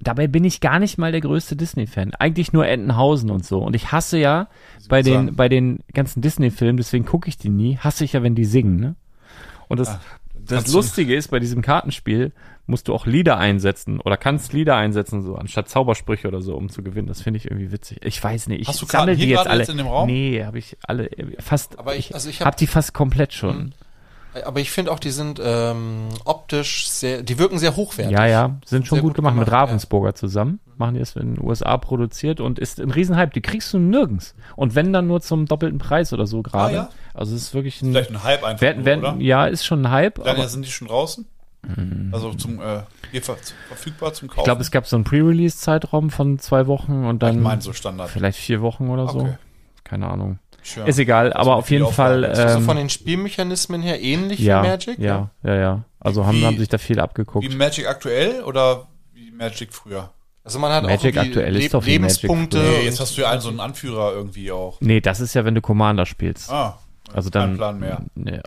Speaker 3: Dabei bin ich gar nicht mal der größte Disney-Fan. Eigentlich nur Entenhausen und so. Und ich hasse ja bei den,
Speaker 4: sagen.
Speaker 3: bei den ganzen Disney-Filmen, deswegen gucke ich die nie, hasse ich ja, wenn die singen, ne? Und das, das
Speaker 4: Ah, kannst du-
Speaker 3: Lustige ist, bei diesem Kartenspiel musst du auch Lieder einsetzen oder kannst Lieder einsetzen, so anstatt Zaubersprüche oder so, um zu gewinnen. Das finde ich irgendwie witzig. Ich weiß nicht. Ich
Speaker 4: Hast du Karten
Speaker 3: sammle die
Speaker 4: hier
Speaker 3: jetzt
Speaker 4: gerade
Speaker 3: alle.
Speaker 4: jetzt in dem Raum?
Speaker 3: Nee, habe ich alle fast.
Speaker 5: Aber ich- also ich
Speaker 3: hab
Speaker 5: hab-
Speaker 3: die fast komplett schon.
Speaker 5: Aber ich finde auch, die sind ähm, optisch sehr, die wirken sehr hochwertig.
Speaker 3: Ja, ja, sind schon
Speaker 5: Sehr
Speaker 3: gut
Speaker 5: gut
Speaker 3: gemacht, mit
Speaker 5: gemacht, ja.
Speaker 3: Ravensburger zusammen. Machen die es in den USA produziert und ist ein Riesenhype. Die kriegst du nirgends. Und wenn dann nur zum doppelten Preis oder so gerade.
Speaker 4: ja?
Speaker 3: Also es ist wirklich ein.
Speaker 4: Vielleicht ein Hype einfach,
Speaker 3: Werden,
Speaker 4: nur,
Speaker 3: werden,
Speaker 4: oder?
Speaker 3: ja, ist schon ein Hype.
Speaker 4: Wie
Speaker 3: Aber
Speaker 4: lange
Speaker 3: ich
Speaker 4: sind die schon draußen? Also zum äh, hier ver verfügbar zum Kaufen?
Speaker 3: glaube, Mhm. es gab so einen Pre-Release-Zeitraum von zwei Wochen und
Speaker 4: ich
Speaker 3: dann
Speaker 4: meine so Standard.
Speaker 3: vielleicht vier Wochen oder so.
Speaker 4: Okay.
Speaker 3: Keine Ahnung.
Speaker 4: Sure.
Speaker 3: Ist egal, aber
Speaker 4: muss
Speaker 3: auf
Speaker 4: ich
Speaker 3: jeden
Speaker 4: wieder
Speaker 3: Fall.
Speaker 4: aufladen.
Speaker 5: Also von
Speaker 3: Ähm,
Speaker 5: den Spielmechanismen her ähnlich
Speaker 3: ja,
Speaker 5: wie Magic.
Speaker 3: ja, ja, ja. Also haben,
Speaker 4: Wie-
Speaker 3: haben sich da viel
Speaker 4: Wie
Speaker 3: abgeguckt.
Speaker 4: Magic aktuell oder wie Magic früher?
Speaker 5: Also man hat
Speaker 3: Magic
Speaker 5: auch irgendwie
Speaker 3: aktuell ist doch wie
Speaker 5: Lebenspunkte.
Speaker 3: Magic
Speaker 4: Nee,
Speaker 5: und-
Speaker 4: jetzt hast du ja einen so einen Anführer irgendwie auch.
Speaker 3: Nee, das ist ja, wenn du Commander spielst.
Speaker 4: Ah,
Speaker 3: Also
Speaker 4: kein
Speaker 3: dann-
Speaker 4: Plan mehr.
Speaker 3: Nee.
Speaker 4: Mit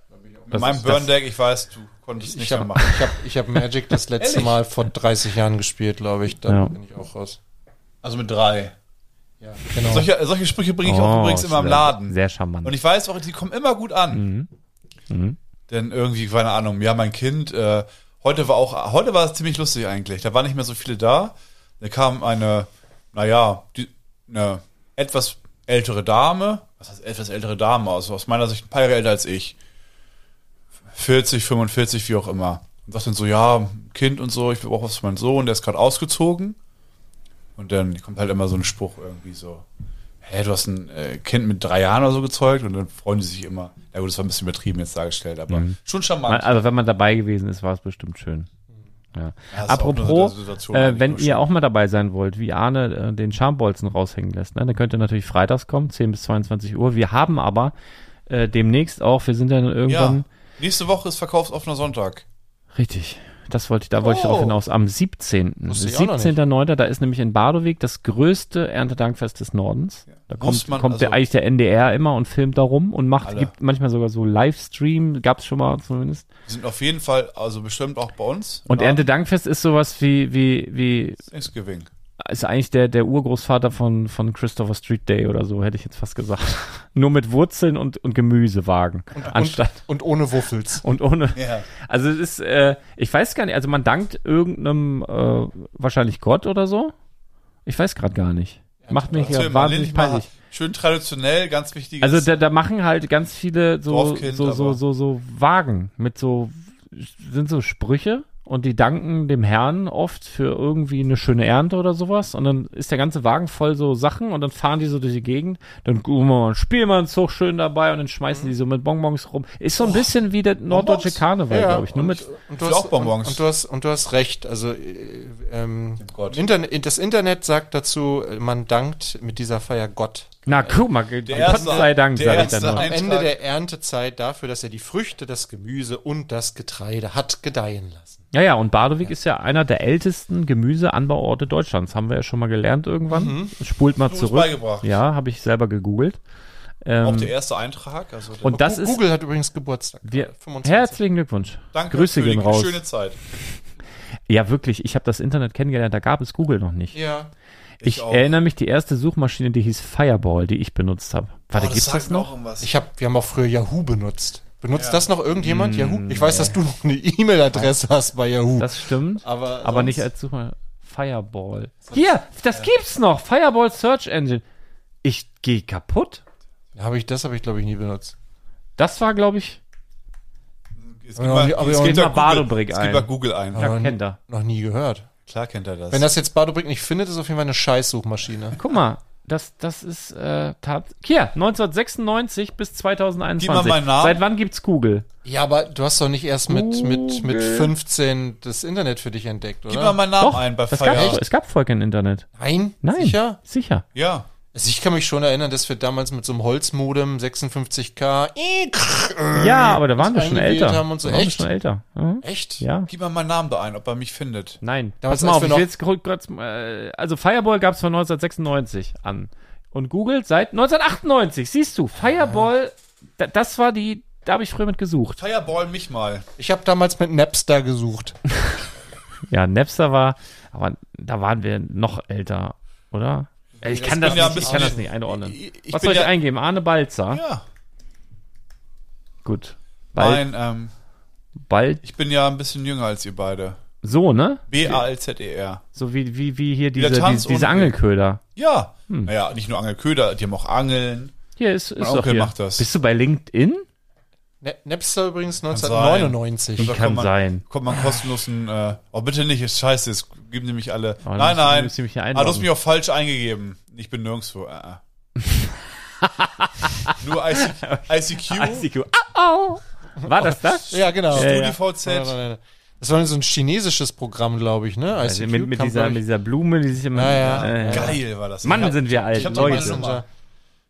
Speaker 3: das
Speaker 4: meinem
Speaker 3: ist das-
Speaker 4: Burn Deck, ich weiß, du konntest nicht
Speaker 5: ich
Speaker 4: mehr
Speaker 5: habe
Speaker 4: machen.
Speaker 5: ich hab, ich hab Magic das letzte
Speaker 4: Ehrlich?
Speaker 5: Mal vor 30 Jahren gespielt, glaube ich. Da
Speaker 3: Ja.
Speaker 5: bin ich auch raus.
Speaker 4: Also mit drei.
Speaker 5: Ja, genau.
Speaker 4: Solche, solche Sprüche bringe ich auch übrigens immer im
Speaker 3: Oh, sehr-
Speaker 4: Laden.
Speaker 3: Sehr charmant.
Speaker 4: Und ich weiß auch, die kommen immer gut an.
Speaker 3: Mhm. Mhm.
Speaker 4: Denn irgendwie, keine Ahnung, ja, mein Kind, äh, heute war auch, heute war es ziemlich lustig eigentlich. Da waren nicht mehr so viele da. Da kam eine, naja, die, eine etwas ältere Dame, was heißt etwas ältere Dame aus, aus meiner Sicht ein paar Jahre älter als ich. 40, 45, wie auch immer. Und sagt dann so, ja, Kind und so, ich brauche was für meinen Sohn, der ist gerade ausgezogen. Und dann kommt halt immer so ein Spruch irgendwie so, hä, du hast ein äh, Kind mit drei Jahren oder so gezeugt und dann freuen die sich immer. Na gut, das war ein bisschen übertrieben jetzt dargestellt, aber schon
Speaker 3: Man,
Speaker 4: charmant.
Speaker 3: Mhm. also wenn man dabei gewesen ist, war es bestimmt schön. Ja.
Speaker 4: Ja, ist auch eine
Speaker 3: Apropos,
Speaker 4: Situation
Speaker 3: äh,
Speaker 4: eigentlich
Speaker 3: wenn
Speaker 4: nur
Speaker 3: ihr
Speaker 4: schön.
Speaker 3: auch mal dabei sein wollt, wie Arne äh, den Schambolzen raushängen lässt, ne, dann könnt ihr natürlich freitags kommen, 10 bis 22 Uhr. Wir haben aber äh, demnächst auch, wir sind dann irgendwann,
Speaker 4: Ja, nächste Woche ist verkaufsoffener Sonntag.
Speaker 3: richtig, das wollte ich, da wollte ich darauf
Speaker 5: Oh.
Speaker 3: hinaus, am 17.
Speaker 5: Wusste ich auch noch nicht.
Speaker 3: 17.09., da ist nämlich in Badoweg das größte Erntedankfest des Nordens. Da kommt,
Speaker 4: Muss man,
Speaker 3: kommt der,
Speaker 4: also-
Speaker 3: eigentlich der NDR immer und filmt da rum und macht,
Speaker 4: Alle.
Speaker 3: gibt manchmal sogar so Livestream, gab's schon mal zumindest.
Speaker 4: Die sind auf jeden Fall, also bestimmt auch bei uns.
Speaker 3: Und
Speaker 4: Ja,
Speaker 3: Erntedankfest ist sowas wie, wie, wie,
Speaker 4: Thanksgiving.
Speaker 3: ist eigentlich der, der Urgroßvater von, von Christopher Street Day oder so, hätte ich jetzt fast gesagt. Nur mit Wurzeln und, und Gemüsewagen. anstatt.
Speaker 5: Und, und ohne Wuffels.
Speaker 3: Und ohne.
Speaker 4: Ja.
Speaker 3: Also es ist, äh, ich weiß gar nicht, also man dankt irgendeinem, äh, wahrscheinlich Gott oder so. Ich weiß gerade gar nicht. Macht mich
Speaker 4: Erzähl
Speaker 3: ja
Speaker 4: mal, lehn
Speaker 3: wahnsinnig
Speaker 4: dich mal
Speaker 3: peinlich.
Speaker 4: Schön traditionell, ganz wichtiges.
Speaker 3: Also da, da machen halt ganz viele so,
Speaker 4: Dorfkind,
Speaker 3: so, so,
Speaker 4: aber-
Speaker 3: so, so Wagen mit so, sind so Sprüche und die danken dem Herrn oft für irgendwie eine schöne Ernte oder sowas und dann ist der ganze Wagen voll so Sachen und dann fahren die so durch die Gegend, dann gucken wir mal einen Spielmannszug schön dabei und dann
Speaker 4: Mhm.
Speaker 3: schmeißen die so mit Bonbons rum. Ist so ein bisschen wie der norddeutsche Karneval, glaube ich, nur
Speaker 5: und-
Speaker 3: mit
Speaker 5: und du
Speaker 4: Für
Speaker 5: hast,
Speaker 4: auch Bonbons.
Speaker 5: Und, und, du hast, und du hast recht. Also äh, ähm,
Speaker 4: Oh Gott.
Speaker 5: Interne- das Internet sagt dazu, äh, man dankt mit dieser Feier Gott.
Speaker 3: na guck mal, Gott
Speaker 4: erste-
Speaker 3: sei Dank,
Speaker 4: der
Speaker 3: sage ich dann
Speaker 4: erste
Speaker 3: noch.
Speaker 5: Am
Speaker 4: Eintrag.
Speaker 5: Ende der Erntezeit dafür, dass er die Früchte, das Gemüse und das Getreide hat gedeihen lassen.
Speaker 3: Ja, ja, und Badewig ist ja einer der ältesten Gemüseanbauorte Deutschlands. Haben wir ja schon mal gelernt irgendwann. Spult mal
Speaker 4: Hast du Mhm. uns
Speaker 3: zurück.
Speaker 4: beigebracht.
Speaker 3: Ja, habe ich selber gegoogelt.
Speaker 4: auch
Speaker 3: Ähm,
Speaker 4: der erste Eintrag. Also der-
Speaker 3: und das
Speaker 5: Gu-
Speaker 3: ist.
Speaker 5: Google hat übrigens Geburtstag. äh,
Speaker 3: Wir,
Speaker 5: 25.
Speaker 3: herzlichen Glückwunsch.
Speaker 4: Danke,
Speaker 3: Grüße
Speaker 4: für die
Speaker 3: gehen raus.
Speaker 4: schöne Zeit.
Speaker 3: Ja, wirklich. Ich habe das Internet kennengelernt. Da gab es Google noch nicht.
Speaker 5: Ja.
Speaker 3: ich
Speaker 4: auch.
Speaker 3: erinnere mich, die erste Suchmaschine, die hieß Fireball, die ich benutzt habe. Warte,
Speaker 4: Oh,
Speaker 3: gibt's
Speaker 4: sagt
Speaker 3: das
Speaker 4: mir
Speaker 3: noch?
Speaker 4: auch irgendwas.
Speaker 5: Ich hab, wir haben auch früher Yahoo benutzt. Benutzt das noch irgendjemand? Yahoo? Ich weiß, dass du noch eine E-Mail-Adresse hast bei Yahoo.
Speaker 3: Mm, Das stimmt.
Speaker 5: aber
Speaker 3: aber
Speaker 5: sonst-
Speaker 3: nicht als Suchmaschine. Fireball. Hier, das gibt's noch. Fireball Search Engine. Ich gehe kaputt.
Speaker 5: Hab ich, das habe ich, glaube ich, nie benutzt.
Speaker 3: Das war, glaube ich,
Speaker 4: Es
Speaker 5: Ja, aber- aber-
Speaker 4: es
Speaker 5: aber-
Speaker 4: gibt
Speaker 3: mal
Speaker 4: ja
Speaker 3: Badebrick
Speaker 4: Google, es
Speaker 3: ein.
Speaker 4: gibt ja Google ein.
Speaker 3: ja,
Speaker 5: Aber
Speaker 3: kennt er.
Speaker 5: Noch nie gehört.
Speaker 4: Klar kennt er das.
Speaker 5: Wenn das jetzt Badobrick nicht findet, ist auf jeden Fall eine Scheißsuchmaschine.
Speaker 3: Guck mal, das, das ist äh, tat. Hier, 1996 bis 2021.
Speaker 4: Gib mal meinen Namen.
Speaker 3: Seit wann gibt's Google?
Speaker 5: Ja, aber du hast doch nicht erst mit, mit, mit 15 das Internet für dich entdeckt,
Speaker 4: Gib mal
Speaker 5: oder?
Speaker 4: meinen Namen ein bei
Speaker 3: das gab's,
Speaker 4: Fire.
Speaker 3: es gab vorher kein Internet.
Speaker 5: Nein?
Speaker 3: Nein.
Speaker 5: Sicher?
Speaker 3: Sicher.
Speaker 4: Ja,
Speaker 5: Also ich kann mich schon erinnern, dass wir damals mit so einem Holzmodem äh, 56k
Speaker 3: Ja, aber da waren wir schon
Speaker 5: eingewählt
Speaker 3: älter.
Speaker 5: haben und so.
Speaker 3: Da waren wir
Speaker 5: Echt?
Speaker 3: schon älter. Mhm.
Speaker 5: echt
Speaker 3: Ja.
Speaker 4: Gib mal meinen Namen da ein, ob er mich findet.
Speaker 3: Nein.
Speaker 5: Damals,
Speaker 3: Pass mal
Speaker 5: als
Speaker 3: auf,
Speaker 5: wir
Speaker 3: ich
Speaker 5: noch-
Speaker 3: will jetzt kurz, kurz äh, also Fireball gab es von 1996 an und Google seit 1998. Siehst du, Fireball, da, das war die, da habe ich früher mit gesucht.
Speaker 4: Fireball mich mal.
Speaker 5: Ich habe damals mit Napster gesucht.
Speaker 3: Ja, Napster war, aber da waren wir noch älter, oder? Äh, Ich
Speaker 4: Das
Speaker 3: kann
Speaker 4: bin
Speaker 3: das,
Speaker 4: ja ein
Speaker 3: nicht, ich
Speaker 4: bisschen-
Speaker 3: kann das nicht einordnen.
Speaker 4: Ich- ich
Speaker 3: Was
Speaker 4: bin
Speaker 3: soll ich
Speaker 4: ja-
Speaker 3: eingeben? Arne Balzer.
Speaker 4: Ja.
Speaker 3: Gut. Bald,
Speaker 4: Nein, ähm,
Speaker 3: bald
Speaker 4: ich bin ja ein bisschen jünger als ihr beide.
Speaker 3: so, ne?
Speaker 4: B-A-L-Z-E-R.
Speaker 3: So wie, wie, wie hier
Speaker 4: der
Speaker 3: diese,
Speaker 4: Tanz
Speaker 3: diese, diese
Speaker 4: ohne Bild.
Speaker 3: Angelköder.
Speaker 4: Ja.
Speaker 3: Hm.
Speaker 4: Naja, nicht nur Angelköder, die haben auch Angeln.
Speaker 3: Hier ist, ist
Speaker 4: Mein
Speaker 3: doch
Speaker 4: Onkel
Speaker 3: hier.
Speaker 4: macht das.
Speaker 3: Bist du bei LinkedIn?
Speaker 5: Ne Napster übrigens
Speaker 4: sein.
Speaker 5: 1999.
Speaker 4: Da
Speaker 3: kann
Speaker 4: kommt man,
Speaker 3: sein.
Speaker 4: Kommt man kostenlosen, äh, oh bitte nicht, ist scheiße, jetzt geben sie mich alle.
Speaker 3: dann
Speaker 4: nein,
Speaker 3: müssen-
Speaker 4: nein.
Speaker 3: müssen sie Oh, mich hier
Speaker 4: ah,
Speaker 3: einloggen.
Speaker 4: du hast mich auch falsch eingegeben. Ich bin nirgendwo. Äh, äh. Nur IC, ICQ,
Speaker 3: ICQ. Oh, oh. War das das?
Speaker 5: Ja, genau.
Speaker 3: Ja, ja.
Speaker 4: StudiVZ.
Speaker 5: Nein, nein, nein. Das war so ein chinesisches Programm, glaube ich, ne?
Speaker 3: Also
Speaker 5: ICQ
Speaker 3: mit, mit,
Speaker 5: kam,
Speaker 3: dieser,
Speaker 5: glaub
Speaker 3: mit
Speaker 5: ich,
Speaker 3: dieser Blume, die sich immer.
Speaker 5: Ja, ja.
Speaker 3: Äh,
Speaker 4: Geil war das.
Speaker 3: Mann, sind wir alt,
Speaker 4: Ich hab doch meine
Speaker 3: Leute.
Speaker 4: Nummer.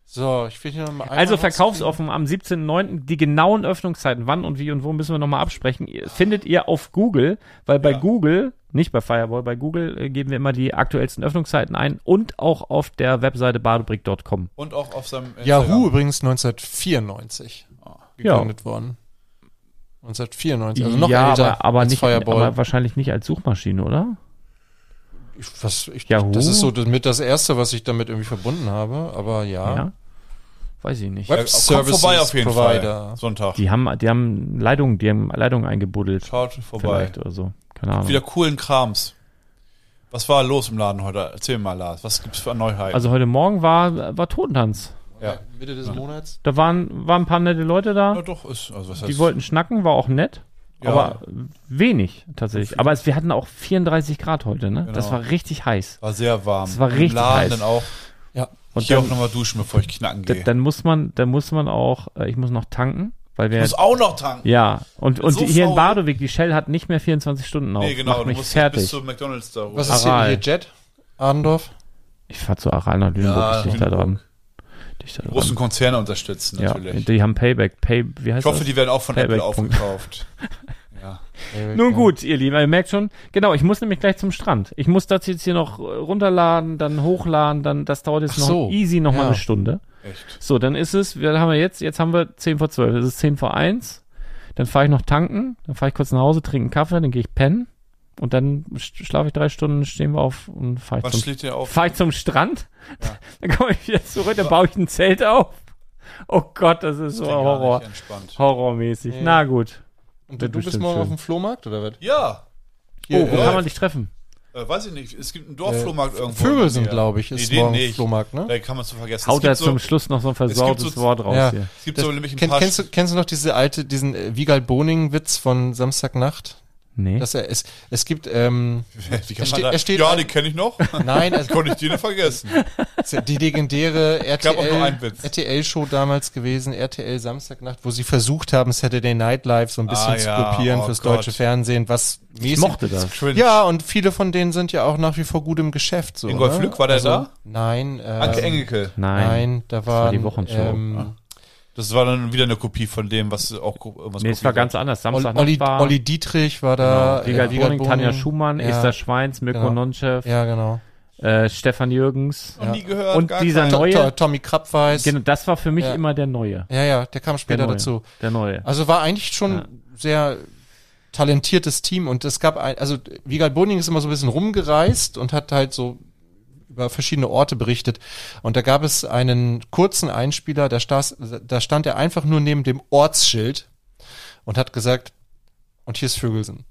Speaker 5: So, ich will hier nochmal
Speaker 3: Also verkaufsoffen am 17.09. Die genauen Öffnungszeiten, wann und wie und wo müssen wir nochmal absprechen, ihr- findet ihr auf Google, weil bei Google, nicht bei Firewall, bei Google äh, geben wir immer die aktuellsten Öffnungszeiten ein und auch auf der Webseite badebrick.com.
Speaker 4: Und auch auf seinem Instagram.
Speaker 5: Yahoo übrigens 1994 gegründet worden. 1994, also noch
Speaker 3: ja,
Speaker 5: älter
Speaker 3: aber, aber,
Speaker 5: als
Speaker 3: nicht,
Speaker 5: Fireball.
Speaker 3: aber wahrscheinlich nicht als Suchmaschine, oder?
Speaker 5: ich, was, ich,
Speaker 3: Yahoo?
Speaker 5: das ist so das- mit das Erste, was ich damit irgendwie verbunden habe, aber ja.
Speaker 3: Ja. Weiß ich nicht.
Speaker 5: Web-
Speaker 4: Äh, Kommt vorbei auf jeden
Speaker 5: Provider.
Speaker 4: Fall. Sonntag.
Speaker 3: Die haben, die haben Leitungen, die haben Leitungen eingebuddelt.
Speaker 4: Schaut vorbei.
Speaker 3: Vielleicht oder so. Keine Ahnung.
Speaker 4: Wieder coolen Krams. Was war los im Laden heute? Erzähl mal, Lars. Was gibt's für Neuheiten?
Speaker 3: Also heute Morgen war, war Totentanz.
Speaker 4: ja.
Speaker 5: Mitte des Monats.
Speaker 3: Da waren, waren ein paar nette Leute
Speaker 4: ja,
Speaker 3: da.
Speaker 4: doch, ist, also was heißt,
Speaker 3: Die wollten schnacken, war auch nett.
Speaker 4: Ja.
Speaker 3: Aber wenig tatsächlich. Aber es, wir hatten auch 34 Grad heute, ne? Das
Speaker 4: Genau.
Speaker 3: war richtig heiß.
Speaker 4: war sehr warm.
Speaker 3: Es war richtig
Speaker 4: Im Laden
Speaker 3: heiß.
Speaker 4: dann auch.
Speaker 5: Ja.
Speaker 4: Und
Speaker 3: Und
Speaker 4: ich gehe auch
Speaker 3: dann,
Speaker 4: nochmal duschen, bevor ich knacken
Speaker 3: da,
Speaker 4: gehe.
Speaker 3: dann muss man, dann muss man auch, äh, ich muss noch tanken, weil wir.
Speaker 4: ich muss auch noch tanken.
Speaker 3: ja, und, und
Speaker 4: so
Speaker 3: hier in
Speaker 4: faul.
Speaker 3: Badewig, die Shell hat nicht mehr 24 Stunden auf.
Speaker 4: Nee, genau.
Speaker 3: Macht
Speaker 4: Du
Speaker 3: mich
Speaker 4: musst bis
Speaker 3: fertig.
Speaker 4: zu McDonalds da
Speaker 5: Was
Speaker 4: runter.
Speaker 5: ist hier,
Speaker 3: Aral.
Speaker 5: hier Jet? Adendorf?
Speaker 3: Ich fahr zu Aral nach Lüneburg,
Speaker 4: Ja,
Speaker 3: ist dichter dran.
Speaker 4: Lüneburg.
Speaker 3: Dichter dran.
Speaker 4: Großen Konzerne unterstützen,
Speaker 3: Ja,
Speaker 4: natürlich.
Speaker 3: die haben Payback. Pay, wie heißt
Speaker 4: ich hoffe,
Speaker 3: das?
Speaker 4: die werden auch von
Speaker 3: Payback.
Speaker 4: Apple aufgekauft. ja.
Speaker 5: Äh,
Speaker 3: Nun gut, ihr Lieben, ihr merkt schon, genau, ich muss nämlich gleich zum Strand. Ich muss das jetzt hier noch äh, runterladen, dann hochladen, dann das dauert jetzt
Speaker 5: Ach
Speaker 3: noch
Speaker 5: so,
Speaker 3: easy noch mal
Speaker 5: ja.
Speaker 3: eine Stunde.
Speaker 4: Echt.
Speaker 3: So, dann ist es, wir haben wir jetzt, jetzt haben wir 10 vor 12, es ist 10 vor 1, dann fahre ich noch tanken, dann fahre ich kurz nach Hause, trinke einen Kaffee, dann gehe ich pennen und dann sch- schlafe ich drei Stunden, stehen wir auf und fahre
Speaker 4: Wann
Speaker 3: ich, zum-
Speaker 4: steht ihr auf?
Speaker 3: fahr ich zum Strand, dann komme ich wieder zurück, dann baue ich ein Zelt auf. Oh Gott, das ist so
Speaker 4: Klingt gar
Speaker 3: Horror.
Speaker 4: nicht entspannt.
Speaker 3: Horrormäßig.
Speaker 5: Ja.
Speaker 3: Na gut.
Speaker 5: Und du,
Speaker 3: Wird
Speaker 5: du bist
Speaker 3: bestimmt
Speaker 5: morgen
Speaker 3: schön.
Speaker 5: auf dem Flohmarkt oder was?
Speaker 4: Ja.
Speaker 3: Oh, wo
Speaker 4: äh,
Speaker 3: kann man dich treffen?
Speaker 4: Äh, weiß ich nicht. Es gibt einen Dorfflohmarkt irgendwo.
Speaker 5: Äh, Vögel sind,
Speaker 4: Ja.
Speaker 5: glaube ich, ist
Speaker 4: Nee, den
Speaker 5: morgen
Speaker 4: nicht.
Speaker 5: Flohmarkt, ne?
Speaker 4: Da kann man es so vergessen.
Speaker 3: Haut
Speaker 4: Es
Speaker 3: er
Speaker 4: gibt
Speaker 3: zum
Speaker 4: so,
Speaker 3: Schluz noch so ein versautes
Speaker 4: so-
Speaker 3: Wort raus
Speaker 5: Ja.
Speaker 3: hier.
Speaker 4: es gibt
Speaker 5: Das-
Speaker 4: so nämlich ein
Speaker 5: kenn,
Speaker 4: paar
Speaker 5: kennst, du, kennst du noch diese alte, diesen äh, Wiegald Boning-Witz von Samstagnacht?
Speaker 3: Nee.
Speaker 5: Dass er, es, es gibt, ähm,
Speaker 4: Wie kann man
Speaker 5: Er steht-
Speaker 4: da,
Speaker 5: er steht
Speaker 4: ja,
Speaker 5: ein-
Speaker 4: die kenne ich noch.
Speaker 5: nein, also,
Speaker 4: Konnte ich die nicht vergessen.
Speaker 5: die legendäre
Speaker 4: gab auch um nur einen
Speaker 5: RTL
Speaker 4: Witz.
Speaker 5: RTL-Show damals gewesen, RTL Samstagnacht, wo sie versucht haben, Saturday Night Live so ein bisschen
Speaker 4: Ah,
Speaker 5: zu
Speaker 4: ja,
Speaker 5: kopieren
Speaker 4: oh
Speaker 5: fürs
Speaker 4: Gott.
Speaker 5: deutsche Fernsehen, was
Speaker 3: ich mochte das.
Speaker 4: Cringe.
Speaker 5: Ja, und viele von denen sind ja auch nach wie vor gut im Geschäft. So,
Speaker 4: Ingolf
Speaker 5: ne?
Speaker 4: Lück, war der da?
Speaker 5: Nein. Ähm,
Speaker 4: Anke Engelke.
Speaker 3: Nein.
Speaker 5: Nein, da war.
Speaker 3: die Wochenshow. Ah.
Speaker 5: Ähm,
Speaker 4: Das war dann wieder eine Kopie von dem, was auch ko- irgendwas
Speaker 3: Nee, es war ganz
Speaker 4: kopiert
Speaker 3: anders.
Speaker 5: Olli,
Speaker 3: Samstag
Speaker 5: Olli,
Speaker 3: war
Speaker 5: Olli Dietrich war da.
Speaker 3: Wiegald
Speaker 5: äh,
Speaker 3: Genau. Boning, Tanja
Speaker 5: Boning.
Speaker 3: Schumann,
Speaker 5: ja,
Speaker 3: Esther Schweins, Mirko
Speaker 5: Genau.
Speaker 3: Nonchev,
Speaker 5: Ja, genau.
Speaker 3: äh, Stefan Jürgens.
Speaker 4: hat. Noch nie gehört.
Speaker 3: Und
Speaker 4: gar
Speaker 3: dieser
Speaker 4: keinen.
Speaker 3: Neue-
Speaker 5: To- to- Tommy Krabweis.
Speaker 3: Genau, das war für mich
Speaker 5: Ja.
Speaker 3: immer der Neue.
Speaker 5: Ja, ja, der kam
Speaker 3: Der
Speaker 5: später
Speaker 3: Neue.
Speaker 5: dazu.
Speaker 3: Der Neue.
Speaker 5: Also war eigentlich schon
Speaker 3: Ja.
Speaker 5: sehr talentiertes Team und es gab ein, also Wiegald Boning ist immer so ein bisschen rumgereist und hat halt so über verschiedene Orte berichtet und da gab es einen kurzen Einspieler, da, staß, da stand er einfach nur neben dem Ortsschild und hat gesagt, und hier ist Vögelsen.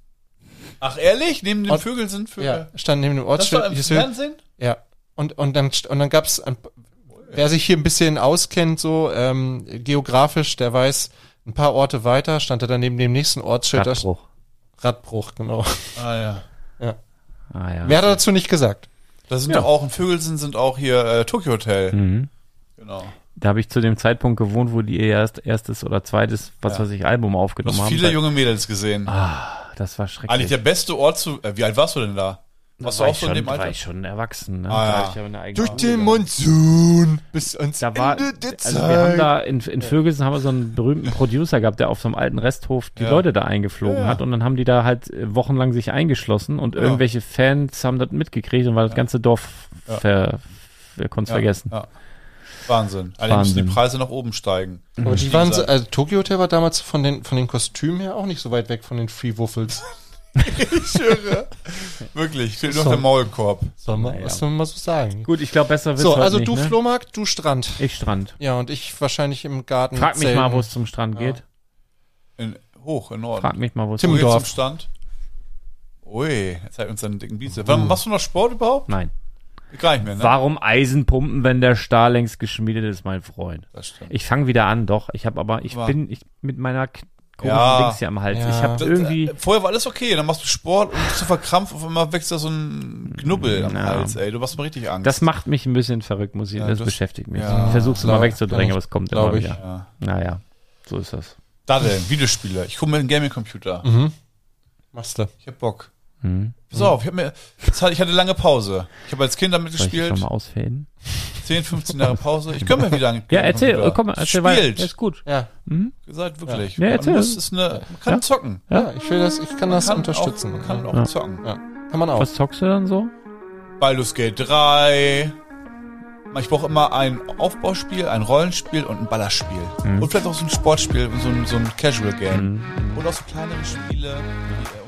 Speaker 4: Ach, ehrlich? Neben den
Speaker 5: Und-
Speaker 4: Vögeln sind Vögel.
Speaker 5: Ja, stand neben
Speaker 4: Das
Speaker 5: dem
Speaker 4: war
Speaker 5: Ortsschild.
Speaker 4: im
Speaker 5: hier ist Vögelsen.
Speaker 4: Fernsehen?
Speaker 5: Ja. Und, und dann, und dann gab's ein, wer sich hier ein bisschen auskennt, so ähm, geografisch, der weiß, ein paar Orte weiter stand er dann neben dem nächsten Ortsschild. da-
Speaker 3: Stadtbruch.
Speaker 5: Radbruch, genau.
Speaker 4: Ah, ja.
Speaker 3: Ah ja.
Speaker 5: Mehr hat er dazu nicht gesagt.
Speaker 4: Da sind
Speaker 3: Ja.
Speaker 4: doch auch, in Vögelsen sind auch hier äh, Tokyo Hotel.
Speaker 3: Mhm.
Speaker 4: Genau.
Speaker 3: Da habe ich zu dem Zeitpunkt gewohnt, wo die ihr erst, erstes oder zweites, was weiß ich, Album
Speaker 4: Du
Speaker 3: aufgenommen
Speaker 4: hast
Speaker 3: haben.
Speaker 4: Also viele
Speaker 3: Da-
Speaker 4: junge Mädels gesehen.
Speaker 3: ah, das war schrecklich.
Speaker 4: Eigentlich der beste Ort zu. Äh, wie alt warst du denn da? Warst du
Speaker 3: war
Speaker 4: auch
Speaker 3: ich
Speaker 4: so in
Speaker 3: schon,
Speaker 4: dem
Speaker 3: war
Speaker 4: Alter?
Speaker 3: ich schon erwachsen. Ne?
Speaker 4: Ah,
Speaker 3: da
Speaker 4: ja.
Speaker 3: hatte ich aber eine eigene
Speaker 5: Genau, Durch
Speaker 3: Schule
Speaker 5: den
Speaker 3: gehabt.
Speaker 5: Monsun bis ans
Speaker 3: Da war,
Speaker 5: Ende der
Speaker 3: also wir haben
Speaker 5: Zeit.
Speaker 3: da in, in Vögelsen haben wir so einen berühmten Producer gehabt, der auf so einem alten Resthof die
Speaker 4: Ja.
Speaker 3: Leute da eingeflogen
Speaker 4: Ja, ja.
Speaker 3: hat und dann haben die da halt äh, wochenlang sich eingeschlossen und irgendwelche Fans haben das mitgekriegt und war das ganze Dorf
Speaker 4: Ja.
Speaker 3: ver, wir konnten
Speaker 4: Ja,
Speaker 3: vergessen.
Speaker 4: Ja. Wahnsinn. Eigentlich müssen die
Speaker 3: Wahnsinn.
Speaker 4: Preise nach oben steigen.
Speaker 5: Aber die
Speaker 4: Stimmt,
Speaker 5: waren, so-
Speaker 4: sagt-
Speaker 5: also Tokyo Hotel war damals von den, von den Kostümen her auch nicht so weit weg von den Free Wuffles.
Speaker 4: Ich höre. Wirklich, fehlt nur
Speaker 5: So.
Speaker 4: noch der Maulkorb.
Speaker 5: Soll man,
Speaker 3: Naja.
Speaker 5: was soll man mal so sagen?
Speaker 3: Gut, ich glaube besser wird's
Speaker 5: So,
Speaker 3: heute
Speaker 5: also
Speaker 3: nicht,
Speaker 5: du
Speaker 3: ne?
Speaker 5: Flohmarkt, du Strand.
Speaker 3: Ich Strand.
Speaker 5: Ja, und ich wahrscheinlich im Garten.
Speaker 3: Frag mich
Speaker 5: zelten.
Speaker 3: mal, wo es zum Strand geht.
Speaker 4: In, hoch, in Norden.
Speaker 3: Frag mich mal, wo es
Speaker 5: Tim-
Speaker 3: zum
Speaker 4: Wo geht's
Speaker 5: Dorf.
Speaker 4: zum Stand? Ui, er zeigt uns seinen dicken Bizeps. Wann machst du noch Sport überhaupt?
Speaker 3: Nein.
Speaker 4: Gar nicht mehr, ne?
Speaker 3: Warum Eisenpumpen, wenn der Stahl längst geschmiedet ist, mein Freund?
Speaker 4: Das stimmt.
Speaker 3: Ich fange wieder an, doch. Ich habe aber, ich
Speaker 4: War-
Speaker 3: bin ich mit meiner k- komischen
Speaker 4: Ja.
Speaker 3: Dings hier am Hals.
Speaker 5: Ja.
Speaker 3: Ich habe irgendwie.
Speaker 4: Äh, Vorher war alles okay, dann machst du Sport und bist du verkrampft, auf einmal wächst da so ein Knubbel am
Speaker 3: Ja.
Speaker 4: Hals, ey. Du machst mir richtig Angst.
Speaker 3: Das macht mich ein bisschen verrückt, muss ich
Speaker 4: Ja,
Speaker 3: Das,
Speaker 4: das-
Speaker 3: beschäftigt mich.
Speaker 4: ja,
Speaker 3: ich versuch's
Speaker 5: glaub-
Speaker 3: immer wegzudrängen, aber es kommt immer
Speaker 5: glaub ich.
Speaker 3: wieder.
Speaker 4: ja.
Speaker 3: Naja, so ist das.
Speaker 4: Daddeln, Videospiele. Ich gucke mir einen Gaming-Computer.
Speaker 3: Mhm.
Speaker 5: Machst du.
Speaker 4: Ich hab Bock.
Speaker 3: Hm.
Speaker 4: Pass auf, ich, hab mir, das hatte- ich hatte lange Pause. Ich habe als Kind damit
Speaker 3: Soll ich das
Speaker 4: gespielt.
Speaker 3: schon mal ausfäden?
Speaker 4: 10, 15 Jahre Pause. Ich gönn mir wieder einen
Speaker 3: Ja, erzähl, oh,
Speaker 4: Computer.
Speaker 3: komm, erzähl weiter.
Speaker 4: Spielt.
Speaker 3: Ja, ist gut.
Speaker 5: Ja.
Speaker 4: Ihr seid wirklich.
Speaker 3: Ja, erzähl.
Speaker 4: Man, muss, ist eine, man kann
Speaker 3: Ja.
Speaker 4: zocken.
Speaker 5: ja. ich will das, ich kann das
Speaker 4: Kann
Speaker 5: unterstützen.
Speaker 4: Auch, man kann auch
Speaker 3: Ja.
Speaker 4: zocken.
Speaker 5: Kann man auch.
Speaker 3: Was zockst du dann so?
Speaker 4: Baldur's Gate 3. Ich brauche immer ein Aufbauspiel, ein Rollenspiel und ein Ballerspiel. Und vielleicht auch so ein Sportspiel, so ein, so ein Casual Game. Und auch so kleinere Spiele wie äh,